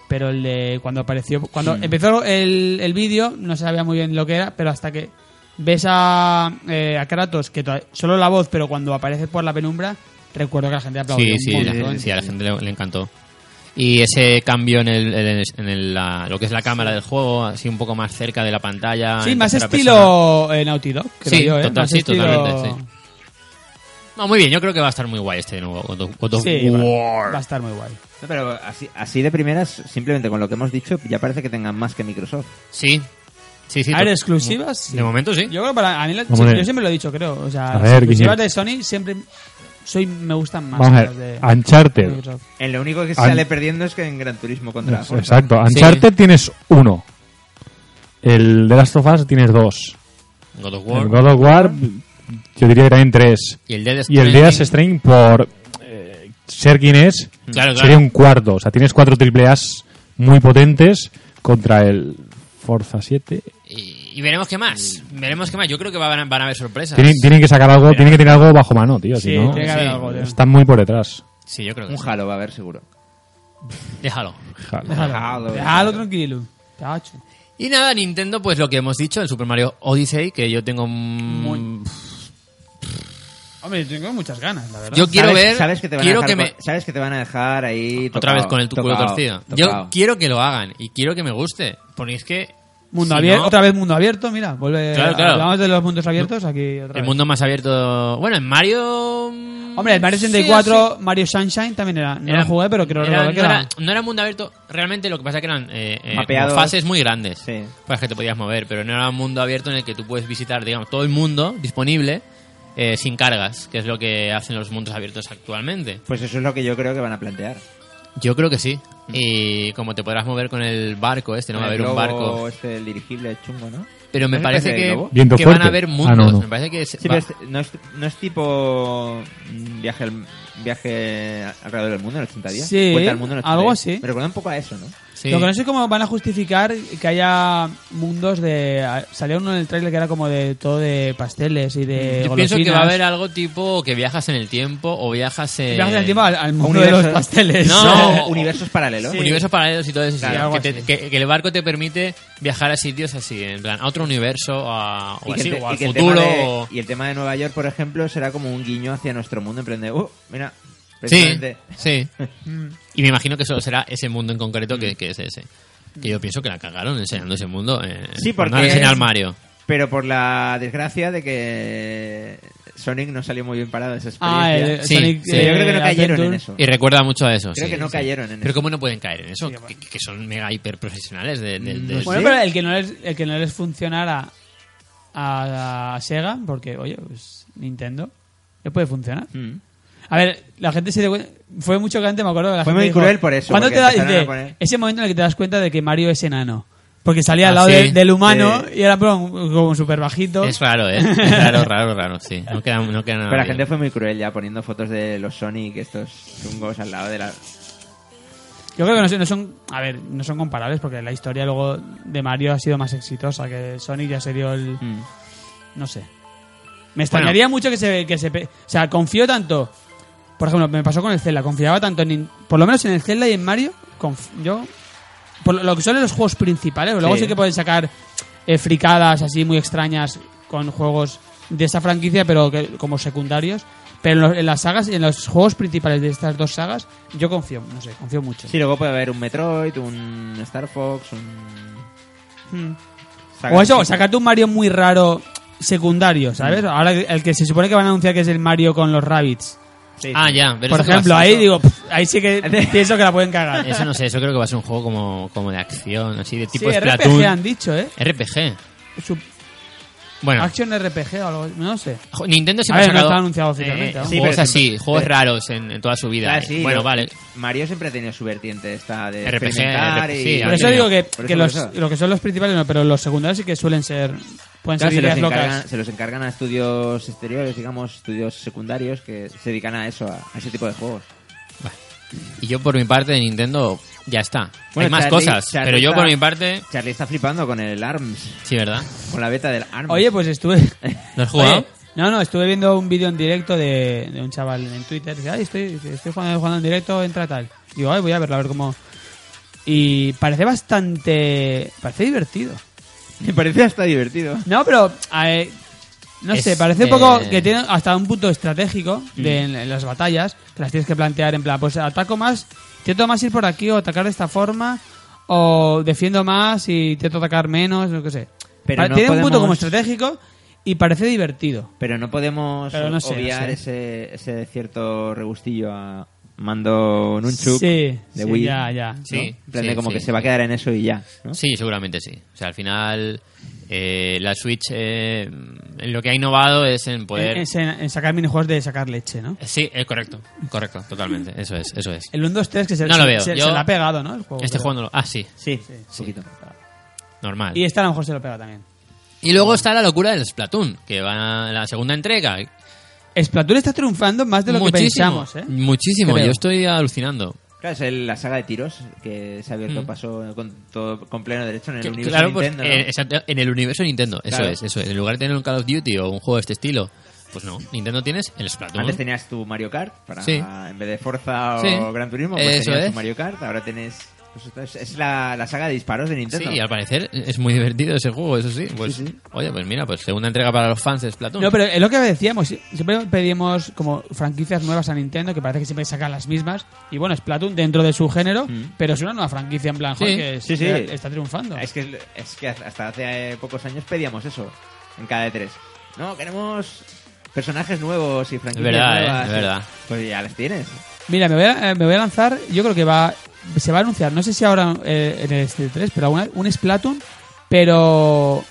S2: Pero el de cuando apareció. Cuando empezó el, el vídeo, no se sabía muy bien lo que era, pero hasta que ves a, eh, a Kratos, que toda- solo la voz, pero cuando aparece por la penumbra, recuerdo que la gente aplaudió.
S1: Sí,
S2: un
S1: sí, la-
S2: montón.
S1: sí, a la gente le, le encantó. Y ese cambio en, el, en, el- en el- la- lo que es la cámara del juego, así un poco más cerca de la pantalla.
S2: Sí,
S1: en
S2: más
S1: tercera
S2: estilo eh, Naughty Dog, creo
S1: Sí,
S2: yo, ¿eh?
S1: total-
S2: Más
S1: sí,
S2: estilo-
S1: totalmente, sí. persona. No, muy bien, yo creo que va a estar muy guay este nuevo God of, God of
S2: Sí, va-
S1: War.
S2: va a estar muy guay.
S3: No, pero así, así de primeras, simplemente con lo que hemos dicho, ya parece que tengan más que Microsoft.
S1: Sí, sí, sí.
S2: A ver,
S1: to-
S2: exclusivas.
S1: De momento sí.
S2: Ah, Yo creo para a mí la-
S4: Hombre.
S2: yo siempre lo he dicho, creo. O sea,
S4: A
S2: las
S4: ver,
S2: exclusivas
S4: Guille.
S2: de Sony siempre soy me gustan más.
S4: Vamos a
S2: que las
S4: ver.
S2: de
S4: Uncharted.
S2: Microsoft.
S3: En lo único que
S4: An-
S3: sale perdiendo es que en Gran Turismo contra la Forza.
S4: Exacto. Uncharted tienes uno. El de Last of Us tienes dos.
S1: God of
S4: El
S1: War.
S4: God of War, yo diría que también tres.
S1: Y el Dead
S4: Y el Death String, por eh, ser quien es,
S1: Claro, claro.
S4: sería un cuarto. O sea, tienes cuatro triple A's muy potentes contra el Forza 7.
S1: Y, y veremos qué más. Veremos qué más. Yo creo que van a, van a haber sorpresas.
S4: Tienen, tienen que sacar algo, tienen que tener algo bajo mano, tío.
S2: Sí,
S4: si no,
S2: tiene que haber
S1: sí.
S2: algo. tío.
S4: están muy por detrás.
S1: Sí, yo creo que
S3: Un
S1: sí.
S3: Halo va a haber seguro.
S1: Déjalo.
S4: Jala.
S2: Déjalo,
S3: Déjalo.
S2: déjalo tranquilo. Chacho.
S1: Y nada, Nintendo, pues lo que hemos dicho, el Super Mario Odyssey, que yo tengo...
S2: Muy-
S1: Muy...
S2: Hombre, tengo muchas ganas, la verdad.
S1: Yo quiero
S3: ¿Sabes-
S1: ver...
S3: Sabes que te van
S1: quiero
S3: a
S1: que
S3: dejar,
S1: me...
S3: con- sabes que te van a dejar ahí.
S1: Otra
S3: tocado,
S1: vez con el tu culo
S3: tocado,
S1: torcido.
S3: tocado.
S1: Yo quiero que lo hagan y quiero que me guste. Porque es que...
S2: Mundo
S1: si
S2: abierto,
S1: no,
S2: otra vez mundo abierto, mira, vuelve
S1: Claro, claro.
S2: hablamos de los mundos abiertos aquí otra
S1: El
S2: vez.
S1: mundo más abierto... Bueno, en Mario... mm,
S2: Hombre, el Mario
S1: sí,
S2: 64,
S1: sí.
S2: Mario Sunshine también era, no
S1: Era-
S2: lo jugué, pero creo
S1: era-
S2: recordar que
S1: no,
S2: era,
S1: era, no era mundo abierto, realmente lo que pasa que eran eh, eh,
S3: Mapeados.
S1: como fases muy grandes
S3: Sí.
S1: para las que te podías mover, pero no era un mundo abierto en el que tú puedes visitar, digamos, todo el mundo disponible eh, sin cargas, que es lo que hacen los mundos abiertos actualmente.
S3: Pues eso es lo que yo creo que van a plantear.
S1: Yo creo que sí. Y como te podrás mover con el barco este, no va a
S3: Mm. El
S1: haber un
S3: globo
S1: barco.
S3: Este, el dirigible chungo, ¿no?
S1: Pero me
S3: ¿No
S1: parece
S3: el
S1: que,
S3: globo?
S4: Viento
S1: que van a
S4: fuerte.
S1: haber
S4: Ah,
S1: mundos.
S4: no, no.
S1: Me parece que se-
S3: Sí,
S1: va-
S3: pero este- es- no, es, no es tipo mm, viaje, al- viaje alrededor del mundo en 80 días.
S2: Sí,
S3: Vuelta al mundo en 80
S2: algo
S3: días.
S2: así.
S3: Me recuerda un poco a eso, ¿no?
S1: sí.
S2: Lo que no sé cómo van a justificar que haya mundos de... a- Salió uno en el trailer que era como de todo de pasteles y de
S1: Yo pienso que va a
S2: golosinas.
S1: haber algo tipo que viajas en el tiempo o viajas en...
S2: Viajes en el tiempo al, al mundo de los
S3: Eh, Universo-
S2: pasteles.
S1: No.
S3: Universos paralelos.
S2: Sí.
S1: universos paralelos y todo eso. sí.
S2: Claro, algo
S1: que, te-
S2: así.
S1: que- que el barco te permite viajar a sitios así, en plan, a otro universo, a, o
S3: Y que
S1: así,
S3: el te-
S1: o
S3: y
S1: al
S3: que el tema
S1: futuro.
S3: de-
S1: o-
S3: y el tema de Nueva York, por ejemplo, será como un guiño hacia nuestro mundo emprendedor. Uh, mira,
S1: Sí,
S3: precisamente. [LAUGHS] Mm.
S1: sí. y me imagino que solo será ese mundo en concreto que, que es ese. Que yo pienso que la cagaron enseñando ese mundo. eh,
S3: Sí,
S1: cuando
S3: porque-
S1: han enseñado al Mario.
S3: Pero por la desgracia de que Sonic no salió muy bien parado de esa experiencia.
S2: [LAUGHS] Ah, el,
S1: Sí,
S2: Sonic,
S1: sí.
S2: eh,
S3: Yo creo que no cayeron en
S2: Adventure.
S3: eso.
S1: Y recuerda mucho a eso.
S3: Creo
S1: sí,
S3: que no
S1: sí.
S3: cayeron en
S1: Pero
S3: eso.
S1: ¿cómo no pueden caer en eso? que, que son mega hiper profesionales de- del- del-
S2: Bueno,
S3: ¿Sí?
S2: pero el que no les, el que no les funcionara a, a Sega, porque, oye, pues Nintendo, le puede funcionar.
S3: Mm.
S2: A ver, la gente se dio cuenta... Fue mucho que antes, me acuerdo. que La
S3: Fue
S2: gente
S3: muy
S2: dijo,
S3: cruel por eso,
S2: ¿Cuándo te
S3: porque
S2: da,
S3: empezaron
S2: dice,
S3: a poner-
S2: Ese momento en el que te das cuenta de que Mario es enano. Porque salía al
S1: Ah,
S2: lado
S1: sí.
S2: de- del humano
S3: Sí.
S2: y era perdón, como súper bajito.
S1: Es raro,
S3: [LAUGHS]
S1: ¿eh? Es raro, raro, raro, sí. No queda, no queda nada.
S3: Pero la
S1: bien.
S3: gente fue muy cruel ya poniendo fotos de los Sonic, estos chungos al lado de la.
S2: Yo creo que no, son- no son, a ver, no son comparables porque la historia luego de Mario ha sido más exitosa que Sonic ya se dio el,
S3: Mm.
S2: no sé. Me extrañaría mucho que se, que se, pe- o sea, confío tanto, por ejemplo, me pasó con el Zelda, confiaba tanto en, Nin- por lo menos en el Zelda y en Mario, conf- yo, por lo- lo que son los juegos principales, luego
S3: Sí.
S2: sí que pueden sacar eh, fricadas así muy extrañas con juegos de esta franquicia, pero que, como secundarios. Pero en, lo- en las sagas, en los juegos principales de estas dos sagas, yo confío, no sé, confío mucho.
S3: Sí, luego puede haber un Metroid, un Star Fox, un.
S2: Mm.
S3: Saga
S2: O eso,
S3: Nintendo.
S2: sacarte un Mario muy raro secundario,
S3: Mm.
S2: ¿sabes? Ahora el que se supone que van a anunciar que es el Mario con los Rabbits.
S3: Sí.
S1: Ah, ya. pero
S2: Por
S1: eso-
S2: ejemplo, ahí
S1: eso-
S2: digo, pff, ahí sí que
S1: [LAUGHS]
S2: pienso que la pueden cagar.
S1: Eso no sé, eso creo que va a ser un juego como, como de acción, así de tipo
S2: sí,
S1: Splatoon.
S2: RPG han dicho, ¿eh?
S1: RPG.
S2: Su-
S1: Bueno,
S2: Action RPG o algo, no sé.
S1: jo- Nintendo
S2: A
S1: siempre ha
S2: ver, no
S1: sacado
S2: está anunciado oficialmente,
S1: eh,
S2: ¿no?
S3: Sí,
S1: juegos
S3: pero
S1: así,
S3: siempre-
S1: juegos
S3: pero-
S1: raros en, en toda su vida.
S3: Ah,
S1: eh.
S3: sí,
S1: bueno,
S3: lo-
S1: vale.
S3: Mario siempre ha tenido su vertiente esta de
S1: RPG,
S3: experimentar
S1: RPG,
S3: y...
S1: sí,
S2: Por
S1: han
S2: eso digo
S1: tenido.
S2: que,
S3: Por
S2: que
S3: eso,
S2: los,
S3: por eso.
S2: lo que son los principales no, pero los secundarios sí que suelen ser... Pueden
S3: Claro,
S2: ser
S3: se, los
S2: ideas
S3: encargan,
S2: locas.
S3: se los encargan a estudios exteriores, digamos, estudios secundarios que se dedican a eso, a, a ese tipo de juegos.
S1: Y yo por mi parte de Nintendo ya está.
S3: Bueno,
S1: Hay más
S3: Charlie-
S1: cosas,
S3: Charlie
S1: pero yo
S3: está-
S1: por mi parte
S3: Charlie está flipando con el ARMS,
S1: sí, ¿verdad?
S3: con la beta del ARMS.
S2: Oye, pues estuve...
S1: [LAUGHS] ¿No has jugado?
S2: Oye, no, no, estuve viendo un vídeo en directo de, de un chaval en Twitter. Dice, ay, estoy, estoy jugando, jugando en directo, entra tal. Digo, ay, voy a verlo, a ver cómo... Y parece bastante... Parece divertido. pues-
S3: [LAUGHS] me parece hasta divertido.
S2: No, pero... eh, no
S1: Es,
S2: sé, parece un poco
S1: eh,
S2: que tiene hasta un punto estratégico de
S3: Mm.
S2: en- en las batallas, que las tienes que plantear en plan, pues ataco más, intento más ir por aquí o atacar de esta forma, o defiendo más y intento atacar menos, no que sé.
S3: Pero
S2: Pa-
S3: no
S2: tiene un punto
S3: podemos-
S2: como estratégico y parece divertido.
S3: Pero no podemos
S2: Pero no sé, no
S3: obviar Ese, ese cierto regustillo a mando Nunchuk
S2: Sí, sí,
S3: de Wii.
S2: ya, ya.
S3: ¿no?
S1: Sí,
S3: En plan de
S1: sí,
S3: como
S1: sí,
S3: que se va a
S1: sí.
S3: quedar en eso y ya. ¿no?
S1: Sí, seguramente sí. O sea, al final eh, la Switch eh, en lo que ha innovado es en poder...
S2: En, es en- en sacar minijuegos de sacar leche, ¿no?
S1: Sí, es correcto, correcto,
S2: [LAUGHS]
S1: totalmente. Eso es, eso es.
S2: El 1, 2, 3 que se,
S1: No lo
S2: se-
S1: veo.
S2: se-
S1: Yo-
S2: se le ha pegado, ¿no? El juego,
S1: Este
S2: creo.
S1: juego no lo... Ah, sí,
S3: Sí, un poquito.
S1: normal.
S2: Y este a lo mejor se lo pega también.
S1: Y luego está la locura del Splatoon, que va a la segunda entrega.
S2: Splatoon está triunfando más de lo que pensamos, ¿eh?
S1: Muchísimo,
S2: Creo.
S1: yo estoy alucinando.
S3: Claro, es el- la saga de tiros que se ha abierto paso con, todo, con pleno derecho en el
S1: Mm. Que-
S3: universo
S1: claro, pues,
S3: Nintendo.
S1: eh,
S3: ¿no?
S1: exacto, en el universo Nintendo, eso
S3: Claro.
S1: es, eso es. En lugar de tener un Call of Duty o un juego de este estilo, pues no, Nintendo tienes el Splatoon.
S3: Antes tenías tu Mario Kart, para,
S1: Sí.
S3: en vez de Forza o
S1: Sí.
S3: Gran Turismo, pues
S1: Eso
S3: tenías
S1: es.
S3: tu Mario Kart, ahora tenés... pues esto es es la, la saga de disparos de
S1: Sí,
S3: Nintendo.
S1: y al parecer es muy divertido ese juego, eso sí. Pues, Oye, pues mira, pues segunda entrega para los fans de Splatoon.
S2: No, pero es lo que decíamos. Siempre pedimos como franquicias nuevas a Nintendo, que parece que siempre sacan las mismas. Y bueno, Splatoon dentro de su género, pero es una nueva franquicia en plan, joder,
S1: Sí,
S2: que
S3: sí, sí.
S2: está triunfando.
S3: Es que, es que hasta hace eh, pocos años pedíamos eso en cada de tres. No, queremos personajes nuevos y franquicias
S1: Es verdad, eh,
S3: nuevas.
S1: es verdad.
S3: Pues ya las tienes.
S2: Mira, me voy, a, eh, me voy a lanzar, yo creo que va se va a anunciar, no sé si ahora eh, en el Steel 3, pero alguna- un Splatoon, pero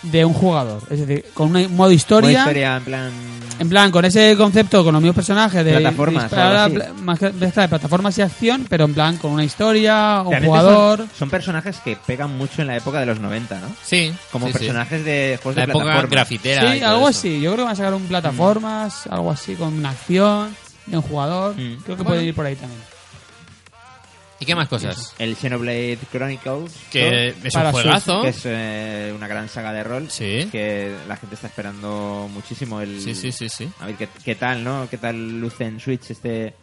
S2: de un jugador. Es decir, con una- un modo
S3: Una
S2: historia.
S3: historia en plan...
S2: En plan, con ese concepto, con los mismos personajes de
S3: Plataformas,
S2: disparar,
S3: algo así.
S2: pla- más que- mezcla de plataformas y acción, pero en plan con una historia, un
S3: Realmente
S2: jugador.
S3: Son, son personajes que pegan mucho en la época de los 90, ¿no?
S1: sí,
S3: Como
S1: sí, sí.
S3: personajes de juegos
S1: La
S3: de
S1: época
S3: plataforma.
S1: grafitera. y
S2: Sí,
S1: todo
S2: algo
S1: eso.
S2: así. Yo creo que van a sacar un plataformas, algo así, con una acción, de un jugador.
S3: Mm.
S2: Creo que
S1: Bueno.
S2: pueden ir por ahí también.
S1: ¿Y qué más cosas?
S3: El Xenoblade Chronicles.
S1: Que
S3: ¿no?
S1: es
S2: Para
S1: un juegazo.
S3: Que es eh, una gran saga de rol.
S1: Sí.
S3: Que la gente está esperando muchísimo. El...
S1: Sí, sí, sí, sí.
S3: A ver qué, qué tal, ¿no? ¿Qué tal luce en Switch este...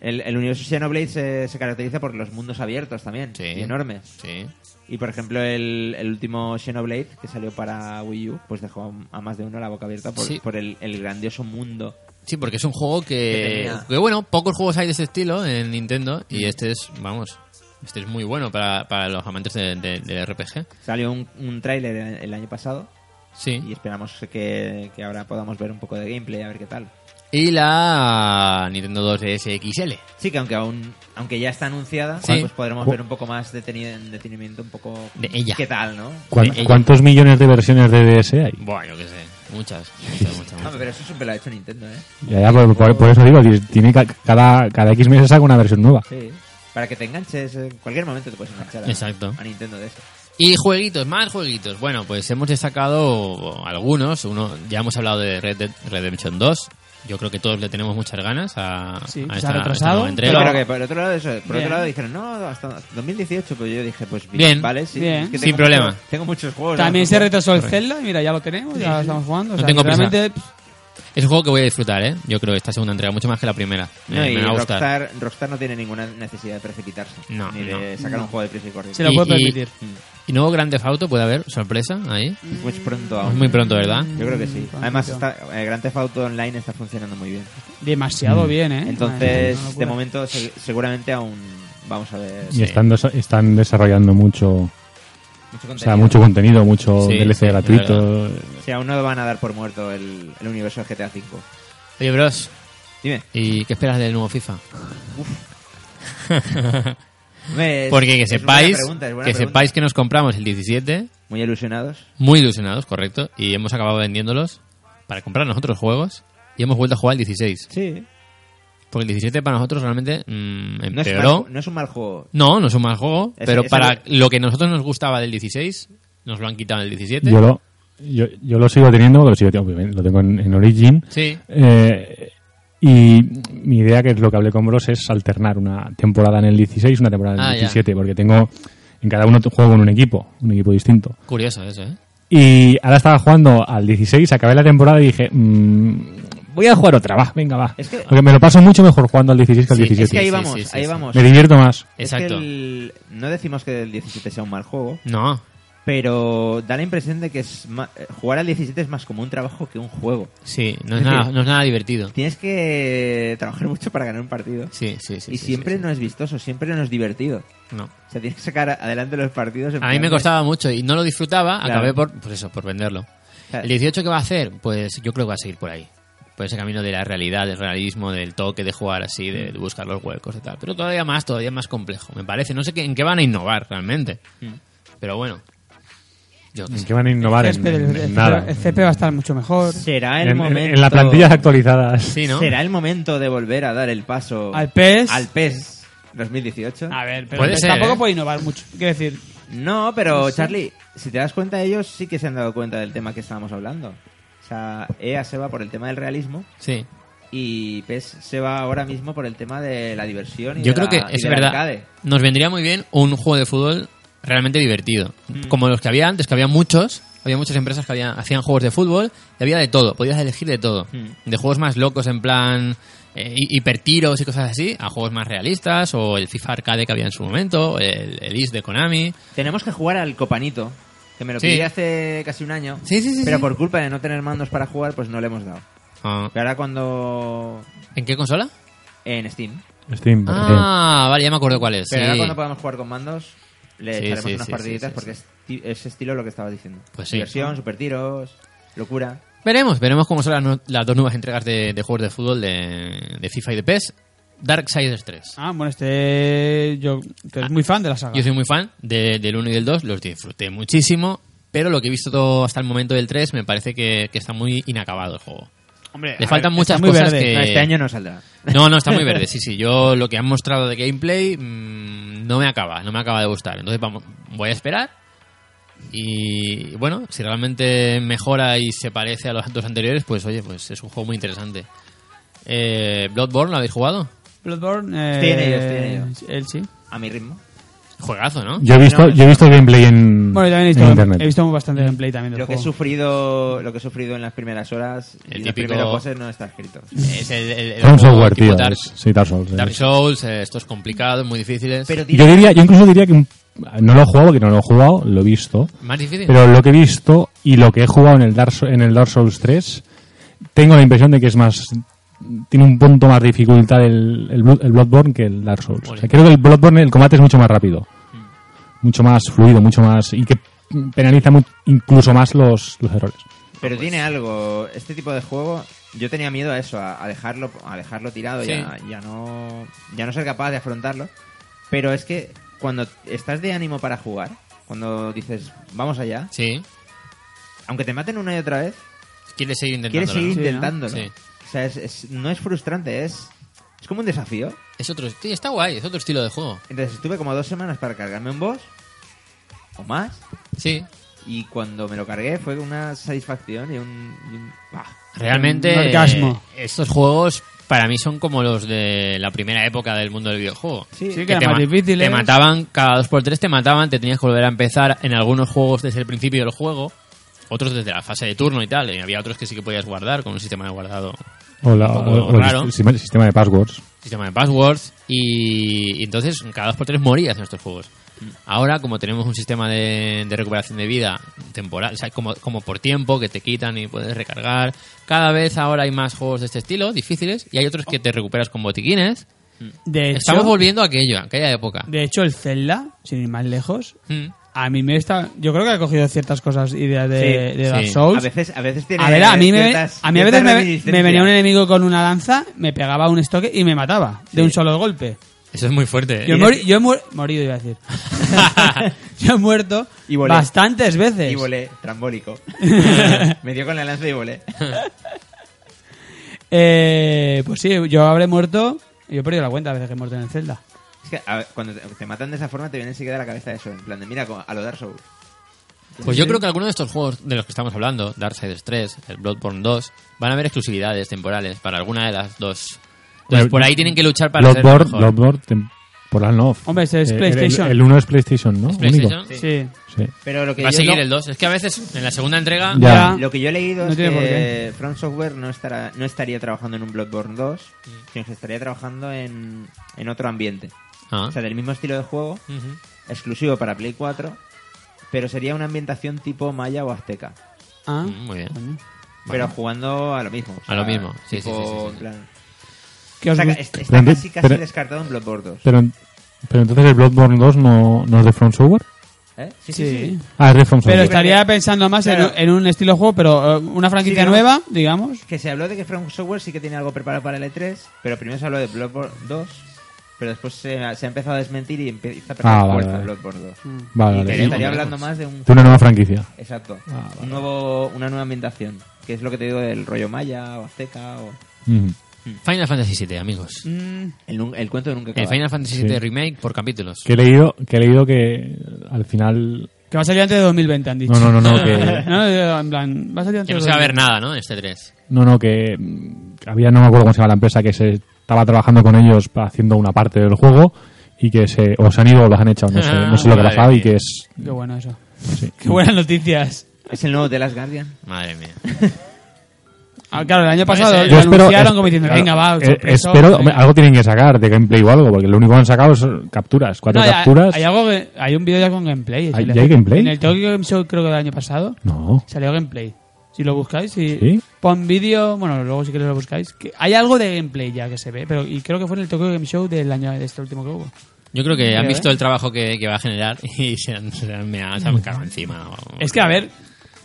S3: El, el universo Xenoblade se, se caracteriza por los mundos abiertos también.
S1: Sí.
S3: Y enormes.
S1: Sí.
S3: Y por ejemplo, el, el último Xenoblade que salió para Wii U, pues dejó a- a más de uno la boca abierta por,
S1: Sí.
S3: por el, el grandioso mundo.
S1: Sí, porque es un juego
S3: Que
S1: que,
S3: tenía.
S1: que, bueno, pocos juegos hay de ese estilo en Nintendo y este es, vamos, este es muy bueno para, para los amantes de- de- del RPG.
S3: Salió un, un tráiler el- el año pasado
S1: Sí.
S3: y esperamos que, que ahora podamos ver un poco de gameplay, a ver qué tal.
S1: Y la Nintendo 2DS XL.
S3: Sí, que aunque aún aunque ya está anunciada,
S1: Sí.
S3: pues podremos
S4: Cu-
S3: ver un poco más detenido, en detenimiento, un poco
S1: De ella.
S3: qué tal, ¿no?
S4: ¿Cuán-
S1: Ella-
S4: ¿Cuántos millones de versiones de DS hay?
S1: Bueno, yo qué sé. Muchas. Muchas, muchas,
S3: Ah,
S1: muchas.
S3: pero eso siempre lo ha hecho Nintendo, ¿eh?
S4: Ya, ya, por, por- por eso digo, que tiene ca- cada, cada X meses saca una versión nueva.
S3: Sí. Para que te enganches, en cualquier momento te puedes enganchar a,
S1: Exacto.
S3: a Nintendo de eso.
S1: Y jueguitos, más jueguitos. Bueno, pues hemos destacado algunos. Uno, ya hemos hablado de Red Dead Redemption 2. Yo creo que todos le tenemos muchas ganas a,
S2: Sí, se ha
S1: a esta, a esta
S2: retrasado, Pero-
S1: nueva
S3: Pero,
S1: entrega.
S3: creo que por otro lado, eso, por
S2: Bien.
S3: otro lado dijeron, no, hasta 2018, pero yo dije, pues bien,
S1: Bien.
S3: vale, sí,
S2: Bien.
S3: es que
S1: Sin
S3: tengo
S1: problema.
S3: mucho- tengo muchos juegos.
S2: También
S3: ¿no?
S2: se retrasó el Zelda, y mira, ya lo tenemos, ya lo estamos jugando. o
S1: No
S2: sea,
S1: tengo
S2: que
S1: prisa.
S2: realmente pff,
S1: Es un juego que voy a disfrutar, ¿eh? Yo creo que esta segunda entrega, mucho más que la primera.
S3: No,
S1: Eh,
S3: y
S1: me va a gustar.
S3: Rockstar, Rockstar no tiene ninguna necesidad de precipitarse.
S1: No,
S3: ni de
S1: no.
S3: sacar un juego de prisa y corriente.
S2: se lo
S1: Y-
S2: puede
S1: y-
S2: permitir.
S1: Y nuevo Grand Theft Auto, puede haber sorpresa ahí.
S3: Muy pronto
S1: Es
S3: aún.
S1: muy pronto, ¿verdad?
S3: Yo creo que sí.
S2: Mm,
S3: Además,
S2: pronto.
S3: está, eh, Grand Theft Auto Online está funcionando muy bien.
S2: Demasiado bien, ¿eh? Madre mía,
S3: Entonces,
S2: una locura.
S3: de momento, se- seguramente aún vamos a ver.
S4: Y están, desa- están desarrollando mucho
S3: Mucho
S4: O sea,
S3: contenido.
S4: mucho contenido, mucho
S1: Sí,
S4: DLC
S1: sí, de
S4: gratuito.
S3: O sea, aún no van a dar por muerto el, el universo de GTA V.
S1: Oye, bros,
S3: Dime.
S1: ¿y qué esperas del nuevo FIFA?
S3: Hombre, es-
S1: Porque que
S3: es buena
S1: sepáis
S3: pregunta, es buena
S1: que
S3: pregunta.
S1: sepáis que nos compramos el 17,
S3: Muy ilusionados.
S1: muy ilusionados, correcto, y hemos acabado vendiéndolos para comprarnos otros juegos y hemos vuelto a jugar el 16.
S3: Sí.
S1: Porque el 17 para nosotros realmente mm,
S3: No es,
S1: empeoró.
S3: mal, no es un mal juego.
S1: No, no es un mal juego,
S3: Ese-
S1: pero
S3: ese
S1: para
S3: no-
S1: lo que nosotros nos gustaba del 16, nos lo han quitado en el 17.
S4: Yo lo, yo, yo lo sigo teniendo, lo sigo teniendo, obviamente, lo tengo en, en Origin.
S1: Sí,
S4: Eh, y mi idea, que es lo que hablé con Bros, es alternar una temporada en el 16 una temporada en el
S1: Ah, ya.
S4: 17, porque tengo en cada uno juego con un equipo, un equipo distinto.
S1: curioso eso, ¿eh?
S4: Y ahora estaba jugando al 16, acabé la temporada y dije, mm, voy a jugar otra, va, venga, va.
S3: Es que-
S4: Porque me lo paso mucho mejor jugando al 16 que al
S1: Sí,
S4: 17.
S3: Es que ahí
S1: sí,
S3: vamos,
S1: sí, sí,
S3: ahí
S1: sí.
S3: vamos.
S4: Me divierto más.
S3: Es
S1: Exacto.
S3: que el- no decimos que el 17 sea un mal juego,
S1: No,
S3: pero da la impresión de que es ma- eh, jugar al 17 es más como un trabajo que un juego.
S1: sí, no es,
S3: Es
S1: nada,
S3: decir-
S1: no es nada divertido.
S3: Tienes que trabajar [LAUGHS] mucho para ganar un partido.
S1: Sí, sí, sí.
S3: y
S1: sí,
S3: siempre
S1: sí,
S3: no es vistoso, siempre no es divertido.
S1: sí. no.
S3: O sea, tienes que sacar adelante los partidos. en
S1: A mí me
S3: plan-
S1: costaba mucho y no lo disfrutaba,
S3: Claro.
S1: acabé por, pues eso, por venderlo.
S3: Claro.
S1: ¿El 18 qué va a hacer? Pues yo creo que va a seguir por ahí. Por ese camino de la realidad, del realismo, del toque, de jugar así, de buscar los huecos y tal. Pero todavía más, todavía más complejo, me parece. No sé qué- en qué van a innovar realmente.
S2: Mm.
S1: Pero bueno. Yo qué
S4: ¿En
S1: sé.
S4: qué van a innovar? En,
S2: Césped, el,
S4: en
S2: el-
S4: nada.
S2: el CP va a estar mucho mejor.
S3: Será
S4: En,
S3: el
S4: en- en
S3: momento.
S4: las plantillas actualizadas.
S1: Sí, ¿no?
S3: Será el momento de volver a dar el paso
S2: Al PES.
S3: al PES 2018.
S2: A ver, pero
S1: Puede
S2: pues
S1: ser,
S2: tampoco
S1: ¿eh?
S2: puede innovar mucho. Quiero decir,
S3: No, pero Charlie, si te das cuenta, ellos sí que se han dado cuenta del tema que estábamos hablando. O sea, EA se va por el tema del realismo
S1: Sí.
S3: y PES se va ahora mismo por el tema de la diversión. Y
S1: Yo
S3: de
S1: creo
S3: la-
S1: que
S3: y
S1: es
S3: del
S1: verdad.
S3: arcade.
S1: Nos vendría muy bien un juego de fútbol realmente divertido.
S3: Mm.
S1: Como los que había antes, que había muchos. Había muchas empresas que había- hacían juegos de fútbol y había de todo. Podías elegir de todo.
S3: Mm.
S1: De juegos más locos en plan eh, hi- hipertiros y cosas así, a juegos más realistas, o el FIFA Arcade que había en su momento, o el, el IS de Konami.
S3: Tenemos que jugar al copanito, que me lo
S1: Sí.
S3: pedí hace casi un año.
S1: Sí, sí, sí.
S3: Pero
S1: sí.
S3: por culpa de no tener mandos para jugar, pues no le hemos dado.
S1: Ah,
S3: Pero ahora cuando...
S1: ¿En qué consola?
S3: En Steam.
S4: Steam, por ejemplo.
S1: Ah, vale, ya me acuerdo cuál es.
S3: Pero ahora
S1: sí.
S3: cuando podamos jugar con mandos, le
S1: Sí,
S3: echaremos
S1: sí,
S3: unas
S1: sí, sí,
S3: partiditas
S1: sí,
S3: porque es ti- es estilo lo que estabas diciendo.
S1: Pues sí.
S3: Diversión, super tiros, locura.
S1: Veremos, veremos cómo son las, nu- las dos nuevas entregas de, de juegos de fútbol de, de FIFA y de PES. Darksiders 3.
S2: ah, bueno, este. Yo. Tú eres muy fan de la saga.
S1: Yo soy muy fan de- del 1 y del 2, los disfruté muchísimo, pero lo que he visto todo hasta el momento del 3 me parece que, que está muy inacabado el juego.
S2: Hombre,
S1: Le
S2: a
S1: faltan
S2: ver,
S1: muchas
S2: está muy
S1: cosas
S2: verde.
S1: que...
S3: No, este año no saldrá.
S1: No, no, está muy verde, sí, sí. Yo lo que han mostrado de gameplay mm, no me acaba, no me acaba de gustar. Entonces vamos, voy a esperar. Y bueno, si realmente mejora y se parece a los dos anteriores, pues oye, pues es un juego muy interesante. Eh, ¿Bloodborne lo habéis jugado?
S2: Bloodborne. eh,
S3: Estoy en ello, estoy
S2: Él sí.
S3: A mi ritmo.
S1: Juegazo, ¿no?
S4: Yo he visto,
S3: No,
S4: yo he visto gameplay en,
S2: Bueno, yo también he
S4: en
S2: visto,
S4: internet.
S2: he visto bastante gameplay también del
S3: Lo que, he
S2: juego.
S3: sufrido, lo que he sufrido en las primeras horas
S1: El
S3: y en los
S1: típico-
S3: primeros bosses no está escrito.
S1: Es el, el- el
S4: From
S1: juego
S4: Software,
S1: tipo
S4: tío.
S1: Dark-
S4: es- sí, Dark Souls.
S1: Dark
S4: es.
S1: Souls, eh, estos complicados, muy difíciles.
S3: Pero
S4: Yo
S3: tiene
S4: diría, yo incluso diría que un- no lo he jugado, que no lo he jugado, lo he visto.
S1: más difícil.
S4: Pero lo que he visto y lo que he jugado en el Dark, Sou- en el Dark Souls 3, tengo la impresión de que es más. Tiene un punto más dificultad el, el, Blood- el Bloodborne que el Dark Souls. O sea, creo que el Bloodborne, el combate es mucho más rápido.
S1: Mm.
S4: Mucho más fluido, mucho más. Y que penaliza mu- incluso más los, los errores.
S3: Pero tiene algo. Este tipo de juego, yo tenía miedo a eso, a, a dejarlo, a dejarlo tirado
S1: Sí.
S3: y a, y a no, ya no ser capaz de afrontarlo. Pero es que cuando estás de ánimo para jugar, cuando dices vamos allá,
S1: Sí.
S3: aunque te maten una y otra vez,
S1: Quieres seguir intentándolo.
S3: quieres seguir
S1: ¿no?
S2: Sí, ¿no?
S3: intentándolo.
S1: Sí.
S3: O sea, es- es- no es frustrante, es, es como un desafío.
S1: Es otro, sí, está guay, es otro estilo de juego.
S3: Entonces estuve como dos semanas para cargarme un boss o más.
S1: Sí.
S3: Y cuando me lo cargué fue una satisfacción y un... y un- ¡Bah!
S1: Realmente,
S2: Un orgasmo.
S1: eh, estos juegos para mí son como los de la primera época del mundo del videojuego.
S2: Sí, que
S1: te,
S2: eran más
S1: ma-
S2: difíciles.
S1: te mataban, cada dos por tres te mataban, te tenías que volver a empezar en algunos juegos desde el principio del juego, otros desde la fase de turno y tal, y había otros que sí que podías guardar con un sistema de guardado
S4: O, la-
S1: Un poco
S4: o- o el
S1: raro.
S4: sistema, el sistema de passwords.
S1: sistema de passwords y, y entonces cada dos por tres morías en estos juegos. Ahora, como tenemos un sistema de, de recuperación de vida temporal, o sea, como, como por tiempo, que te quitan y puedes recargar, cada vez ahora hay más juegos de este estilo, difíciles, y hay otros que te recuperas con botiquines.
S2: De hecho,
S1: Estamos volviendo a aquello, a aquella época.
S2: de hecho, el Zelda, sin ir más lejos,
S1: Mm.
S2: a mí me está. Yo creo que ha cogido ciertas cosas, ideas de,
S3: Sí,
S2: de Dark
S1: sí.
S2: Souls.
S3: A veces, a veces tiene.
S2: A ver, a mí, me,
S3: ciertas-
S2: a mí a
S3: ciertas
S2: veces me,
S3: reminiscencias.
S2: me venía un enemigo con una lanza, me pegaba un estoque y me mataba de un solo golpe.
S1: Eso es muy fuerte. ¿eh?
S2: Yo he, mori- yo he muer- morido, iba a
S3: [LAUGHS]
S2: decir. [LAUGHS] yo he muerto
S3: Y volé.
S2: bastantes veces.
S3: Y volé,
S2: [LAUGHS]
S3: trambólico. me dio con la lanza y volé.
S2: Eh, pues sí, yo habré muerto. Yo he perdido la cuenta a veces que he muerto en el Zelda.
S3: Es que a ver, cuando te, te matan de esa forma te viene enseguida a la cabeza eso. En plan de, mira, como a lo Dark Souls.
S1: Pues yo creo que algunos de estos juegos de los que estamos hablando, Darksiders 3, el Bloodborne 2, van a haber exclusividades temporales para alguna de las dos. Entonces,
S4: Bueno,
S1: por ahí tienen que luchar para ser
S4: Bloodborne,
S1: mejor.
S4: Bloodborne temporal no.
S2: Hombre, ese es
S4: Eh, el-
S2: PlayStation.
S4: El, 1 es PlayStation, ¿no?
S1: ¿Es PlayStation?
S4: Único.
S2: Sí.
S4: Sí.
S3: Pero lo que
S1: Va a
S3: yo
S1: seguir
S3: no-
S1: el 2. Es que a veces en la segunda entrega
S4: Ya.
S2: Ya.
S3: Lo que yo he leído
S2: Ah. No
S3: es
S2: tiene por qué.
S3: que From Software no, estará, no estaría trabajando en un Bloodborne 2, sino que estaría trabajando en, en otro ambiente.
S1: Ah.
S3: O sea, del mismo estilo de juego,
S1: Ujú.
S3: exclusivo para Play 4, pero sería una ambientación tipo maya o azteca.
S2: Ah,
S1: Mm, muy bien.
S2: coño.
S3: Pero jugando a lo mismo. o
S1: A lo mismo, sí, sí, sí, sí, sí.
S3: en plan-
S2: ¿Qué
S3: O
S2: os
S3: sea,
S2: gusta?
S3: es- está
S4: Pero-
S3: casi, casi
S4: pero-
S3: descartado en Bloodborne 2.
S4: Pero, pero entonces el Bloodborne 2 no, no es de From Software.
S3: ¿Eh? Sí, sí, sí.
S2: Sí.
S4: Ah, es de From
S2: Pero
S4: Software.
S2: estaría pensando más en
S3: Claro.
S2: un- en, un estilo de juego, pero eh, una franquicia
S3: digamos.
S2: nueva, digamos.
S3: Que se habló de que From Software sí que tiene algo preparado para el E3, pero primero se habló de Bloodborne 2, pero después se, ha- se ha empezado a desmentir y empieza a perder
S4: Ah, vale,
S3: fuerza
S4: vale.
S3: Bloodborne 2.
S4: Vale,
S3: Y
S4: vale.
S3: que
S1: veremos,
S3: estaría
S1: veremos.
S3: hablando más de un
S4: De una nueva franquicia.
S3: Exacto.
S4: Ah, vale.
S3: un nuevo, una nueva ambientación. Que es lo que te digo del rollo maya o azteca o...
S4: Ujú.
S1: Final Fantasy VII, amigos.
S2: Mm.
S3: El, nu- el cuento de nunca
S1: El
S3: acaba.
S1: Final Fantasy
S4: Sí.
S1: VII Remake por capítulos.
S4: Que he leído que, he leído que al final...
S2: Que va a salir antes de 2020, han dicho.
S4: No, no, no, no, que,
S2: [LAUGHS] No, no, en plan, va a salir antes
S1: Que no
S2: de
S1: se va a
S2: 2020.
S1: ver nada, ¿no? En este 3.
S4: no, no, que mm, había, no me acuerdo cómo se llama la empresa, que se estaba trabajando con ellos pa- haciendo una parte del juego y que se, o se han ido o los han echado, no sé, no sé lo que ha
S1: Madre
S4: pasado y
S1: mía.
S4: que es...
S2: Qué bueno eso.
S4: sí.
S2: Qué buenas noticias.
S3: Es el nuevo The Last Guardian.
S1: Madre mía.
S2: Ah, claro, el año pasado
S1: Yo
S2: lo
S4: espero-
S2: anunciaron
S4: es-
S2: como diciendo,
S4: claro,
S2: venga, va.
S4: eh,
S2: sorpresa,
S4: espero, hombre,
S2: venga".
S4: algo tienen que sacar de gameplay o algo, porque lo único que han sacado son capturas, cuatro
S2: No, hay-
S4: capturas.
S2: Hay, algo que- hay un vídeo ya con gameplay.
S4: ¿Hay-
S2: si le-
S4: ya hay gameplay?
S2: En el Tokyo Game Show creo que del año pasado
S4: No,
S2: salió gameplay. Si lo buscáis, si
S4: ¿Sí?
S2: pon vídeo, bueno, luego si queréis lo buscáis. que hay algo de gameplay ya que se ve, pero y creo que fue en el Tokyo Game Show del año de este último que hubo.
S1: Yo creo que han
S3: ¿eh?
S1: visto el trabajo que, que va a generar [LAUGHS] y se han, se han, me han, se han cagado encima.
S2: Es que, a ver,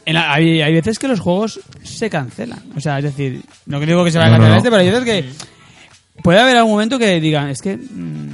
S2: en la- hay, hay veces que los juegos se cancelan. O sea, es decir, no que digo que se vaya a
S4: No, no,
S2: cancelar
S4: no.
S2: este, pero hay veces que puede haber algún momento que digan, es que... mm,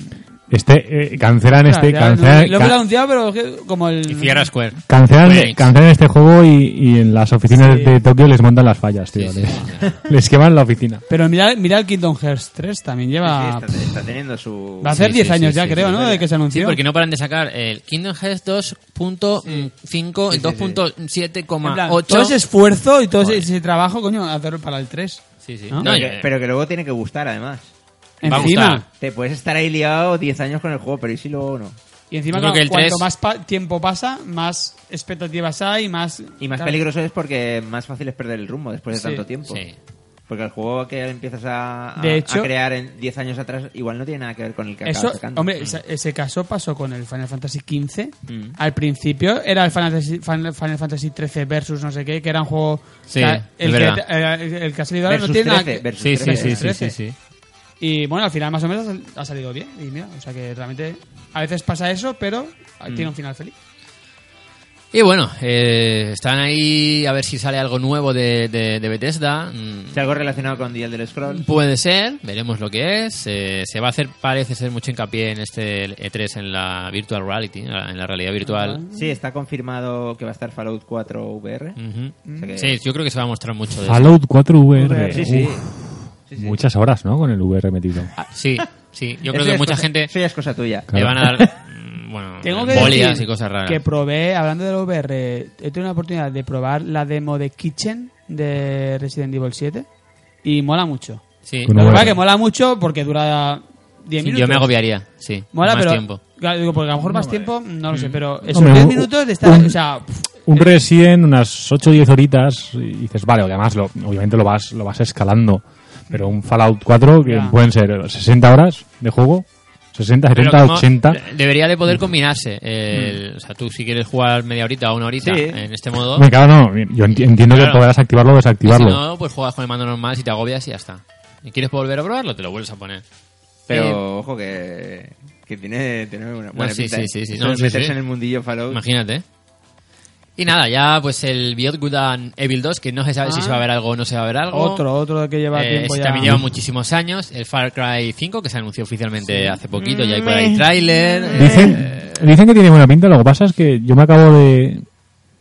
S4: este, eh, cancelan
S2: claro,
S4: este,
S2: ya
S4: cancelan,
S2: no- lo hemos
S4: ca-
S2: anunciado, pero es que como el...
S1: Y cierra Square.
S4: cancelan,
S1: Square Enix.
S4: cancelan este juego y, y en las oficinas
S2: Sí.
S4: de Tokio les montan las fallas, tío.
S1: Sí, sí,
S4: les,
S1: sí.
S4: [LAUGHS] les queman la oficina.
S2: Pero mira, mira el Kingdom Hearts 3 también lleva...
S4: Ah.
S3: Sí, está, está teniendo su...
S2: va a ser
S1: sí,
S2: 10
S1: sí,
S2: años
S1: sí,
S2: ya,
S1: sí,
S2: creo,
S1: sí,
S2: ¿no? De que se anunció.
S1: Sí, porque no paran de sacar el Kingdom Hearts 2.5, el
S2: En plan,
S1: 2.7,8.
S2: todo ese esfuerzo y todo ese,
S1: Ah, Joder.
S2: ese trabajo, coño, hacerlo para el 3.
S1: Sí, sí.
S2: ¿No?
S1: No,
S3: Pero,
S1: yo-
S3: que, pero que luego tiene que gustar, además.
S1: Va a
S2: Encima,
S1: gustar.
S3: Te puedes estar ahí liado 10 años con el juego, pero ¿y si luego no?
S2: y encima
S1: Yo creo
S2: cuando-
S1: que el
S2: cuanto
S1: 3
S2: más pa- tiempo pasa, más expectativas hay, más...
S3: Y más
S2: claro.
S3: peligroso es porque más fácil es perder el rumbo después de
S2: Sí.
S3: tanto tiempo.
S1: Sí.
S3: Porque el juego que empiezas a, a-
S2: De hecho-
S3: a crear en 10 años atrás igual no tiene nada que ver con el que
S2: Eso,
S3: acabas sacando. Mm.
S2: hombre, ese, ese caso pasó con el Final Fantasy XV. Al principio era el Final Fantasy, Final, Final Fantasy XIII versus no sé qué, que era un juego...
S1: Sí,
S2: o sea,
S1: es
S2: el,
S1: verdad.
S2: que, eh, el que ha salido ahora
S3: Versus
S2: no tiene nada
S3: 13,
S2: que-
S3: versus
S1: sí, sí,
S3: 13.
S1: sí, sí,
S2: 13.
S1: sí, sí.
S2: Y bueno, al final más o menos ha sal- ha salido bien. Y mira, o sea que realmente a veces pasa eso, pero
S3: Mm.
S2: tiene un final feliz.
S1: Y bueno, eh, están ahí a ver si sale algo nuevo de, de, de Bethesda. Mm,
S3: Si algo relacionado con The Elder Scrolls,
S1: Puede ser, veremos lo que es. Eh, se va a hacer, parece ser, mucho hincapié en este E3 en la virtual reality, en la en la realidad virtual.
S3: sí, está confirmado que va a estar Fallout 4 VR.
S1: Ujú.
S3: O sea que-
S1: Mm. Sí, yo creo que se va a mostrar mucho de eso.
S4: Fallout 4 VR.
S3: Sí, sí.
S4: Uf,
S3: Sí, sí.
S4: Muchas horas, ¿no? Con el VR metido.
S1: Ah, Sí, sí. Yo creo
S3: Eso
S1: que
S3: ya es
S1: mucha
S3: cosa-
S1: gente Eh,
S3: Eso ya es cosa tuya.
S4: Claro.
S1: le van a dar mm, bueno,
S2: Tengo que
S1: bolias
S2: decir
S1: y cosas raras.
S2: que probé, hablando del VR, he tenido la oportunidad de probar la demo de Kitchen de Resident Evil 7 y mola mucho.
S1: Sí.
S4: Con
S2: Lo que
S4: No, bueno.
S2: pasa es que mola mucho porque dura 10
S1: Sí,
S2: minutos.
S1: yo me agobiaría, sí.
S2: Mola,
S1: más
S2: pero.
S1: tiempo. Mm.
S2: claro, digo, porque a lo mejor más tiempo, no lo sé, pero esos
S4: Hombre,
S2: 10
S4: un-
S2: minutos de estar.
S4: un-
S2: o sea, pff,
S4: Un Resident, unas 8 o 10 horitas, y dices, vale, además, lo, obviamente lo vas, lo vas escalando. Pero un Fallout 4, que
S2: Ya.
S4: pueden ser 60 horas de juego, 60,
S1: Pero
S4: 70,
S1: como
S4: 80.
S1: Debería de
S2: Mm.
S1: poder combinarse. el- O sea, tú si quieres jugar media horita o una horita
S3: Sí.
S1: en este modo,
S4: Me cago, no, yo enti- entiendo
S1: Claro.
S4: que podrás activarlo o
S1: y si
S4: desactivarlo.
S1: no, pues juegas con el mando normal, si te agobias y ya está. ¿Y quieres volver a probarlo? Te lo vuelves a poner.
S3: Pero ojo que, Que tiene, tiene una buena
S1: sí,
S3: pinta,
S1: sí,
S3: ¿eh?
S1: sí, sí.
S3: Esto
S1: No,
S3: de
S1: sí,
S3: meterse
S1: sí.
S3: en el mundillo Fallout.
S1: Eh, Imagínate. Y nada, ya pues el Beyond Good and Evil 2, que no se sabe
S2: Ah.
S1: si se va a ver algo o no se va a ver algo.
S2: Otro, otro que lleva
S1: Eh,
S2: tiempo
S1: ese
S2: ya.
S1: también lleva muchísimos años. El Far Cry 5, que se anunció oficialmente hace poquito, ya hay por ahí eh, trailer.
S4: Dicen, dicen que tiene buena pinta, lo que pasa es que yo me acabo de.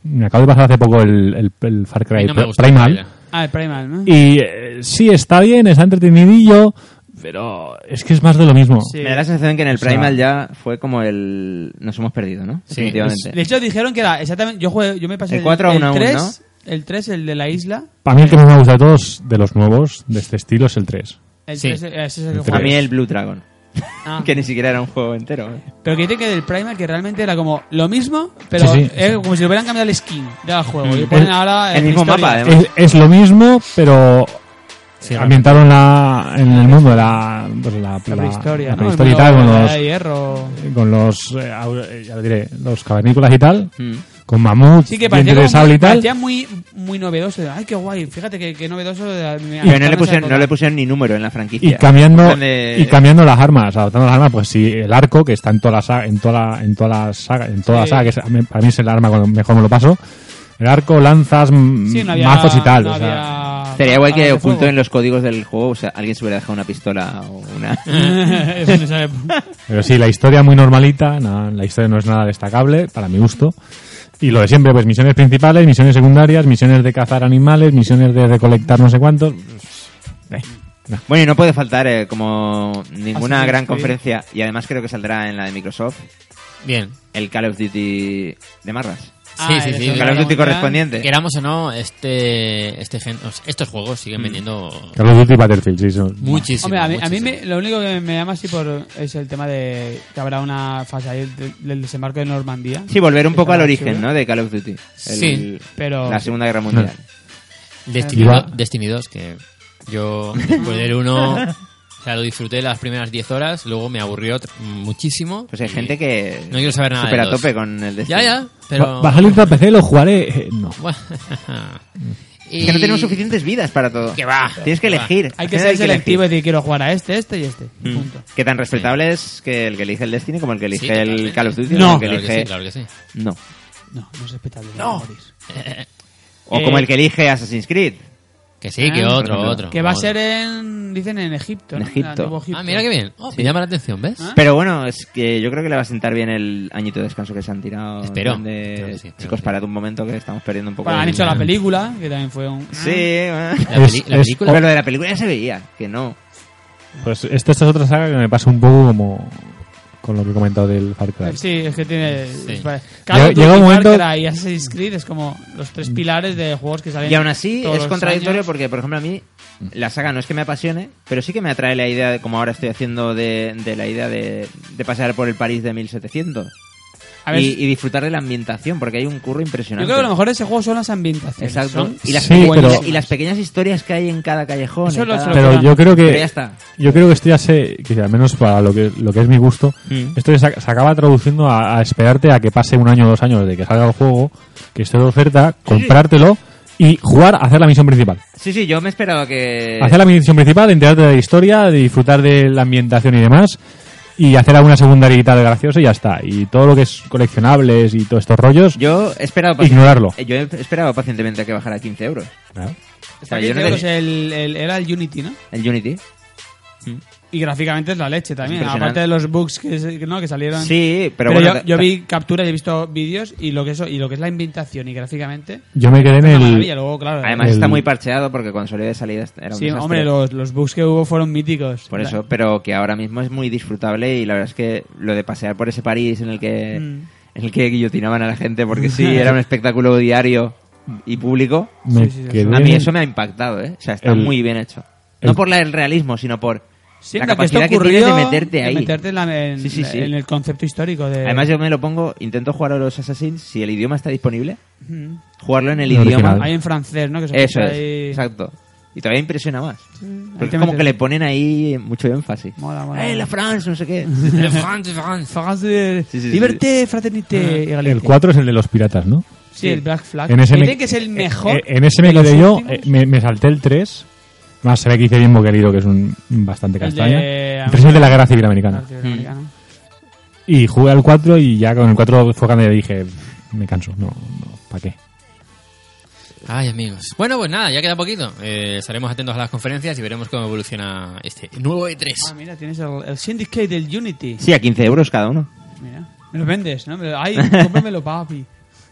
S4: Me acabo de pasar hace poco el, el- el Far
S1: A mí
S4: Cry
S1: no me gusta el
S4: Primal.
S1: trailer.
S2: Ah, el Primal, ¿no?
S4: Y eh, sí, está bien, está entretenidillo, pero es que es más de lo mismo.
S2: Sí.
S3: Me da la sensación que en el
S4: sea-
S3: Primal ya fue como el... Nos hemos perdido, ¿no?
S1: Sí.
S3: Definitivamente.
S2: De hecho, dijeron que era exactamente. Yo, jugué, yo me pasé
S3: El cuatro aún
S2: el
S3: aún,
S2: 3, el 3, el de la isla.
S4: Para mí el que más me gusta de todos, de los nuevos, de este estilo, es el 3.
S2: El
S1: Sí.
S2: 3, eh, ese es el que
S4: El
S2: jugué.
S3: A mí el Blue Dragon.
S2: Ah.
S3: Que ni siquiera era un juego entero. ¿eh?
S2: Pero que dicen que del Primal que realmente era como lo mismo, pero
S4: Sí, sí.
S2: era como si le hubieran cambiado el skin del juego. Y ponen
S4: El-
S2: ahora
S3: Mm. el
S2: la
S3: mismo
S2: historia.
S3: mapa, además.
S4: Es, es lo mismo, pero
S1: Sí,
S4: ambientado en, la, en el mundo de la, pues, la,
S2: La prehistoria,
S4: la
S2: ¿no?
S4: prehistoria y
S2: El
S4: tal, con
S2: mundo de
S4: los,
S2: la hierro.
S4: con los, eh, au- eh, ya lo diré, los cavernícolas y tal,
S3: Mm.
S4: con mamut,
S2: Sí, que parecía,
S4: dientes de
S2: como
S4: sable
S2: muy,
S4: y tal.
S2: parecía muy, muy novedoso. Ay, qué guay. Fíjate que, que novedoso. de la- me
S3: Pero no
S2: encanta
S3: le,
S2: esa
S3: pusieron,
S2: época.
S3: no le pusieron ni número en la
S4: Y
S3: franquicia.
S4: cambiando,
S3: Usan de-
S4: y cambiando las armas, adaptando las armas, pues sí, el arco, que está en toda la saga, en toda la, en toda la saga, en toda la
S2: Sí.
S4: saga, que es- a mí- para mí es el arma cuando mejor me lo paso. El arco, lanzas, m-
S2: Sí, no había-
S4: mazos y tal.
S2: no
S4: o sea,
S2: había
S3: Sería igual
S4: Ah,
S2: armas
S3: que
S2: de
S3: oculto
S2: fuego.
S3: en los códigos del juego, o sea, alguien se hubiera dejado una pistola o una...
S2: Eso no sabe.
S4: Pero sí, la historia muy normalita, na- la historia no es nada destacable, para mi gusto. Y lo de siempre, pues misiones principales, misiones secundarias, misiones de cazar animales, misiones de recolectar no sé cuántos. Eh, no.
S3: Bueno, y no puede faltar eh, como ninguna
S2: Assassin's
S3: gran
S2: Creed.
S3: conferencia, y además creo que saldrá en la de Microsoft,
S1: Bien.
S3: el Call of Duty de Marras.
S2: Ah,
S1: Sí,
S2: eso
S1: sí,
S2: es
S1: sí.
S3: El
S1: Que
S3: Call of
S2: verdad.
S3: Duty correspondiente.
S1: Queramos o no, este, este gen- o sea, estos juegos
S3: Mm.
S1: siguen vendiendo
S4: Call of Duty y Battlefield, sí, son-
S1: muchísimo.
S2: Hombre, a mí, a mí
S1: muchísimo.
S2: me- lo único que me llama así por, es el tema de que habrá una fase ahí de- del desembarco de Normandía.
S3: Sí, volver un
S2: Que
S3: poco al
S2: estará
S3: origen,
S2: chulo.
S3: ¿no? De Call of Duty. El-
S1: Sí,
S2: pero-
S3: La Segunda Guerra Mundial.
S1: Destiny,
S4: Iba-
S1: do- Destiny 2, que yo después del 1, o sea, lo disfruté las primeras 10 horas, luego me aburrió tr- muchísimo.
S3: Pues hay
S1: y
S3: gente que...
S1: No quiero saber nada
S3: Súper
S1: del
S3: a
S1: dos.
S3: tope con el Destiny.
S1: Ya, ya,
S4: Va-
S1: pero...
S4: ¿Va a salir para PC? ¿Lo jugaré? Eh, No.
S1: [LAUGHS] Bueno,
S3: Es que no tenemos suficientes vidas para todo. Ah,
S1: Que va,
S3: Tienes que
S1: que va.
S3: elegir. Mm.
S2: Hay
S3: Al
S2: que
S3: final
S2: ser selectivo y
S3: elegir.
S2: decir quiero jugar a este, este y este. Punto.
S3: Que tan respetable es que el que elige el Destiny como el que elige
S1: Mm. Sí,
S3: el
S1: totalmente.
S3: Call of Duty
S2: No.
S3: o el que
S1: Claro que
S3: elige...
S1: sí, claro que sí.
S3: No.
S2: No, no es respetable. No.
S3: O
S2: Eh,
S3: como el que elige Assassin's Creed.
S1: Que sí, que
S2: Ah,
S1: otro,
S3: ejemplo.
S1: otro.
S2: Que va a
S1: otro.
S2: ser en, dicen, en Egipto.
S3: En
S2: ¿no?
S3: Egipto.
S2: Antiguo Egipto.
S1: Ah, mira qué bien. Oh, Me llama la atención, ¿ves?
S2: ¿Ah?
S3: Pero bueno, es que yo creo que le va a sentar bien el añito de descanso que se han tirado.
S1: Espero.
S3: en plan de,
S1: Espero que sí, espero
S3: Chicos,
S1: que sí.
S3: parad un momento que estamos perdiendo un poco.
S2: Bueno, han
S3: el-
S2: hecho la película, que también fue un... Ah,
S3: Sí, bueno.
S1: La, peli-
S4: Es-
S1: ¿Ah? la
S4: es-
S1: película...
S3: Pero lo de la película ya se veía, que no.
S4: Pues esta, esta es otra saga que me pasa un poco como con lo que he comentado del Far Cry.
S2: Sí, es que tiene...
S1: Sí.
S2: es para- Call of
S4: Llega- llega un
S2: Duty, Far
S4: momento- Mm.
S2: Cry y Assassin's Creed es como los tres pilares de juegos que salen
S3: Y aún así
S2: todos
S3: es
S2: los
S3: contradictorio
S2: años.
S3: porque, por ejemplo, a mí
S1: Mm.
S3: la saga no es que me apasione, pero sí que me atrae la idea, de, como ahora estoy haciendo, de, de la idea de, de pasear por el París de 1700.
S2: A ver,
S3: y, y disfrutar de la ambientación, porque hay un curro
S2: yo
S3: impresionante.
S2: creo que lo mejor de ese juego son las ambientaciones.
S3: Exacto.
S2: Son-
S3: Y las,
S4: Sí,
S3: peque- y
S4: pero-
S3: la- y las pequeñas historias que hay en cada callejón.
S2: Eso
S3: en
S2: lo-
S3: cada-
S2: eso lo-
S4: Pero yo creo
S3: Pero ya
S4: que
S3: está.
S4: yo creo que esto ya se, que al menos para lo que lo que es mi gusto,
S2: Mm.
S4: esto ya se, se acaba traduciendo a, a esperarte a que pase un año o dos años de que salga el juego, que esté de oferta, comprártelo y jugar, hacer la misión principal.
S3: Sí, sí, yo me esperaba
S2: Eh.
S3: que...
S4: Hacer la misión principal, enterarte de la historia, de disfrutar de la ambientación y demás, y hacer alguna secundaria y tal graciosa y ya está. Y todo lo que es coleccionables y todos estos rollos,
S3: Yo he esperado paci-
S4: ignorarlo.
S3: Eh, Yo he esperado pacientemente a que bajara a 15 euros
S2: Eh.
S4: Claro.
S2: Está
S3: Yo
S2: aquí,
S3: no
S2: creo que
S3: sé.
S2: es el- el- era el Unity, ¿no?
S3: el Unity.
S2: Y gráficamente es la leche también.
S3: Impresionante.
S2: Aparte de los bugs que, se- ¿no? que salieron.
S3: Sí,
S2: Pero,
S3: pero, bueno.
S2: yo,
S3: ta-
S2: yo vi capturas y he visto vídeos y lo que eso y lo que es la ambientación y gráficamente.
S4: Yo me quedé en
S2: es una maravilla.
S4: el
S2: Luego, claro.
S3: Además
S4: el-
S3: está muy parcheado porque cuando salió de salida est- era un
S2: sí,
S3: desastre.
S2: hombre, los, los bugs que hubo fueron míticos.
S3: Por eso, pero que ahora mismo es muy disfrutable y la verdad es que lo de pasear por ese París en el que,
S2: Mm.
S3: en el que guillotinaban a la
S2: [LAUGHS]
S3: gente porque sí, era un espectáculo diario y público.
S4: me
S2: sí, sí, sí.
S4: quedé
S3: A mí
S4: en-
S3: eso me ha impactado, ¿eh? O sea, está
S4: El-
S3: muy bien hecho.
S4: el-
S3: No por la- el realismo, sino por
S2: Sí,
S3: la
S2: pero que esto
S3: capacidad que,
S2: ocurrió
S3: tienes de meterte
S2: de
S3: ahí.
S2: meterte en, la- en-
S3: Sí, sí, sí.
S2: en el concepto histórico de.
S3: Además yo me lo pongo, intento jugar a los Assassins, si el idioma está disponible,
S2: Mm.
S3: jugarlo en el
S4: Original.
S3: idioma
S2: Hay en francés, ¿no? Que se
S3: Ah. Eso
S2: escucha
S3: es,
S2: ahí-
S3: exacto. Y todavía impresiona más.
S2: ahí
S3: Porque
S2: te
S3: es como
S2: metes.
S3: que le ponen ahí mucho énfasis.
S2: Mola, mola.
S3: ¡Eh, la France! No sé qué.
S1: Le France, France.
S2: Fagase-
S3: Sí, sí, sí.
S2: Liberté, fraternité, égalité.
S4: El 4 es el de los piratas, ¿no?
S2: Sí, el Black Flag.
S4: En ese me-
S2: Dice que es el mejor.
S4: Eh, en ese me
S2: de los
S4: quedé yo,
S2: últimos.
S4: eh, me, me salté el 3. Más se ve que hice bien querido, que es un bastante
S2: El de- Ah,
S4: castaña. El 3 es de la guerra civil americana.
S3: Mm.
S2: Norteamericano.
S4: Y jugué al 4 y ya con el 4 fue cuando ya dije, me canso, no, no ¿para qué?
S1: Ay, amigos. Bueno, pues nada, ya queda poquito. Eh, estaremos atentos a las conferencias y veremos cómo evoluciona este nuevo E3.
S2: Ah, mira, tienes el, el Syndicate del Unity.
S3: Sí, a 15 euros cada uno.
S2: Mira. Me lo vendes, ¿no? Me lo- Ay, cómpramelo, papi. [LAUGHS]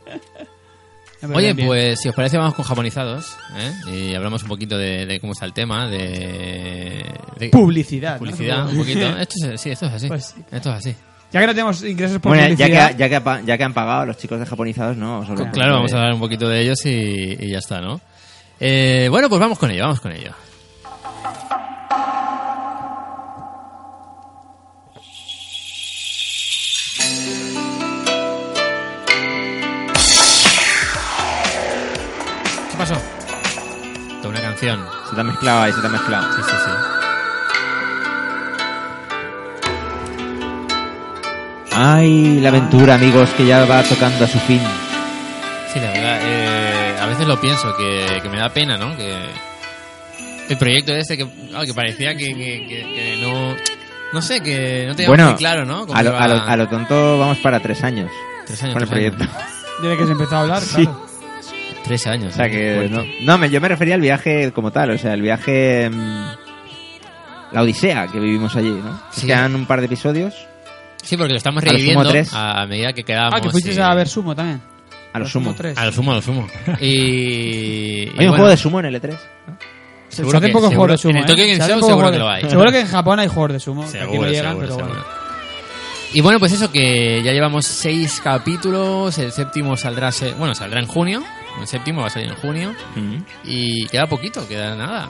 S2: Me lo
S1: Oye,
S2: venden.
S1: pues si os parece vamos con japonizados ¿eh? y hablamos un poquito de, de cómo está el tema, de, de-
S2: Publicidad. ¿no?
S1: publicidad,
S2: [LAUGHS]
S1: un poquito. Esto es, sí, esto es así.
S2: Pues sí.
S1: Esto es así.
S2: Ya que no tenemos ingresos por
S3: Bueno, ya
S2: publicidad.
S3: que, ha- ya, que, ha pa- ya que han pagado los chicos de japonizados, no. vamos a hablar un
S1: Claro,
S3: poco
S1: vamos a
S3: de-
S1: hablar un poquito de ellos y, y ya está, ¿no? Eh, bueno, pues vamos con ello, vamos con ello.
S2: ¿Qué pasó?
S1: Toda una canción.
S3: Se te ha mezclado ahí, se te ha mezclado.
S1: Sí, sí, sí.
S3: Ay, la aventura, amigos, que ya va tocando a su fin.
S1: Sí, la verdad, eh, a veces lo pienso, que, que me da pena, ¿no? Que el proyecto ese que, ah, que parecía que, que- que- que no... No sé, que no tenía
S3: Bueno,
S1: muy claro, ¿no? Cómo
S3: a, lo,
S1: iba-
S3: a lo- a lo tonto vamos para tres años
S1: Tres años,
S3: con el
S1: tres años.
S3: proyecto. [LAUGHS]
S2: Desde que se empezó a hablar,
S3: Sí.
S2: claro.
S1: Tres años. Pues
S3: O sea que... No, no, me- yo me refería al viaje como tal, o sea, el viaje... mm, la odisea que vivimos allí, ¿no? Es
S1: Sí.
S3: que Quedan un par de episodios,
S1: Sí, porque lo estamos
S3: lo sumo
S1: reviviendo
S3: tres.
S1: a, a medida que quedábamos.
S2: Ah, que fuisteis
S1: y-
S2: a ver Sumo también.
S3: a lo
S2: Los
S3: sumo.
S2: tres.
S1: A lo sumo, a lo sumo. Y.
S3: Hay un juego de sumo en el E3. ¿no?
S2: Se
S1: seguro
S2: hacen
S1: que-
S2: pocos
S1: seguro-
S2: juegos de Sumo.
S1: en el Tokyo
S2: ¿eh?
S1: Game
S2: Se hacen
S1: Show
S2: pocos
S1: seguro que
S2: juegos de-
S1: lo hay.
S2: Seguro que en Japón hay juegos de Sumo. que aquí no
S1: Seguro,
S2: llegan,
S1: seguro,
S2: pero
S1: seguro.
S2: bueno.
S1: Y bueno, pues eso, que ya llevamos seis capítulos. El séptimo saldrá. se- Bueno, saldrá en junio. El séptimo va a salir en junio. Mm. Y queda poquito, queda nada.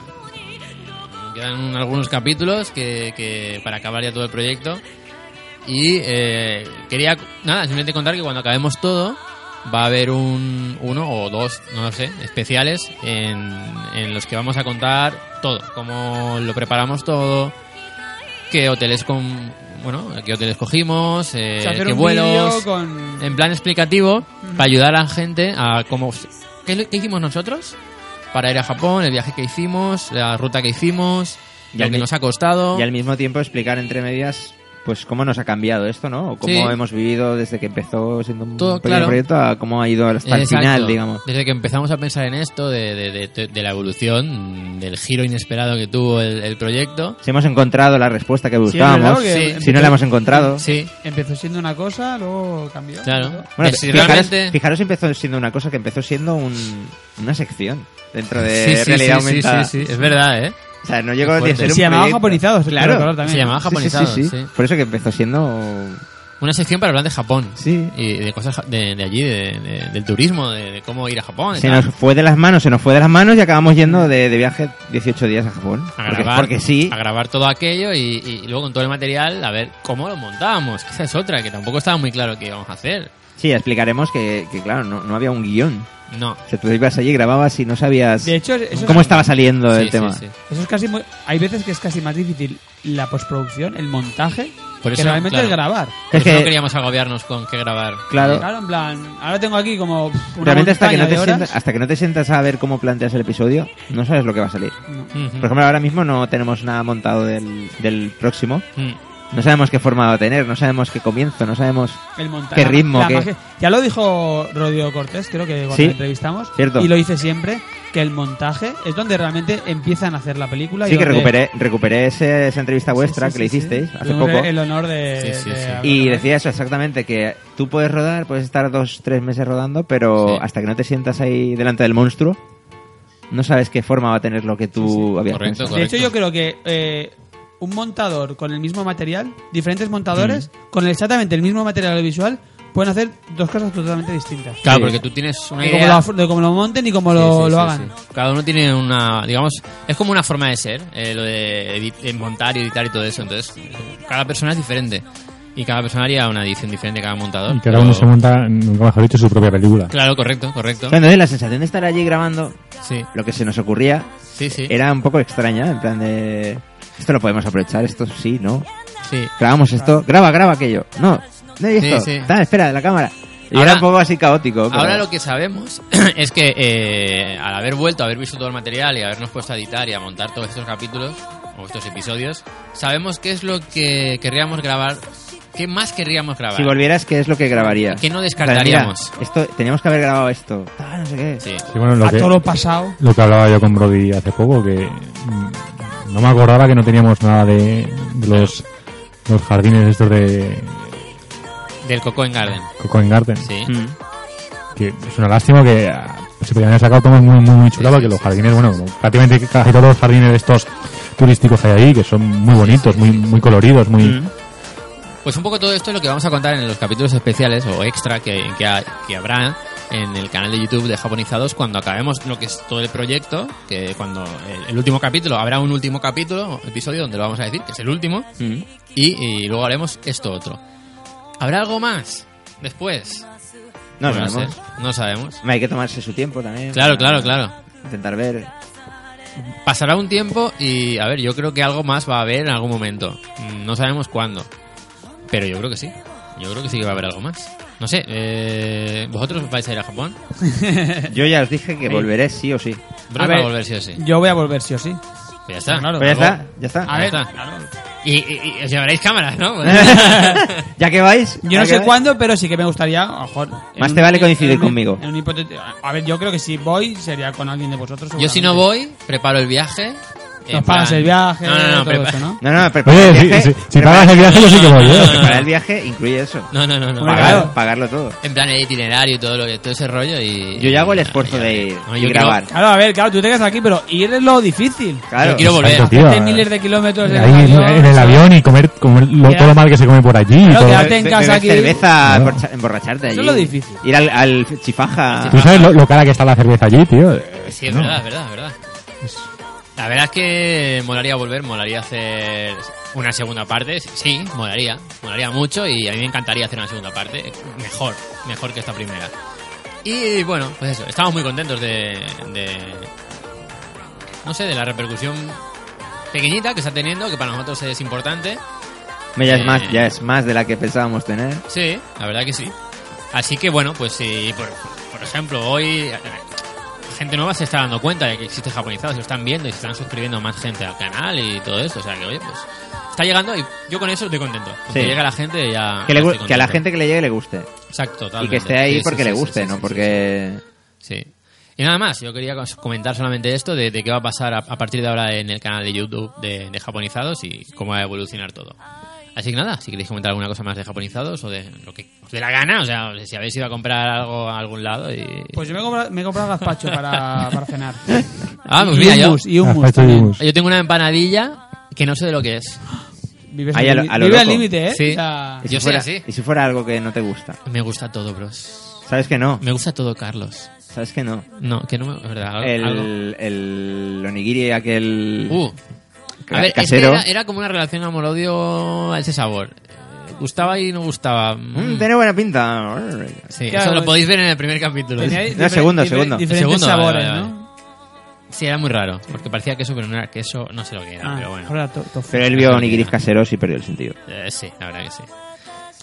S1: Quedan algunos capítulos que, que para acabar ya todo el proyecto. Y eh, quería, nada, simplemente contar que cuando acabemos todo, va a haber un uno o dos, no lo sé, especiales en, en los que vamos a contar todo, cómo lo preparamos todo, qué hoteles con, bueno, qué hoteles cogimos, eh,
S2: O sea, hacer
S1: qué
S2: un
S1: vuelos,
S2: vídeo con...
S1: en plan explicativo para ayudar a la gente a cómo ¿qué, es lo- qué hicimos nosotros para ir a Japón, el viaje que hicimos, la ruta que hicimos,
S3: Y
S1: lo
S3: al
S1: que
S3: mi-
S1: nos ha costado.
S3: Y al mismo tiempo explicar entre medias pues cómo nos ha cambiado esto, ¿no? O cómo
S1: Sí.
S3: hemos vivido desde que empezó siendo un
S1: Todo,
S3: pequeño
S1: claro.
S3: proyecto a cómo ha ido hasta el
S1: Exacto.
S3: final, digamos.
S1: Desde que empezamos a pensar en esto, de, de- de- de- de la evolución, del giro inesperado que tuvo el, el proyecto.
S3: Si hemos encontrado la respuesta que
S2: Sí, es verdad
S3: buscábamos,
S2: que
S1: Sí.
S2: empezó-
S3: si no la hemos encontrado.
S1: Sí,
S2: Empezó siendo una cosa, luego cambió.
S1: claro.
S3: Bueno,
S1: Que si
S3: fijaros,
S1: realmente...
S3: fijaros, empezó siendo una cosa que empezó siendo un- una sección dentro de
S1: Sí, sí, sí,
S3: realidad
S1: sí,
S3: aumentada.
S1: sí, sí, es verdad, ¿eh?
S3: O sea, no llegó a
S1: Fuerte.
S3: ser un
S2: Se llamaba
S3: proyecto.
S2: japonizados,
S3: Claro.
S2: claro. También.
S1: Se llamaba
S3: Sí, sí,
S1: japonizado,
S3: sí, sí.
S1: sí.
S3: Por eso que empezó siendo
S1: Una sección para hablar de Japón.
S3: Sí.
S1: Y de cosas ja- de, de allí, de- de- del turismo, de, de cómo ir a Japón. y
S3: Se
S1: tal.
S3: nos fue de las manos, se nos fue de las manos y acabamos yendo de, de viaje 18 días a Japón.
S1: a
S3: Porque-
S1: grabar,
S3: porque, sí,
S1: a grabar todo aquello y, y- y luego con todo el material a ver cómo lo montábamos. que Esa es otra, que tampoco estaba muy claro qué íbamos a hacer.
S3: sí, explicaremos que, que, claro, no, no había un guión.
S1: No.
S3: O sea, tú ibas allí, grababas y no sabías
S2: De hecho, eso es-
S3: cómo estaba saliendo
S1: Sí,
S3: el
S1: sí,
S3: tema.
S1: sí.
S2: Eso es casi muy- Hay veces que es casi más difícil la postproducción, el montaje,
S1: Por eso,
S2: que realmente
S1: claro.
S2: el grabar.
S1: Por
S3: Es
S1: eso
S3: que-
S1: no queríamos agobiarnos con qué grabar.
S3: Claro,
S2: Claro, en plan, ahora tengo aquí como pff, una
S3: realmente hasta que, no
S2: montaña
S3: te
S2: de horas.
S3: sientas, hasta que no te sientas a ver cómo planteas el episodio, no sabes lo que va a salir.
S2: No.
S1: Ujú.
S3: Por ejemplo, ahora mismo no tenemos nada montado del, del próximo.
S1: Mm.
S3: No sabemos qué forma va a tener, no sabemos qué comienzo, no sabemos...
S2: El montaje.
S3: Qué ritmo,
S2: la
S3: qué-
S2: magia- Ya lo dijo Rodrigo Cortés, creo que cuando
S3: Sí,
S2: lo entrevistamos.
S3: cierto.
S2: Y lo dice siempre, que el montaje es donde realmente empiezan a hacer la película. y
S3: Sí que
S2: donde-
S3: recuperé, recuperé ese- esa entrevista
S2: Sí,
S3: vuestra
S2: sí,
S3: que
S2: sí,
S3: le
S2: sí.
S3: hicisteis hace
S2: Tuvimos
S3: poco.
S2: El honor de.
S1: Sí, sí,
S2: de
S1: sí.
S2: hablar
S3: Y
S2: con él.
S3: decía eso exactamente, que tú puedes rodar, puedes estar dos, tres meses rodando, pero
S1: Sí.
S3: hasta que no te sientas ahí delante del monstruo, no sabes qué forma va a tener lo que tú habías
S1: Correcto,
S3: pensado.
S2: De hecho,
S1: Correcto.
S2: yo creo que eh, un montador con el mismo material, diferentes montadores,
S3: Mm.
S2: con exactamente el mismo material audiovisual, pueden hacer dos cosas totalmente distintas.
S1: Claro,
S3: Sí.
S1: porque tú tienes una
S2: De cómo,
S1: idea.
S2: lo, af- de cómo lo monten y cómo
S1: Eh, Sí,
S2: lo,
S1: sí,
S2: lo
S1: sí,
S2: hagan.
S1: sí. Cada uno tiene una, digamos, es como una forma de ser, eh, lo de edit- eh, montar y editar y todo eso. Entonces, cada persona es diferente. Y cada persona haría una edición diferente, cada montador.
S4: Y cada uno
S1: Pero-
S4: se monta, nunca mejor dicho, su propia película.
S1: Claro, correcto, correcto.
S3: Bueno, entonces la sensación de estar allí grabando,
S1: Sí,
S3: lo que se nos ocurría,
S1: sí, sí.
S3: era un poco extraña, en plan de... Esto lo podemos aprovechar, esto sí, ¿no?
S1: sí.
S3: Grabamos esto, graba, graba aquello. No, no hay
S1: Sí,
S3: esto.
S1: sí.
S3: tal, espera, la cámara. Y
S1: Ahora-
S3: era un poco así caótico. pero-
S1: Ahora lo que sabemos [CLEARS THROAT] es que eh, al haber vuelto, haber visto todo el material y habernos puesto a editar y a montar todos estos capítulos o estos episodios, sabemos qué es lo que querríamos grabar ¿Qué más querríamos grabar?
S3: Si volvieras, ¿qué es lo que grabarías?
S1: ¿Qué no
S3: O sea,
S1: descartaríamos?
S3: mira, esto, teníamos que haber grabado esto. Ah, no sé qué.
S1: Sí.
S4: Sí, bueno, lo
S2: A
S4: que,
S2: todo lo pasado.
S4: lo que hablaba yo con Brody hace poco, que mm, no me acordaba que no teníamos nada de, de los, los jardines estos de
S1: Del Coco en Garden.
S4: Coco Garden.
S1: Sí.
S3: Mm.
S4: que es una lástima que ah, se podían haber sacado tomas muy, muy, muy chulas
S1: Sí,
S4: porque
S1: sí,
S4: los
S1: sí,
S4: jardines,
S1: sí,
S4: bueno,
S1: sí, sí.
S4: prácticamente casi todos los jardines estos turísticos que hay ahí, que son muy bonitos, muy, muy coloridos, muy...
S3: Mm.
S1: Pues un poco todo esto es lo que vamos a contar en los capítulos especiales o extra que, que, ha- que habrá en el canal de YouTube de Japonizados cuando acabemos lo que es todo el proyecto, que cuando el, el último capítulo, habrá un último capítulo, episodio donde lo vamos a decir, que es el último,
S3: Mm.
S1: y, y luego haremos esto otro. ¿Habrá algo más después?
S3: No
S1: Pues
S3: sabemos.
S1: sé, no sabemos.
S3: Hay que tomarse su tiempo también.
S1: Claro,
S3: para
S1: claro, claro. [LAUGHS]
S3: Intentar ver.
S1: Pasará un tiempo y, a ver, yo creo que algo más va a haber en algún momento. Mm, No sabemos cuándo. Pero yo creo que sí. Yo creo que sí que va a haber algo más. No sé, eh, ¿vosotros vais a ir a Japón?
S3: Yo ya os dije que volveré sí o sí.
S1: Bro,
S2: A
S1: va a
S2: ver.
S1: volver sí o sí.
S2: Yo voy a volver sí o sí.
S1: Pues ya está.
S2: Claro.
S3: Pues ya está, ya está.
S2: A ver,
S1: está.
S2: claro.
S1: Y, y- y os llevaréis
S2: [LAUGHS]
S1: cámaras, ¿no?
S3: [LAUGHS] ¿Ya que vais?
S2: Yo
S3: ya
S2: no
S3: que
S2: sé
S3: vais.
S2: cuándo, pero sí que me gustaría. a lo mejor, en
S3: Más
S2: un-
S3: te vale coincidir
S2: en un-
S3: conmigo.
S2: en un hipotético- a ver, yo creo que si voy sería con alguien de vosotros.
S1: yo si no
S2: seguramente.
S1: voy, preparo el viaje. en
S2: Nos pagas
S1: plan-
S2: el viaje,
S1: No, no, no,
S2: todo
S1: prepa-
S2: eso, ¿no?
S3: No, no, prepara
S4: Oye,
S3: el
S4: si,
S3: viaje.
S4: si- si
S3: prepara-
S4: pagas el viaje yo sí que voy, ¿eh?
S3: Preparar el viaje incluye eso.
S1: [LAUGHS] No, no, no, no.
S2: Hombre,
S3: Pagar-
S2: claro.
S3: Pagarlo todo.
S1: En plan el itinerario y todo, lo, que- todo ese rollo y...
S3: Yo ya hago el
S1: y-
S3: esfuerzo
S1: y-
S3: de ir
S1: No,
S3: y
S1: yo quiero-
S3: grabar.
S2: Claro, a ver, claro, tú te quedas aquí, pero ir es lo difícil.
S3: Claro.
S1: Yo quiero volver.
S4: Exacto, tío.
S3: eh,
S2: Hacer miles de kilómetros de
S4: Ahí en, en el avión y comer, comer lo-
S2: Queda-
S4: todo lo mal que se come por allí. y
S2: Claro,
S4: todo.
S2: quedarte en
S3: Be-
S2: casa
S3: beber
S2: aquí.
S3: cerveza,
S4: Claro.
S3: borcha- emborracharte allí.
S2: Eso es lo difícil.
S3: Ir al, al chifaja.
S4: Tú sabes lo, lo cara que está la cerveza allí, tío. Eh,
S1: Sí, es
S4: no.
S1: verdad, es verdad, es verdad. La verdad es que molaría volver, molaría hacer una segunda parte. Sí, molaría, molaría mucho y a mí me encantaría hacer una segunda parte. Mejor, mejor que esta primera. Y bueno, pues eso, estamos muy contentos de. de- no sé, de la repercusión pequeñita que está teniendo, que para nosotros es importante.
S3: Ya es más, ya es más de la que pensábamos tener.
S1: Sí, la verdad que sí. Así que bueno, pues si, por, por ejemplo, hoy eh, gente nueva se está dando cuenta de que existe japonizado, se lo están viendo y se están suscribiendo más gente al canal y todo esto. O sea que, oye, pues está llegando y yo con eso estoy contento. Que
S3: Sí.
S1: llega la gente ya.
S3: Que, le gu-
S1: estoy
S3: que a la
S1: contento.
S3: gente que le llegue le guste.
S1: Exacto,
S3: Y que
S1: totalmente.
S3: esté ahí
S1: Sí, sí,
S3: porque
S1: sí,
S3: le
S1: sí,
S3: guste,
S1: sí,
S3: ¿no?
S1: sí,
S3: porque...
S1: Sí. Y nada más, yo quería cos- comentar solamente esto de, de qué va a pasar a, a partir de ahora en el canal de YouTube de, de Japonizados y cómo va a evolucionar todo. Así que nada, si queréis comentar alguna cosa más de Japonizados o de lo que os dé la gana, o sea, si habéis ido a comprar algo a algún lado y...
S2: Pues yo me he comprado, me he comprado gazpacho para, para cenar.
S1: [LAUGHS] Ah, pues
S2: y
S1: mira,
S2: un
S1: yo,
S2: bus, y un
S4: Ah,
S2: bus.
S4: esto es
S2: también.
S4: humus.
S1: yo tengo una empanadilla que no sé de lo que es.
S2: Vives
S3: Ahí
S2: al
S3: a lo-
S2: límite-
S3: a lo
S2: vive al
S3: loco.
S2: límite, ¿eh?
S1: Sí.
S2: O sea,
S3: ¿Y
S1: Yo
S3: si
S1: soy
S3: fuera-
S1: así.
S3: ¿Y si fuera algo que no te gusta?
S1: Me gusta todo, bros.
S3: ¿Sabes que no?
S1: Me gusta todo, Carlos.
S3: ¿Sabes que no?
S1: No, que no me... es ¿Verdad? algo- algo-
S3: El, el onigiri aquel...
S1: Uh,
S3: ca-
S1: A ver, es que
S3: casero.
S1: era, era como una relación amor-odio a ese sabor. Eh, Gustaba y no gustaba. Mm.
S3: Mm, tiene buena pinta.
S1: Sí,
S2: Claro,
S1: eso lo
S2: pues-
S1: podéis ver en el primer capítulo.
S2: tenía
S1: Sí,
S2: diferen-
S3: segundo,
S2: diferen-
S3: segundo.
S2: Diferentes
S1: Segundo, vale,
S2: sabores,
S1: vale, vale.
S2: ¿no?
S1: Sí, era muy raro, porque parecía queso, pero no era queso, no sé lo que era,
S2: Ah,
S1: pero bueno.
S2: ahora to- tofu.
S3: Pero él vio onigiris caseros y perdió el sentido.
S1: Eh, sí, la verdad que sí.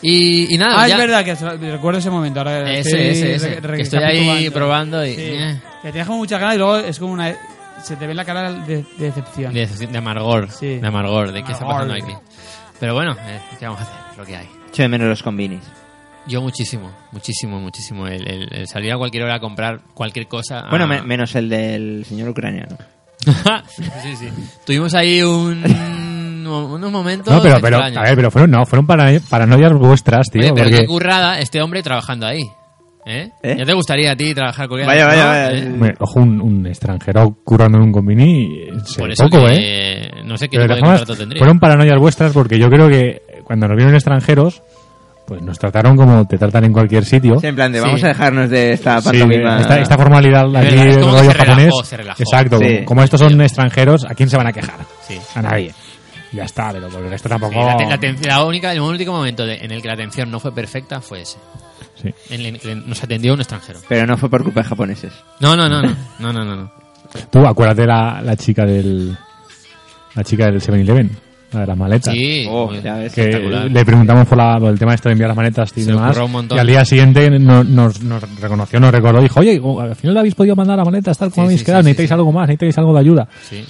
S1: Y, y nada,
S2: Ah,
S1: ya-
S2: es verdad que se- recuerdo ese momento. Ahora
S1: Ese,
S2: estoy
S1: ese, ese,
S2: re- re-
S1: que estoy ahí
S2: recapitulando.
S1: probando y...
S2: Sí.
S1: eh,
S2: Que te deja con muchas ganas y luego es como una. Se te ve la cara de, de decepción.
S1: de, de amargor,
S2: Sí.
S1: de amargor, de qué está pasando aquí.
S2: Amargor.
S1: Pero bueno, eh, ¿qué vamos a hacer? Es Lo que hay.
S3: Echo de menos los combinis.
S1: Yo muchísimo, muchísimo, muchísimo. El, el- el salir a cualquier hora a comprar cualquier cosa... ah. a-
S3: Bueno, me- menos el del señor ucraniano.
S1: [LAUGHS] sí, sí. Tuvimos
S2: [LAUGHS]
S1: ahí un, unos momentos...
S4: No, pero, pero,
S1: extraños.
S4: a ver, pero fueron, no, fueron para, paranoias vuestras, tío.
S1: Oye, pero
S4: porque,
S1: qué currada este hombre trabajando ahí. ¿Eh?
S3: ¿Eh?
S1: Ya te gustaría a ti trabajar con él.
S3: Vaya,
S1: ¿no?
S3: vaya, vaya.
S1: ¿Eh?
S4: hombre, ojo, un, un extranjero currando en un convini, se
S1: Por
S4: ve
S1: eso
S4: poco, ¿eh?
S1: que, No sé qué tipo
S4: Pero de
S1: de
S4: todas
S1: contrato
S4: formas,
S1: tendría.
S4: fueron paranoias vuestras porque yo creo que cuando nos vieron extranjeros, pues nos trataron como te tratan en cualquier sitio.
S3: Sí, en plan de,
S1: Sí.
S3: vamos a dejarnos de esta
S4: Sí,
S3: pantomima.
S4: esta, esta formalidad
S1: verdad,
S4: aquí
S1: es
S4: del
S1: como que
S4: rollo
S1: se relajó,
S4: japonés.
S1: se relajó.
S4: Exacto,
S3: Sí.
S4: como, como estos son extranjeros, ¿a quién se van a quejar?
S1: Sí.
S4: A nadie. Ya está, pero por el resto
S1: Sí,
S4: tampoco.
S1: la, te- la aten- la única, el único momento de- en el que la atención no fue perfecta fue ese.
S4: Sí.
S1: En el que nos atendió un extranjero.
S3: Pero no fue por culpa de japoneses.
S1: No, no, no, no. no, no,
S3: [LAUGHS]
S1: no, no.
S4: Tú acuérdate la, la chica del. La chica del 7-Eleven, la de las maletas.
S1: Sí.
S3: Oh,
S1: muy-
S3: ya ves.
S4: que
S1: espectacular.
S4: le preguntamos por, la- por el tema este de enviar las maletas y
S1: Se le
S4: demás.
S1: ocurrió un montón.
S4: Y al día siguiente no- nos, nos reconoció, nos recordó, dijo, oye, al final le habéis podido mandar la maleta, tal
S1: Sí,
S4: como habéis
S1: sí,
S4: quedado,
S1: sí,
S4: necesitáis
S1: sí, sí.
S4: algo más, necesitáis algo de ayuda.
S1: sí.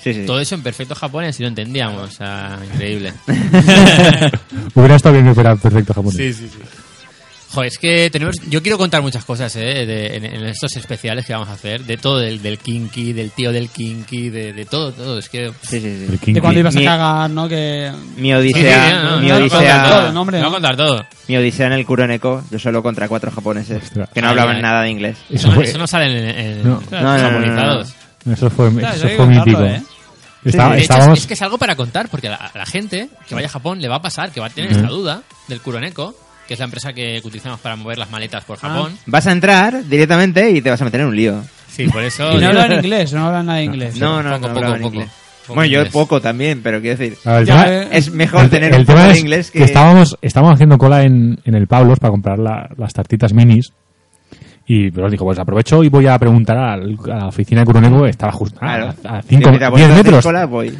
S3: Sí, sí, sí.
S1: Todo eso en perfecto japonés y lo entendíamos. O sea, increíble.
S4: Hubiera estado bien que fuera perfecto japonés.
S1: sí, sí. Joder, es que tenemos. Yo quiero contar muchas cosas ¿eh? de- en, en estos especiales que vamos a hacer. De todo, del, del Kinky, del tío del Kinky, de, de todo, todo. Es que.
S3: Sí, sí, sí.
S4: El King
S2: De cuando
S4: Kong.
S2: ibas a
S3: Mi-
S2: cagar, ¿no? Que...
S3: Mi
S1: Sí, sí,
S3: odisea,
S1: no, no,
S3: mi,
S1: no, no,
S3: odisea
S1: contar todo,
S2: No, hombre,
S1: no
S2: no.
S1: voy a contar todo.
S3: mi odisea en el Kuroneko, yo solo contra cuatro japoneses
S4: Ostras.
S3: que no
S1: Ay,
S3: hablaban
S1: ay.
S3: nada de inglés.
S4: Eso
S1: no,
S4: fue,
S1: eso no sale en, en-
S4: No.
S1: en
S3: No, no, no,
S1: japonizados.
S4: eso fue,
S2: Claro,
S4: eso
S2: hay que
S4: fue mítico.
S2: contarlo, ¿eh?
S4: Está-
S1: De hecho, es-
S4: Ah, estábamos,
S1: es que es algo para contar, porque a la, a la gente que vaya a Japón le va a pasar, que va a tener esta duda del Kuroneko, que es la empresa que utilizamos para mover las maletas por Japón.
S3: Vas a entrar directamente y te vas a meter en un lío.
S1: Sí, por eso.
S2: Y no hablan inglés, no hablan nada de inglés.
S3: No,
S1: poco,
S3: no, no
S1: poco,
S3: hablaban
S1: poco.
S3: inglés.
S1: Poco
S3: bueno, yo
S1: inglés.
S3: poco también, pero quiero decir,
S4: a ver, el
S2: Ya,
S4: tema-
S2: eh.
S3: es mejor tener un poco
S4: tema
S3: de
S4: es
S3: inglés que...
S4: que estábamos, estábamos haciendo cola en, en el Pablos para comprar la- las tartitas minis. Y pero dijo, pues aprovecho y voy a preguntar al- a la oficina de Curoneco, que estaba justo
S3: Claro.
S4: a 5
S3: Mira, voy a
S4: 10
S3: hacer
S4: ah, metros.
S3: cola, voy.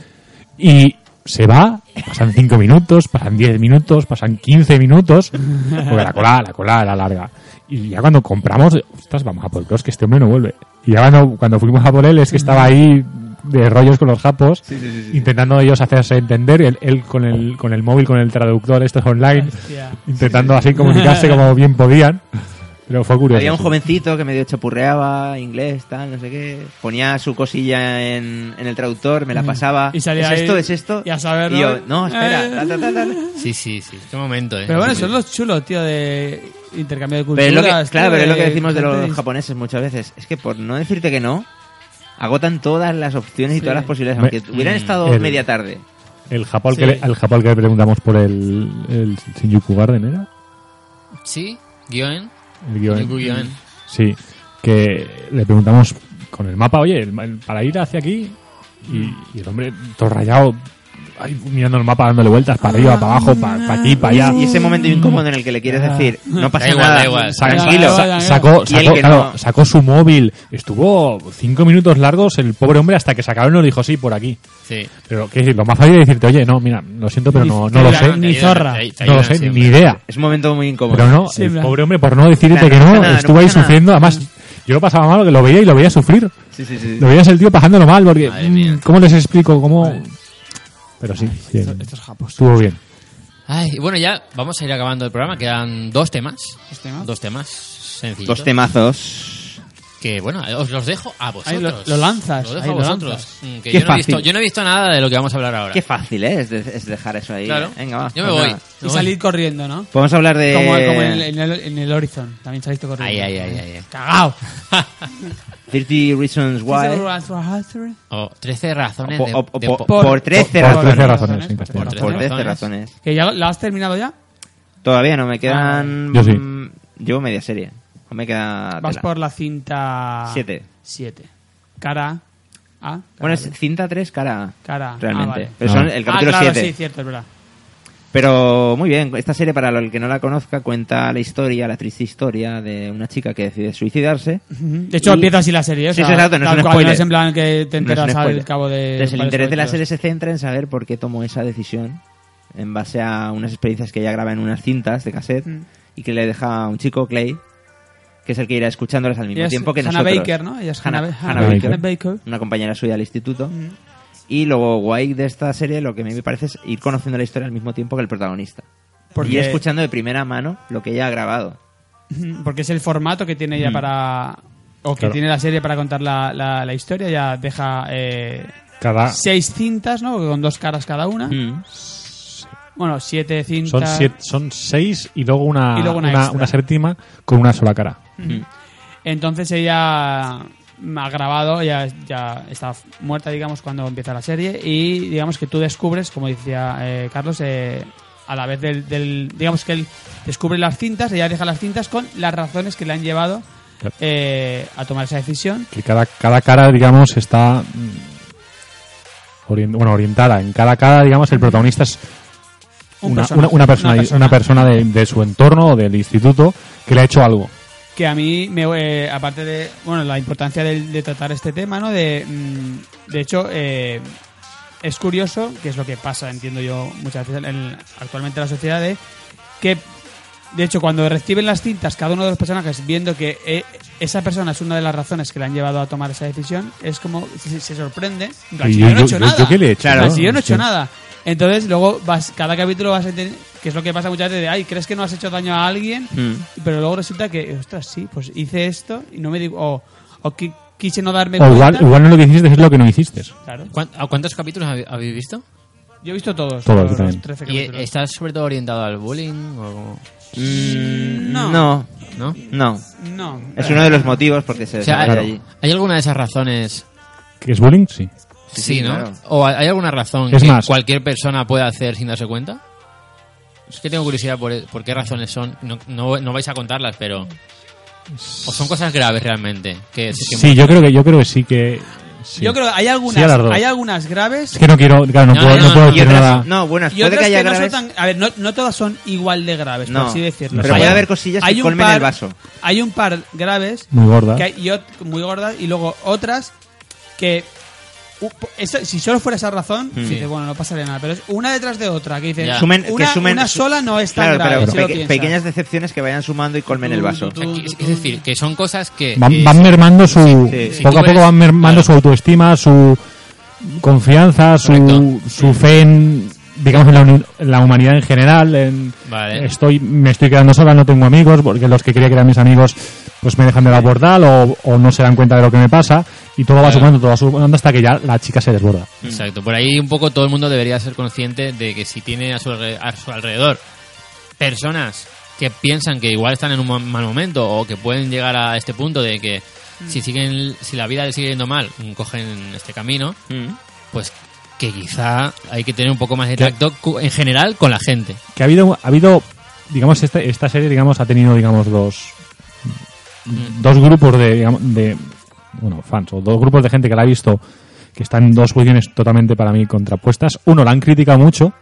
S4: Y se va, pasan 5 minutos, pasan 10 minutos, pasan 15 minutos, porque la cola, la cola era larga. Y ya cuando compramos, ostras, vamos a por el cross, que este hombre no vuelve. Y ya cuando, cuando fuimos a por él, es que estaba ahí de rollos con los japos, intentando ellos hacerse entender, él, él con, el, con el móvil, con el traductor, esto es online,
S2: Hostia.
S4: intentando así comunicarse como bien podían. Pero fue curioso.
S3: Había un jovencito que medio chapurreaba inglés, tal, no sé qué. Ponía su cosilla en, en el traductor, me la pasaba.
S2: Mm. Y salía
S3: ¿Es esto?
S2: ahí,
S3: ¿Es esto?
S2: y a saber,
S3: Y yo,
S2: ¿no?
S3: no,
S2: Eh.
S3: espera. tal, tal, tal, tal.
S1: Sí, sí, sí. Qué momento, eh.
S2: Pero bueno,
S1: Sí.
S2: son los chulos, tío, de intercambio de
S3: Pero
S2: culturas.
S3: es lo que, claro,
S2: tío,
S3: pero es lo que decimos de
S2: gente
S3: los japoneses muchas veces. Es que por no decirte que no, agotan todas las opciones y
S2: Sí. mm.
S3: todas las posibilidades.
S4: Hombre,
S3: Aunque hubieran estado
S4: el-
S3: media tarde.
S4: El Japón
S2: Sí.
S4: que le, al Japón que le preguntamos por el, el Shinjuku Garden, ¿era?
S1: Sí, guión.
S4: El guion.
S1: Yuku guion.
S4: Sí, que le preguntamos con el mapa, oye, el- el- para ir hacia aquí, y, y el hombre todo rayado, ahí mirando el mapa, dándole vueltas para arriba, para abajo, para aquí, para allá.
S3: Y ese momento incómodo en el que le quieres decir, no pasa
S1: Da igual,
S3: nada,
S1: da igual.
S4: Sa-
S3: tranquilo.
S4: sa-
S3: Y
S4: sacó,
S3: el
S4: sacó,
S3: que
S4: claro,
S3: no.
S4: sacó su móvil, estuvo cinco minutos largos el pobre hombre hasta que se acabaron y nos dijo sí, por aquí.
S1: Sí.
S4: Pero ¿qué decir? lo más fácil es decirte, oye, no, mira, lo siento, pero no, no lo sé,
S2: Ni
S1: Te ayudan,
S2: zorra.
S1: te ay- te
S4: no lo
S1: ayudan
S4: sé, ni
S1: siempre.
S4: idea.
S3: Es un momento muy incómodo.
S4: Pero no,
S2: Sí,
S4: el
S2: bla.
S4: pobre hombre, por no decirte
S3: Claro,
S4: que
S3: no pasa
S4: no,
S3: nada, no
S4: estuvo ahí
S3: pasa nada. Mm.
S4: sufriendo. Además, yo lo pasaba mal, que lo veía y lo veía sufrir.
S3: Sí, sí, sí.
S4: Lo veías el tío pasándolo mal, porque.
S1: Madre mía.
S4: mm, ¿Cómo les explico? ¿Cómo.? Pero sí, bien.
S2: Estos japos.
S4: estuvo bien.
S1: Ay, y bueno, ya vamos a ir acabando el programa. Quedan dos temas.
S2: ¿Dos temas?
S1: Dos temas sencillos.
S3: Dos temazos.
S1: Que bueno, os los dejo a vosotros.
S2: Ahí lo- lo lanzas,
S1: Lo dejo
S2: ahí
S1: a
S2: lo
S1: vosotros.
S2: lanzas.
S1: Mm, que
S3: Qué
S1: yo, no he visto,
S3: fácil.
S1: yo no he visto nada de lo que vamos a hablar ahora.
S3: Qué fácil, ¿eh? Es, de- es dejar eso ahí.
S1: Claro.
S3: Venga, va.
S1: Yo me
S3: pues
S1: voy.
S3: nada.
S2: Y salir corriendo, ¿no?
S3: Podemos hablar de...
S2: Como, como en, el, en, el, en el Horizon, también saliste corriendo.
S1: Ahí, ahí, ahí, ahí, ahí.
S3: [LAUGHS]
S2: ¡Cagao! [LAUGHS]
S3: 30 Reasons Why.
S1: O 13 razones
S3: O-
S1: de,
S3: o- o-
S1: de
S3: po-
S1: po-
S3: po- Por 13
S4: por 13
S3: razones.
S4: razones, sí,
S2: por
S4: por
S2: 13
S3: Por 13
S1: 13
S3: razones.
S2: ¿Que ya la has terminado ya?
S3: Todavía no, me quedan...
S4: Yo sí.
S3: mm, Yo media serie. O me queda...
S2: Ah, Vas
S3: tela.
S2: por la cinta...
S3: Siete.
S2: Siete. Cara A. cara
S3: Bueno,
S2: B.
S3: es cinta 3 cara A,
S2: Cara A.
S3: realmente.
S2: Ah, vale.
S3: Pero son
S4: Ah.
S3: el capítulo
S2: ah, claro,
S3: 7.
S2: sí, cierto, es verdad.
S3: Pero muy bien, esta serie, para el que no la conozca, cuenta la historia, la triste historia de una chica que decide
S2: Eh,
S3: suicidarse.
S2: De hecho,
S3: Y-
S2: empieza así la serie. o
S3: Sí,
S2: sea,
S3: sí, exacto, no es
S2: tal
S3: un
S2: cual,
S3: spoiler.
S2: no es en plan que te
S3: No es un
S2: enteras al
S3: spoiler.
S2: cabo de...
S3: Entonces, el
S2: varios
S3: interés de la serie
S2: capítulos.
S3: se centra en saber por qué tomó esa decisión en base a unas experiencias que ella graba en unas cintas de cassette
S2: Mm.
S3: y que le deja a un chico, Clay, que es el que irá escuchándolas al mismo
S2: Ella es
S3: tiempo que
S2: Hannah
S3: nosotros.
S2: Baker, ¿no? Ella es
S3: Hannah-
S2: Hannah, Ba-
S3: Hannah
S4: Baker.
S2: Baker. Mm.
S3: Una compañera suya del instituto. Y luego, guay de esta serie, lo que a mí me parece es ir conociendo la historia al mismo tiempo que el protagonista.
S2: Porque-
S3: Y ir escuchando de primera mano lo que ella ha grabado.
S2: Ujú, Porque es el formato que tiene
S3: Mm.
S2: ya para. O que
S4: Claro.
S2: tiene la serie para contar la, la- la historia. Ya deja eh,
S3: Ah.
S4: Cada.
S2: seis cintas, ¿no? Con dos caras cada una.
S3: Mm.
S1: Mm.
S2: Bueno, siete cintas.
S4: Son, siete, son seis y luego una,
S2: Y luego una extra.
S4: una séptima con una sola cara.
S2: Entonces ella mm, ha grabado, ya, ya está muerta, digamos, cuando empieza la serie. Y digamos que tú descubres, como decía eh, Carlos, eh, a la vez del, del- Digamos que él descubre las cintas, ella deja las cintas con las razones que le han llevado
S4: Claro.
S2: eh, a tomar esa decisión.
S4: Que cada, cada cara, digamos, está. mm, orien- bueno, orientada. En cada cara, digamos, el protagonista es
S2: Un
S4: una,
S2: personaje,
S4: una- una persona,
S2: una persona.
S4: una persona de, de su entorno o del instituto que le ha hecho algo.
S2: que a mí me eh, aparte de bueno la importancia del- de, tratar este tema no de mm, de hecho eh, es curioso que es lo que pasa entiendo yo muchas veces en, actualmente en la sociedad de que De hecho, cuando reciben las cintas cada uno de los personajes, viendo que eh, esa persona es una de las razones que le han llevado a tomar esa decisión, es como se, se sorprende. En plan,
S4: Y
S2: si
S4: yo-
S2: yo, no he
S4: yo-
S2: hecho
S4: yo-
S2: nada.
S4: yo qué le he hecho,
S2: En plan,
S4: ¿no?
S2: si yo no he hecho
S4: Sí.
S2: nada. Entonces, luego vas, cada capítulo vas a entender que es lo que pasa muchas veces de, ay, crees que no has hecho daño a alguien,
S3: Hmm.
S2: pero luego resulta que, ostras, sí, pues hice esto y no me digo, o, o qui- quise no darme
S4: O igual,
S2: cuenta.
S4: igual no lo que hiciste es lo que no hiciste.
S2: Claro.
S1: ¿Cuán- a ¿Cuántos capítulos habe- habéis visto?
S2: Yo he visto todos.
S4: Todos,
S2: los
S4: también.
S2: 13
S1: ¿Y eh,
S2: capítulos.
S1: estás sobre todo orientado al bullying? O, como-
S3: Mm,
S2: No.
S3: no,
S1: ¿No?
S3: no.
S2: No.
S3: Es uno de los motivos porque se
S1: O sea,
S3: desarrolla
S4: hay-
S3: allí.
S1: ¿hay alguna de esas razones?
S4: ¿Que es bullying? Sí.
S1: Sí,
S3: Sí, sí,
S1: ¿no?
S3: claro.
S1: ¿O hay alguna razón
S4: Es
S1: que
S4: más-
S1: cualquier persona pueda hacer sin darse cuenta? Es que tengo curiosidad por, por qué razones son. No, no, no vais a contarlas, pero. O son cosas graves realmente. Que, que-
S4: Sí, yo creo que, yo creo que sí que. sí.
S2: Yo creo que hay
S4: Sí, a
S2: algunas,
S4: las dos.
S2: hay algunas graves
S4: Es que no quiero, claro, no,
S1: No,
S4: puedo,
S1: no,
S4: no
S1: no,
S4: puedo
S1: no.
S3: Y
S4: decir
S3: otras-
S4: nada.
S3: no, buenas,
S2: Y
S3: puede
S2: otras
S3: que
S2: que,
S3: haya
S2: no son
S3: graves.
S2: tan... A ver, no, no todas son igual de graves,
S3: No,
S2: por así decirlo.
S3: pero
S2: Hay-
S3: puede haber cosillas que
S2: hay un
S3: colmen
S2: par-
S3: el vaso.
S2: Hay un par graves
S4: Muy gorda.
S2: que hay, y ot- muy gordas y luego otras que... u- po- esa- si solo fuera esa razón, dices, bueno, no pasaría nada. Pero es una detrás de otra que dicen,
S1: Ya.
S3: Sumen- que
S2: una,
S3: sumen-
S2: una
S3: su-
S2: sola no es tan
S3: Claro, pero
S2: grave. si lo
S3: peque-
S2: piensas.
S3: pequeñas decepciones que vayan sumando y colmen el vaso.
S1: o sea, que- es decir, que son cosas que.
S4: Van,
S1: que
S4: van mermando su.
S3: sí, sí.
S4: Poco
S1: Si tú
S4: a poco
S1: eres-
S4: van mermando
S1: claro.
S4: su autoestima, su confianza, su,
S1: Correcto.
S4: su fe en. Digamos, en la, uni- en la humanidad en general. En,
S1: Vale.
S4: estoy, me estoy quedando sola, no tengo amigos, porque los que quería que eran mis amigos, pues me dejan de la bordal o, o no se dan cuenta de lo que me pasa. Y todo va
S1: Claro.
S4: sumando, todo va sumando hasta que ya la chica se desborda.
S1: Exacto, por ahí un poco todo el mundo debería ser consciente de que si tiene a su, alre- a su alrededor personas que piensan que igual están en un mo- mal momento o que pueden llegar a este punto de que si siguen si la vida le sigue yendo mal, mm, cogen este camino,
S3: Mm.
S1: pues que quizá hay que tener un poco más de tacto cu- en general con la gente.
S4: que ha habido ha habido digamos esta, esta serie digamos ha tenido digamos dos
S1: Mm.
S4: dos grupos de, digamos, de bueno fans o dos grupos de gente que la ha visto que están en dos posiciones totalmente para mí contrapuestas uno la han criticado mucho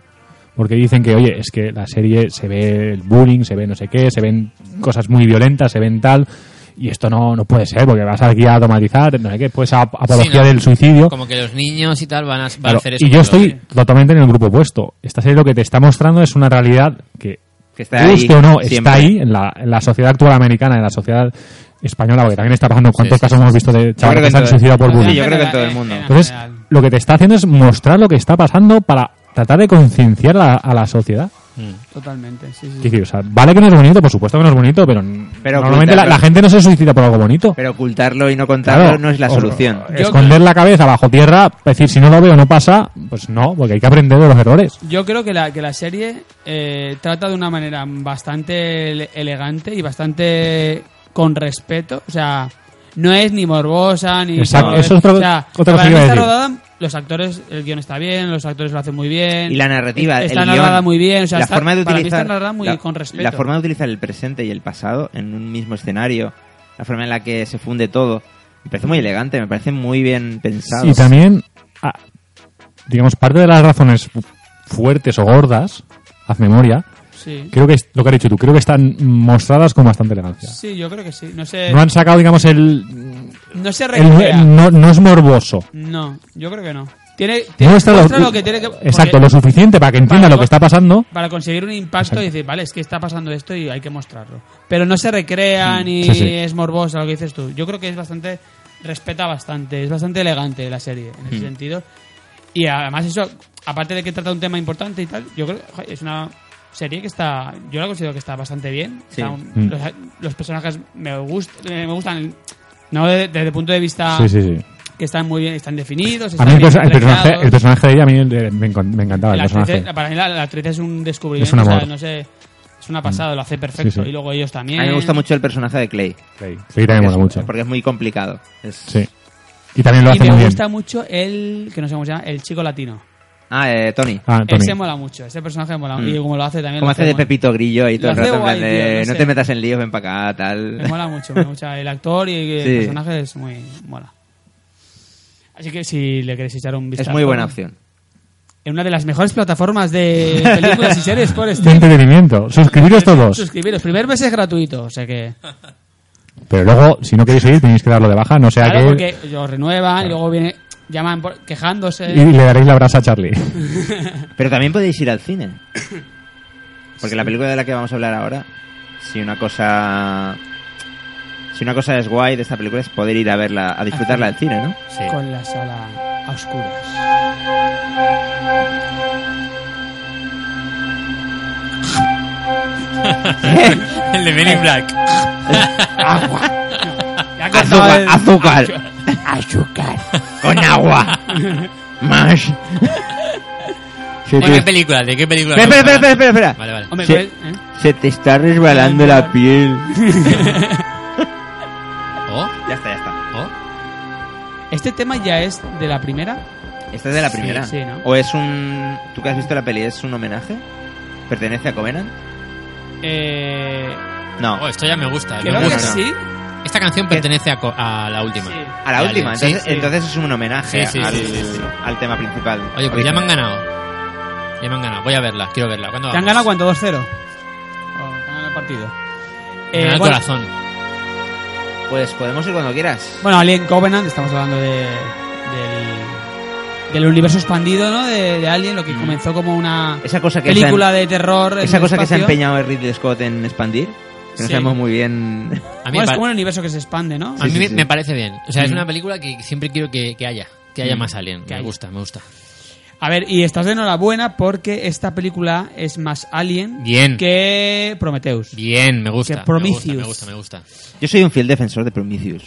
S4: porque dicen que oye es que la serie se ve el bullying se ve no sé qué se ven cosas muy violentas se ven tal y esto no, no puede ser porque vas aquí a automatizar no sé qué pues a- apología
S1: ¿no?
S4: del suicidio
S1: Como que los niños y tal van a, van a
S4: Claro,
S1: hacer eso.
S4: y yo
S1: pero-
S4: estoy totalmente en el grupo opuesto. Esta serie lo que te está mostrando es una realidad que,
S3: Que está
S4: guste
S3: ahí
S4: o no,
S3: siempre.
S4: está ahí en la, en la sociedad actual americana, en la sociedad española, porque también está pasando cuántos
S1: Sí, sí,
S4: casos hemos visto de
S3: creo
S4: chavales
S3: que
S4: que se han
S3: todo-
S4: suicidado por
S2: Pero
S4: bullying.
S3: yo creo que en todo el
S2: general,
S3: mundo.
S2: en
S4: Entonces,
S2: general.
S4: lo que te está haciendo es mostrar lo que está pasando para tratar de concienciar la- a la sociedad.
S1: Mm.
S2: Totalmente, sí, sí.
S4: Quiero decir, o sea, vale que no es bonito, por supuesto que no es bonito, pero, n-
S3: Pero
S4: normalmente la,
S3: ocultarlo.
S4: la gente no se suicida por algo bonito.
S3: Pero ocultarlo y no contarlo
S4: Claro.
S3: no es la
S4: O-
S3: solución.
S4: o Esconder la cabeza bajo tierra, es decir, si no lo veo no pasa, pues no, porque hay que aprender de los errores.
S2: Yo creo que la, que la serie eh, trata de una manera bastante ele- elegante y bastante con respeto. O sea, no es ni morbosa ni.
S4: Exacto,
S2: no, es-
S4: eso es otra-
S2: o sea,
S4: otra cosa
S2: para
S4: que
S2: mí
S4: iba a
S2: está
S4: decir.
S2: rodada, los actores, el guión está bien, los actores lo hacen muy bien. Eh,
S3: Y la narrativa,
S2: Está
S3: el
S2: narrada
S3: guión,
S2: muy bien. O sea,
S3: la
S2: está-
S3: forma de
S2: para mí
S3: utilizar
S2: está narrada muy
S3: la,
S2: con respeto.
S3: la forma de utilizar el presente y el pasado en un mismo escenario, la forma en la que se funde todo, me parece muy elegante, me parece muy bien pensado.
S4: Y también, ah, digamos, parte de las razones fu- fuertes o gordas, haz memoria,
S2: Sí.
S4: creo que es lo que has dicho tú, creo que están mostradas con bastante elegancia.
S2: Sí, yo creo que sí. No sé.
S4: No han sacado, digamos, el...
S2: No se
S4: el-
S2: recrea.
S4: no, no es morboso.
S2: No, yo creo que no. Tiene, tiene-
S4: Muestra lo,
S2: muestra lo que tiene que.
S4: exacto,
S2: porque-
S4: lo suficiente para que entienda
S2: Vale,
S4: lo que está pasando.
S2: para conseguir un impacto y decir, vale, es que está pasando esto y hay que mostrarlo. Pero no se recrea ni
S4: Sí, sí.
S2: es morbosa lo que dices tú. Yo creo que es bastante, respeta bastante, es bastante elegante la serie en
S4: Mm.
S2: ese sentido. Y además eso, aparte de que trata un tema importante y tal, yo creo que jo, es una serie que está, yo la considero que está bastante bien.
S3: Sí.
S2: Está un-
S4: Mm.
S2: los, los personajes me, gust, eh, me gustan, no de- desde el punto de vista
S4: Sí, sí, sí.
S2: que están muy bien, están definidos.
S4: A
S2: Están
S4: mí el,
S2: bien
S4: perso- el personaje,
S2: recreados.
S4: el personaje de ella a mí el de- me, encon- me encantaba. El
S2: La actriz
S4: personaje.
S2: es- para mí la, la actriz es un descubrimiento,
S4: pues Es un
S2: o sea,
S4: amor.
S2: no sé, es una pasada, lo hace perfecto.
S4: Sí, sí.
S2: Y luego ellos también.
S3: A mí me gusta mucho el personaje de Clay,
S4: Clay. Clay también mola
S3: es-
S4: mucho.
S3: porque es muy complicado. Es-
S4: Sí. Y también lo
S2: Y
S4: hace
S2: me
S4: muy bien.
S2: gusta mucho el, que no sé cómo se llama, el chico latino.
S3: Ah, eh, Tony.
S4: Ah, Tony.
S2: Ese mola mucho, ese personaje mola
S3: Mm.
S2: Y como lo hace también.
S3: Como
S2: lo
S3: hace de
S2: mola.
S3: Pepito Grillo y todo el
S2: Lo hace
S3: rato, en plan
S2: guay,
S3: de,
S2: tío, no
S3: no
S2: sé".
S3: te metas en líos, ven para acá, tal.
S2: Me mola mucho, me gusta el actor y el
S3: Sí.
S2: personaje es muy mola. Así que si le queréis echar un
S3: Es
S2: vistazo.
S3: muy buena opción.
S2: En una de las mejores plataformas de películas y series por
S4: [LAUGHS] De
S2: este.
S4: entretenimiento. Suscribiros todos.
S2: Suscribiros. Primer mes es gratuito, o sea que.
S4: Pero luego, si no queréis oír, tenéis que darlo de baja. No sea
S2: Claro,
S4: que.
S2: porque lo renuevan y luego viene, llaman por- quejándose.
S4: Y le daréis la brasa a Charlie.
S2: [COUGHS]
S3: Pero también podéis ir al cine. Porque la película de la que vamos a hablar ahora si una cosa si una cosa es guay de esta película es poder ir a verla, a disfrutarla al cine,
S2: [LAUGHS]
S3: ¿no? [LAUGHS]
S1: Sí.
S2: con la sala a oscuras.
S1: [LAUGHS] El de Men in Black.
S2: Ya cortaba
S3: Azúcar,
S2: el- [LAUGHS]
S3: azúcar, azúcar, con agua, más. Sí,
S1: ¿De qué
S3: te-
S1: película? ¿De qué película?
S3: Espera, espera, espera, espera, espera, espera.
S1: Vale, vale.
S2: Hombre,
S3: Sí.
S2: pues, ¿eh?
S3: Se te está resbalando la
S2: [LAUGHS]
S3: piel.
S1: Oh,
S3: Ya está, ya está.
S1: oh.
S2: Este tema ya es de la primera.
S3: Esta es de la primera.
S2: sí, ¿no?
S3: O es un, tú que has visto la peli, es un homenaje. Pertenece a Covenant.
S2: Eh,
S3: No,
S1: Oh, esto ya me gusta.
S2: creo
S1: Me
S2: que
S3: bueno.
S1: gusta.
S2: sí.
S1: Esta canción pertenece a, co- a la última.
S2: Sí.
S3: a la
S1: Vale,
S3: última.
S1: sí,
S3: Entonces,
S1: sí.
S3: entonces es un homenaje
S1: Sí, sí,
S3: al,
S1: sí, sí, sí.
S3: al tema principal.
S1: Oye, pues ya
S3: Original.
S1: me han ganado. Ya me han ganado. Voy a verla, quiero verla. ¿Cuándo
S2: ¿Te han ganado
S1: vamos?
S2: cuánto? 2-0. Oh, te han ganado el partido.
S1: Me gana
S2: Eh,
S1: el
S2: bueno,
S1: corazón.
S3: Pues podemos ir cuando quieras.
S2: bueno, Alien Covenant, estamos hablando de, del, del universo expandido, ¿no? De, de Alien, lo que comenzó como una
S3: Esa cosa que
S2: película de terror.
S3: se
S2: en
S3: ha,
S2: el
S3: esa cosa que se ha
S2: espacio.
S3: empeñado Ridley Scott en expandir, que no
S2: Sí.
S3: sabemos muy bien. [LAUGHS]
S1: A
S2: Bueno,
S1: mí, me
S2: es
S1: pa-
S2: como un universo que se expande, ¿no?
S1: a mí
S3: sí,
S1: me-
S3: sí.
S1: me parece bien. O sea, es
S3: Mm.
S1: una película que siempre quiero que, que haya. Que haya
S3: Mm.
S1: más Alien.
S2: Que
S1: Me
S2: haya.
S1: gusta, me gusta.
S2: A ver, y estás de enhorabuena porque esta película es más Alien
S1: Bien.
S2: que Prometheus.
S1: Bien, me gusta.
S2: Que
S1: me
S2: Prometheus.
S1: gusta, Me gusta, me gusta.
S3: Yo soy un fiel defensor de Prometheus.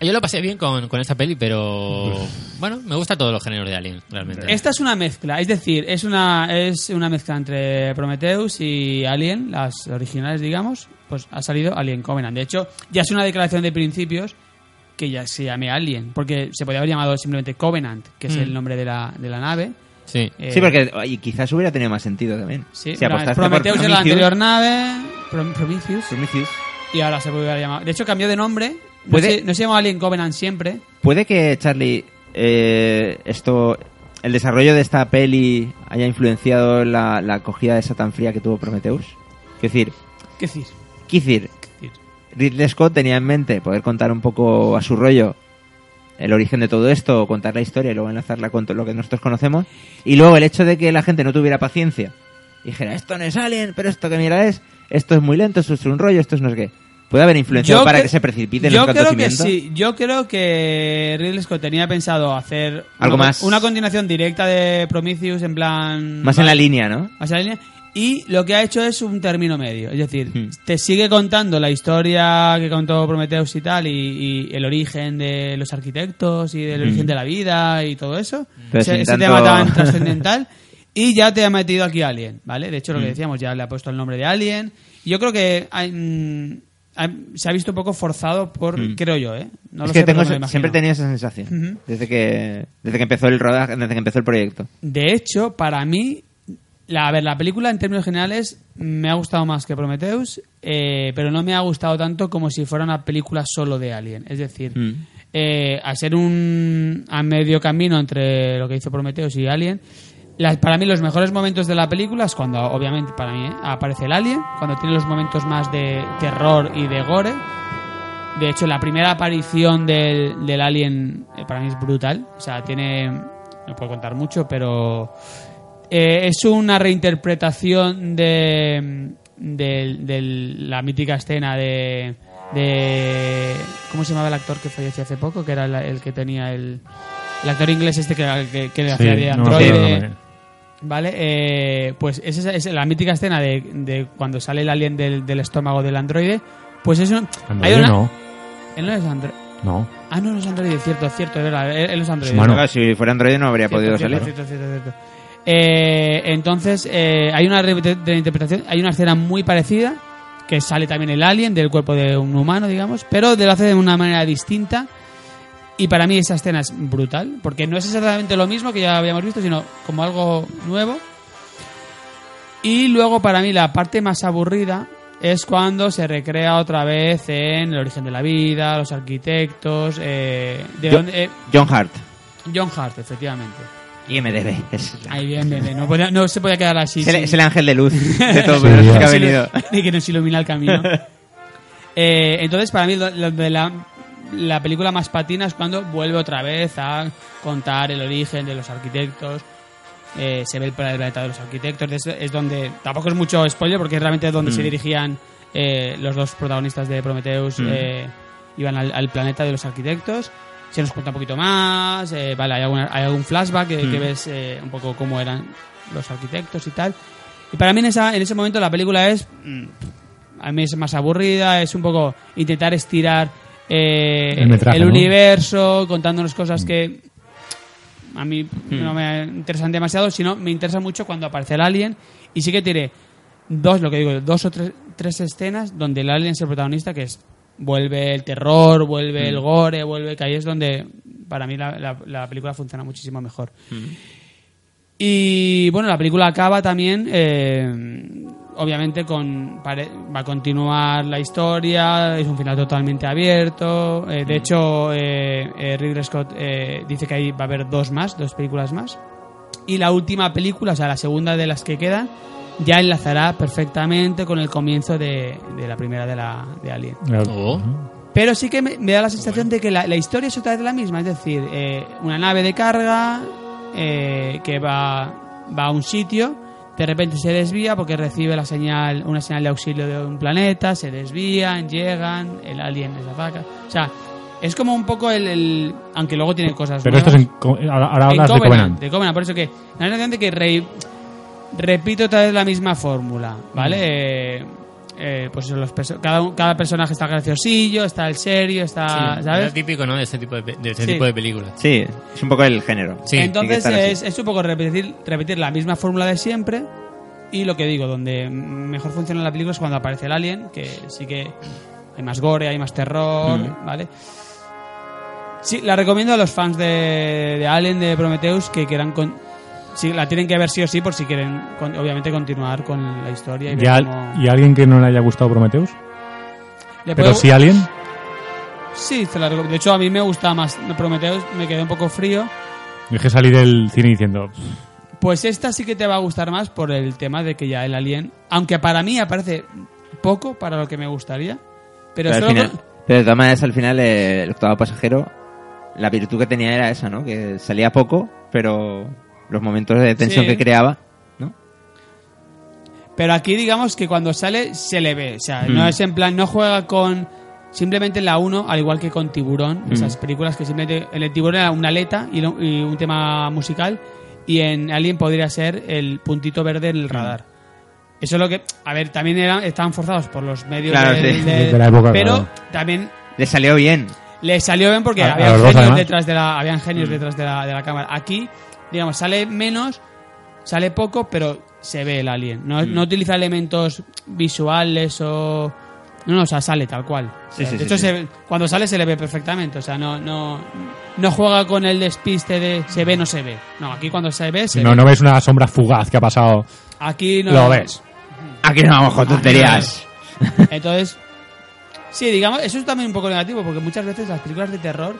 S1: Yo lo pasé bien con, con esta peli, pero. Bueno, me gusta todos los géneros de Alien, realmente.
S2: Esta es una mezcla, es decir, es una es una mezcla entre Prometheus y Alien, las originales, digamos, pues ha salido Alien Covenant. De hecho, ya es una declaración de principios que ya se llame Alien, porque se podría haber llamado simplemente Covenant, que es
S1: Mm.
S2: el nombre de la, de la nave.
S1: Sí.
S2: Eh,
S3: sí, porque y quizás hubiera tenido más sentido también.
S2: sí,
S3: si apostaste por
S2: Prometheus era
S3: Prometheus,
S2: la anterior nave, Prom- Prometheus,
S3: Prometheus,
S2: y ahora se podría haber llamado. De hecho, cambió de nombre, no,
S3: Puede-
S2: se, no se llamó Alien Covenant siempre.
S3: Puede que Charlie eh, esto el desarrollo de esta peli haya influenciado la, la acogida de esa tan fría que tuvo Prometheus. Es decir,
S2: ¿Qué decir?
S3: quiero decir,
S2: ¿Qué decir?
S3: Ridley Scott tenía en mente poder contar un poco a su rollo el origen de todo esto, contar la historia y luego enlazarla con todo lo que nosotros conocemos. Y luego el hecho de que la gente no tuviera paciencia y dijera, esto no es Alien, pero esto que mira es, esto es muy lento, esto es un rollo, esto es no sé qué. Puede haber influenciado
S2: Yo
S3: para
S2: cre-
S3: que se precipite en
S2: yo
S3: el
S2: creo que
S3: conocimiento.
S2: sí yo creo que Ridley Scott tenía pensado hacer
S3: Algo
S2: una,
S3: más.
S2: una continuación directa de Prometheus en plan
S3: Más en la línea, ¿no?
S2: más en la línea y lo que ha hecho es un término medio es decir
S3: Hmm.
S2: te sigue contando la historia que contó Prometheus y tal y, y el origen de los arquitectos y del
S3: Hmm.
S2: origen de la vida y todo eso
S3: Pero
S2: ese,
S3: sin
S2: ese
S3: tanto-
S2: tema tan
S3: [LAUGHS]
S2: trascendental y ya te ha metido aquí Alien, ¿vale? De hecho,
S3: Hmm.
S2: lo que decíamos, ya le ha puesto el nombre de Alien. Y Yo creo que ah, mm, ah, se ha visto un poco forzado por, creo yo, ¿eh? No lo
S3: Hmm. es que
S2: sé, pero
S3: tengo
S2: me lo
S3: esa-
S2: imagino.
S3: siempre he tenido esa sensación
S2: Ujú.
S3: desde que desde que empezó el rodaje, desde que empezó el proyecto.
S2: De hecho, para mí, la, a ver, la película en términos generales me ha gustado más que Prometheus, eh, pero no me ha gustado tanto como si fuera una película solo de Alien. Es decir,
S3: Mm.
S2: eh, a ser un a medio camino entre lo que hizo Prometheus y Alien, las- para mí los mejores momentos de la película es cuando, obviamente, para mí, eh, aparece el Alien, cuando tiene los momentos más de terror y de gore. De hecho, la primera aparición del, del alien eh, para mí es brutal. O sea, tiene. No puedo contar mucho, pero. eh, es una reinterpretación de. de, de la mítica escena de. de- ¿Cómo se llamaba el actor que falleció hace poco? Que era el, el que tenía el. El actor inglés este que, que, que
S4: Sí,
S2: hacía de
S4: no me acuerdo el
S2: androide.
S4: nombre.
S2: Vale, eh, pues es, esa- es la mítica escena de, de cuando sale el alien del, del estómago del androide. Pues es un. hay
S4: Androide
S2: una-
S4: no,
S2: Él no es androide.
S4: no.
S2: Ah, no, no es androide, cierto, cierto, es verdad. Él, él es androide.
S4: Humano.
S3: Claro, si fuera Android no habría
S2: Cierto,
S3: podido
S2: cierto,
S3: salir.
S2: cierto, cierto, cierto. Eh, entonces, eh, hay una re- de- de interpretación, hay una escena muy parecida que sale también el alien del cuerpo de un humano, digamos, pero lo hace de una manera distinta. Y para mí esa escena es brutal, porque no es exactamente lo mismo que ya habíamos visto, sino como algo nuevo. Y luego para mí la parte más aburrida es cuando se recrea otra vez en el origen de la vida, los arquitectos, eh, de
S3: Yo-
S2: dónde- eh,
S3: John Hart.
S2: John Hart, efectivamente.
S3: IMDB. es la-
S2: Ahí bien, bien, bien. No, podía- no se podía quedar así.
S3: es, el,
S2: sin-
S3: es el ángel de luz
S2: [LAUGHS]
S3: de todo
S4: Sí,
S3: Venezuela que
S4: ya.
S3: ha
S2: sin-
S3: venido.
S2: de que nos ilumina el camino. Eh, entonces, para mí, lo- lo de la, la película más patina es cuando vuelve otra vez a contar el origen de los arquitectos. Eh, se ve el planeta de los arquitectos. Es, es donde. Tampoco es mucho spoiler porque es realmente donde se dirigían eh, los dos protagonistas de Prometheus eh, iban al, al planeta de los arquitectos. Se nos cuenta un poquito más, eh, vale, hay, alguna- hay algún flashback que, que ves eh, un poco cómo eran los arquitectos y tal. Y para mí en, esa, en ese momento la película es... mm, a mí es más aburrida, es un poco intentar estirar eh,
S4: El metraje, ¿no? Mm.
S2: universo, contándonos cosas que a mí no me interesan demasiado, sino me interesa mucho cuando aparece el alien y sí que tiene dos, lo que digo, dos o tres, tres escenas donde el alien es el protagonista, que es vuelve el terror, vuelve el gore, vuelve que ahí es donde para mí la, la- la película funciona muchísimo mejor. Y bueno, la película acaba también, eh, obviamente, con pare- va a continuar la historia, es un final totalmente abierto. eh, de hecho, eh, eh, Ridley Scott eh, dice que ahí va a haber dos más, dos películas más. Y la última película, o sea, la segunda de las que quedan, ya enlazará perfectamente con el comienzo de, de la primera de, la, de Alien.
S1: Oh.
S2: Pero sí que me, me da la sensación de que la, la historia es otra vez la misma. Es decir, eh, una nave de carga eh, que va, va a un sitio, de repente se desvía porque recibe la señal, una señal de auxilio de un planeta, se desvían, llegan, el alien les ataca. O sea, es como un poco el... el- aunque luego tiene cosas
S4: Pero esto es
S2: nuevas.
S4: en co- ahora, ahora
S2: Oh, En
S4: hablas de
S2: Covenant,
S4: Covenant.
S2: de Covenant, por eso que la sensación de que re- repito otra vez la misma fórmula, ¿vale?
S4: Mm.
S2: Eh, eh, pues eso, los perso- cada, un- cada personaje está graciosillo, está el serio, está,
S1: Sí,
S2: Ah, ¿sabes?
S1: Era típico, ¿no? De este tipo de, pe- de, este
S2: Sí.
S1: tipo de películas.
S3: Sí, es un poco el género.
S1: Sí.
S3: tiene que
S2: Entonces
S3: estar así.
S2: es, es un poco repetir, repetir la misma fórmula de siempre y lo que digo, donde mejor funciona la película es cuando aparece el alien, que sí que hay más gore, hay más terror, ¿vale? Sí, la recomiendo a los fans de, de Alien, de Prometheus, que quieran... Con, sí, la tienen que ver sí o sí por si quieren, con- obviamente, continuar con la historia. Y ver
S4: ¿Y, al-
S2: cómo-
S4: y alguien que no le haya gustado Prometheus?
S2: Le
S4: Pero
S2: puedo-
S4: si alguien...
S2: Sí, se la recom- de hecho a mí me gusta más Prometheus, me quedé un poco frío.
S4: Dije salir del cine diciendo...
S2: Pues esta sí que te va a gustar más por el tema de que ya el alien, aunque para mí aparece poco para lo que me gustaría, pero,
S3: Pero, al
S2: solo
S3: final-
S2: con-
S3: pero de todas maneras, al final, eh, el octavo pasajero, la virtud que tenía era esa, ¿no? Que salía poco, pero los momentos de tensión
S2: Sí.
S3: que creaba, ¿no?
S2: pero aquí digamos que cuando sale se le ve, o sea,
S3: Mm.
S2: no es en plan no juega con simplemente la 1, al igual que con
S3: Mm.
S2: Tiburón, esas películas que simplemente en el Tiburón era una aleta y, lo- y un tema musical y en Alien podría ser el puntito verde
S3: Mm.
S2: en el radar. Eso es lo que, a ver, también eran, estaban forzados por los medios
S3: Claro,
S2: del-
S3: sí.
S2: del-
S4: De la época,
S2: pero
S4: claro.
S2: también
S3: Le salió bien.
S2: Le salió bien porque
S4: A- a
S2: había
S4: los dos,
S2: genios
S4: además. Mm.
S2: detrás de la, habían genios detrás de la, de la cámara. Aquí, digamos, sale menos, sale poco, pero se ve el alien.
S4: Mm.
S2: No, no utiliza elementos visuales o. No, no, o sea, sale tal cual.
S3: Sí,
S2: O sea,
S3: sí,
S2: de
S3: sí,
S2: hecho,
S3: sí.
S2: se ve- cuando sale se le ve perfectamente. O sea, no, no, no juega con el despiste de se ve, no se ve. No, aquí cuando se ve, se
S4: No,
S2: ve.
S4: no ves una sombra fugaz que ha pasado.
S2: Aquí no
S4: Lo ves.
S3: Aquí no vamos
S2: Ah,
S3: con tonterías.
S2: Entonces, sí, digamos, eso es también un poco negativo, porque muchas veces las películas de terror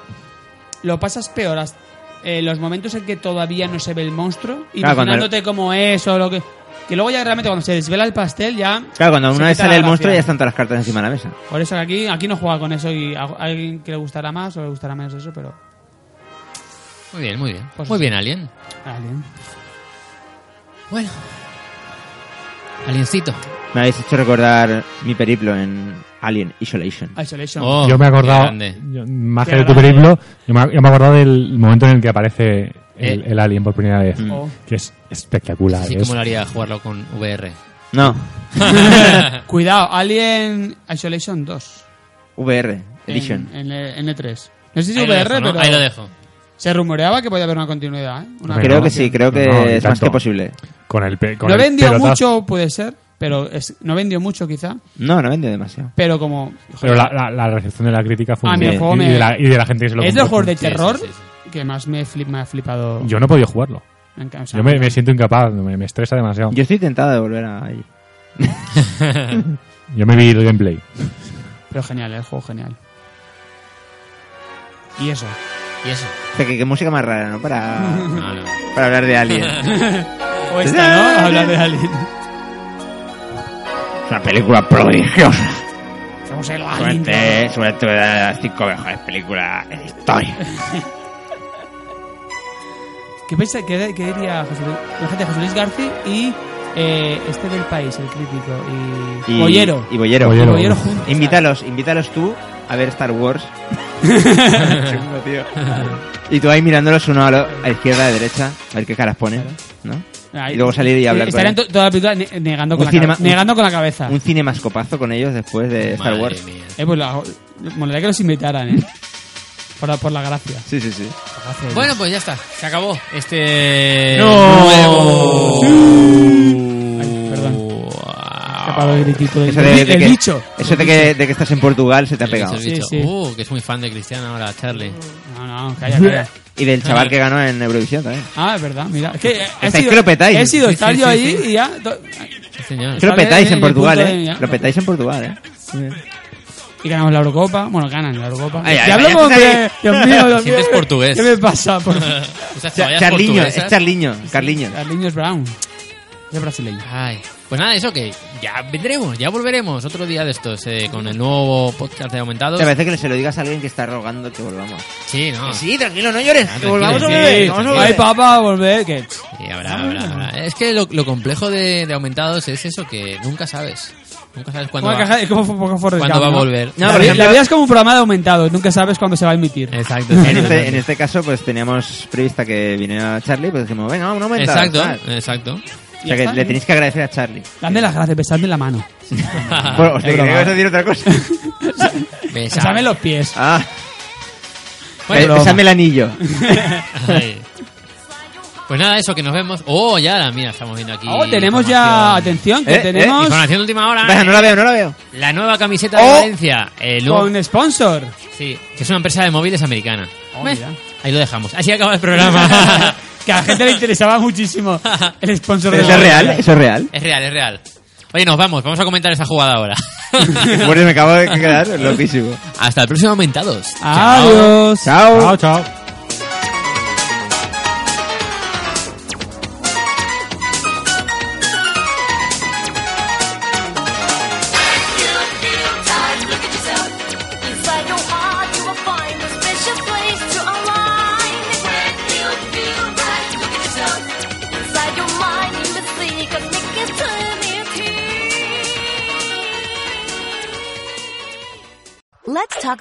S2: lo pasas peor hasta- eh, los momentos en que todavía no se ve el monstruo,
S3: Claro, cuando-
S2: imaginándote como es o lo que... Que luego ya realmente cuando se desvela el pastel ya...
S3: Claro, cuando
S2: se
S3: una vez
S2: quita la
S3: sale el
S2: gracia.
S3: monstruo ya están todas las cartas encima de la mesa.
S2: Por eso que aquí, aquí no juega con eso y a a alguien que le gustará más o le gustará menos eso, pero...
S1: Muy bien, muy bien.
S2: Pues-
S1: muy bien, Alien.
S2: Alien.
S1: Bueno. Aliencito.
S3: Me habéis hecho recordar mi periplo en Alien Isolation.
S2: Isolation.
S1: Oh,
S4: yo me he
S1: qué
S4: acordado,
S1: grande.
S4: yo- más
S2: Qué
S4: que de tu
S2: grande.
S4: periplo, yo me, yo me he acordado del momento en el que aparece el,
S1: Eh.
S4: el alien por primera vez.
S2: Oh.
S4: Que es espectacular.
S1: Así
S4: es-
S1: como lo haría jugarlo con VR.
S3: No,
S2: Cuidado, Alien Isolation 2.
S3: VR
S2: en-
S3: Edition.
S2: En, E- en E3. No sé si
S1: Ahí lo
S2: VR,
S1: dejo, ¿no?
S2: pero...
S1: Ahí lo dejo.
S2: Se rumoreaba que podía haber una continuidad, ¿eh? Una
S4: Pero
S3: Creo
S4: no,
S3: que sí, creo que
S4: no, ni
S3: es más
S4: tanto.
S3: que posible.
S4: con el, pe- con
S2: no
S4: el
S2: vendió
S4: pelotazo.
S2: mucho, puede ser, pero es- no vendió mucho quizá,
S3: No, no vende demasiado.
S2: pero como...
S4: Pero la, la- la recepción de la crítica fue
S2: Ah,
S4: muy-
S2: mira, el juego
S4: y,
S2: me-
S4: de la, y de la gente que se lo
S2: es de
S4: compró.
S2: los juegos de
S1: Sí, sí,
S2: terror
S1: sí,
S2: que más me, flip, me ha flipado.
S4: Yo no he podido jugarlo.
S2: Me encanta, o sea,
S4: Yo me, me siento incapaz, me, me estresa demasiado.
S3: Yo estoy tentado de volver a ahí.
S4: Yo me vi el gameplay.
S2: Pero genial, el juego genial. Y eso.
S1: Y eso.
S3: O sea, que, que música más rara, ¿no? Para,
S2: Mm.
S1: No, no.
S3: para hablar de [LAUGHS] Alien.
S2: O
S3: Pues
S2: esta, Este, ¿no? Hablar de Alien.
S3: Es una película prodigiosa.
S2: Somos el Alien.
S3: Suerte, suerte de las cinco mejores películas en la historia.
S2: ¿Qué, pensa, qué, qué diría José Luis, fíjate, José Luis García y eh, este del país, el crítico y,
S3: Y,
S2: Bollero.
S3: Y Bollero.
S4: Bollero.
S2: Bollero juntos.
S3: Invítalos, invítalos tú a ver Star Wars.
S2: [LAUGHS]
S3: Chungo, tío. Y tú ahí mirándolos uno a, lo- a izquierda, a derecha, a ver qué caras ponen, ¿no?
S2: Ahí.
S3: Y luego salir y hablar con
S2: Estarían
S3: ellos.
S2: eh, to- toda la película ne- negando con,
S3: Un
S2: la,
S3: cinema-
S2: cabe- negando con la cabeza.
S3: Un cinemascopazo con ellos después de Star
S1: Madre
S3: Wars.
S1: mía.
S2: Eh, pues la, molaría que los invitaran, ¿eh? Por la, por la gracia.
S3: Sí, sí, sí.
S2: Por la gracia de
S1: Bueno, pues ya está. Se acabó este.
S2: No.
S1: nuevo-
S2: Ay, perdón. Escapado el gritito del-
S3: Eso de,
S2: el,
S3: de que,
S2: bicho.
S3: Eso de que, de que estás en Portugal se te ha
S1: El bicho,
S3: pegado.
S1: el bicho.
S2: Sí, sí.
S1: Uh, que es muy fan de Cristiano ahora, Charlie.
S2: No, no, calla, calla.
S3: Y del chaval que ganó en Eurovisión también.
S2: Ah, es verdad, mira. Es que he
S3: Estáis
S2: sido,
S3: que lo petáis.
S2: he sido
S1: Sí,
S2: estar
S1: sí,
S2: yo
S1: sí,
S2: ahí
S1: sí.
S2: y ya. do-
S1: Sí, señor.
S3: Que lo
S2: Sale
S3: petáis
S2: en
S3: en
S2: el
S3: Portugal,
S2: punto de- ya.
S3: ¿eh? Lo petáis en Portugal, ¿eh?
S2: Y ganamos la Eurocopa. Bueno, ganan la Eurocopa.
S3: Ay, ay,
S2: y
S3: ay,
S2: hablamos
S3: ya te
S2: de. Dios mío, Dios
S1: Siempre
S2: mío,
S1: es portugués.
S2: ¿Qué me pasa? Por...
S1: [LAUGHS] [LAUGHS] Esas
S3: Cha-
S1: toallas
S3: Charliño,
S1: portuguesas.
S3: es Charliño, Carliño.
S2: Carliños Brown. Es brasileño.
S1: Ay, pues nada, eso que ya vendremos, ya volveremos otro día de estos eh, con el nuevo podcast de Aumentados.
S3: Te parece que se lo digas a alguien que está rogando que volvamos.
S1: Sí, no.
S3: Sí, tranquilo, no llores.
S1: Ah,
S3: que volvamos a
S1: tranquilo,
S3: beber.
S1: sí,
S3: vamos a
S1: tranquilo.
S3: beber.
S2: Ay, papá, volver. Que...
S1: Sí, habrá, habrá, habrá. Es que lo, lo complejo de, de Aumentados es eso que nunca sabes. Nunca sabes cuándo
S2: Como
S1: va,
S2: la caja- es como un poco Forrest
S1: cuándo va a
S2: Gump, ¿no?
S1: volver.
S3: No,
S2: la,
S3: por
S2: vi-
S3: ejemplo-
S2: la vida es como un programa de aumentados. Nunca sabes cuándo se va a emitir.
S1: Exacto.
S3: En este, en
S1: exacto.
S3: este caso, pues teníamos prevista que viniera Charlie, pues dijimos, venga, vamos, no aumenta. tal.
S1: Exacto, exacto. [LAUGHS]
S3: O
S2: Ya
S3: sea que
S2: está,
S3: le
S2: ¿no?
S3: tenéis que agradecer a Charlie.
S2: Dame las gracias, besadme la mano.
S1: Ah,
S3: Bueno,
S2: Es
S3: os te quería
S2: broma,
S3: ibas a decir otra cosa.
S1: [LAUGHS] Besar.
S2: Besadme los pies.
S3: Ah, eh,
S1: Bueno,
S3: Be- besame el anillo.
S1: [LAUGHS] Ay. Pues nada, eso que nos vemos. Oh, ya, la- mira, estamos viendo aquí.
S2: Oh, tenemos ya,
S1: información.
S2: atención, que
S3: Eh, eh,
S2: tenemos
S1: Información de última hora. eh,
S3: Venga, no la veo, no la veo.
S1: La nueva camiseta de
S3: Oh.
S1: Valencia. El nuevo-
S2: con
S3: [LAUGHS]
S2: sponsor.
S1: sí, que es una empresa de móviles americana.
S2: Oh,
S1: Meh,
S2: mira.
S1: Ahí lo dejamos. Así acaba
S2: [LAUGHS]
S1: el programa.
S2: que a la gente le interesaba muchísimo el sponsor de
S3: ¿Eso
S2: la
S3: es real?
S2: Valencia.
S3: ¿Eso
S1: [LAUGHS]
S3: es real?
S1: es real, es real. Oye, nos vamos. Vamos a comentar esa jugada
S2: [LAUGHS]
S1: ahora.
S3: Bueno, me acabo de quedar loquísimo.
S1: Hasta el próximo Aumentados. Chao.
S2: Adiós.
S3: Chao.
S4: Chao, chao.
S5: Inside your heart, you will find a special place to align. When you feel right, look at yourself. Inside your mind, you will see cosmic eternity.
S6: Let's talk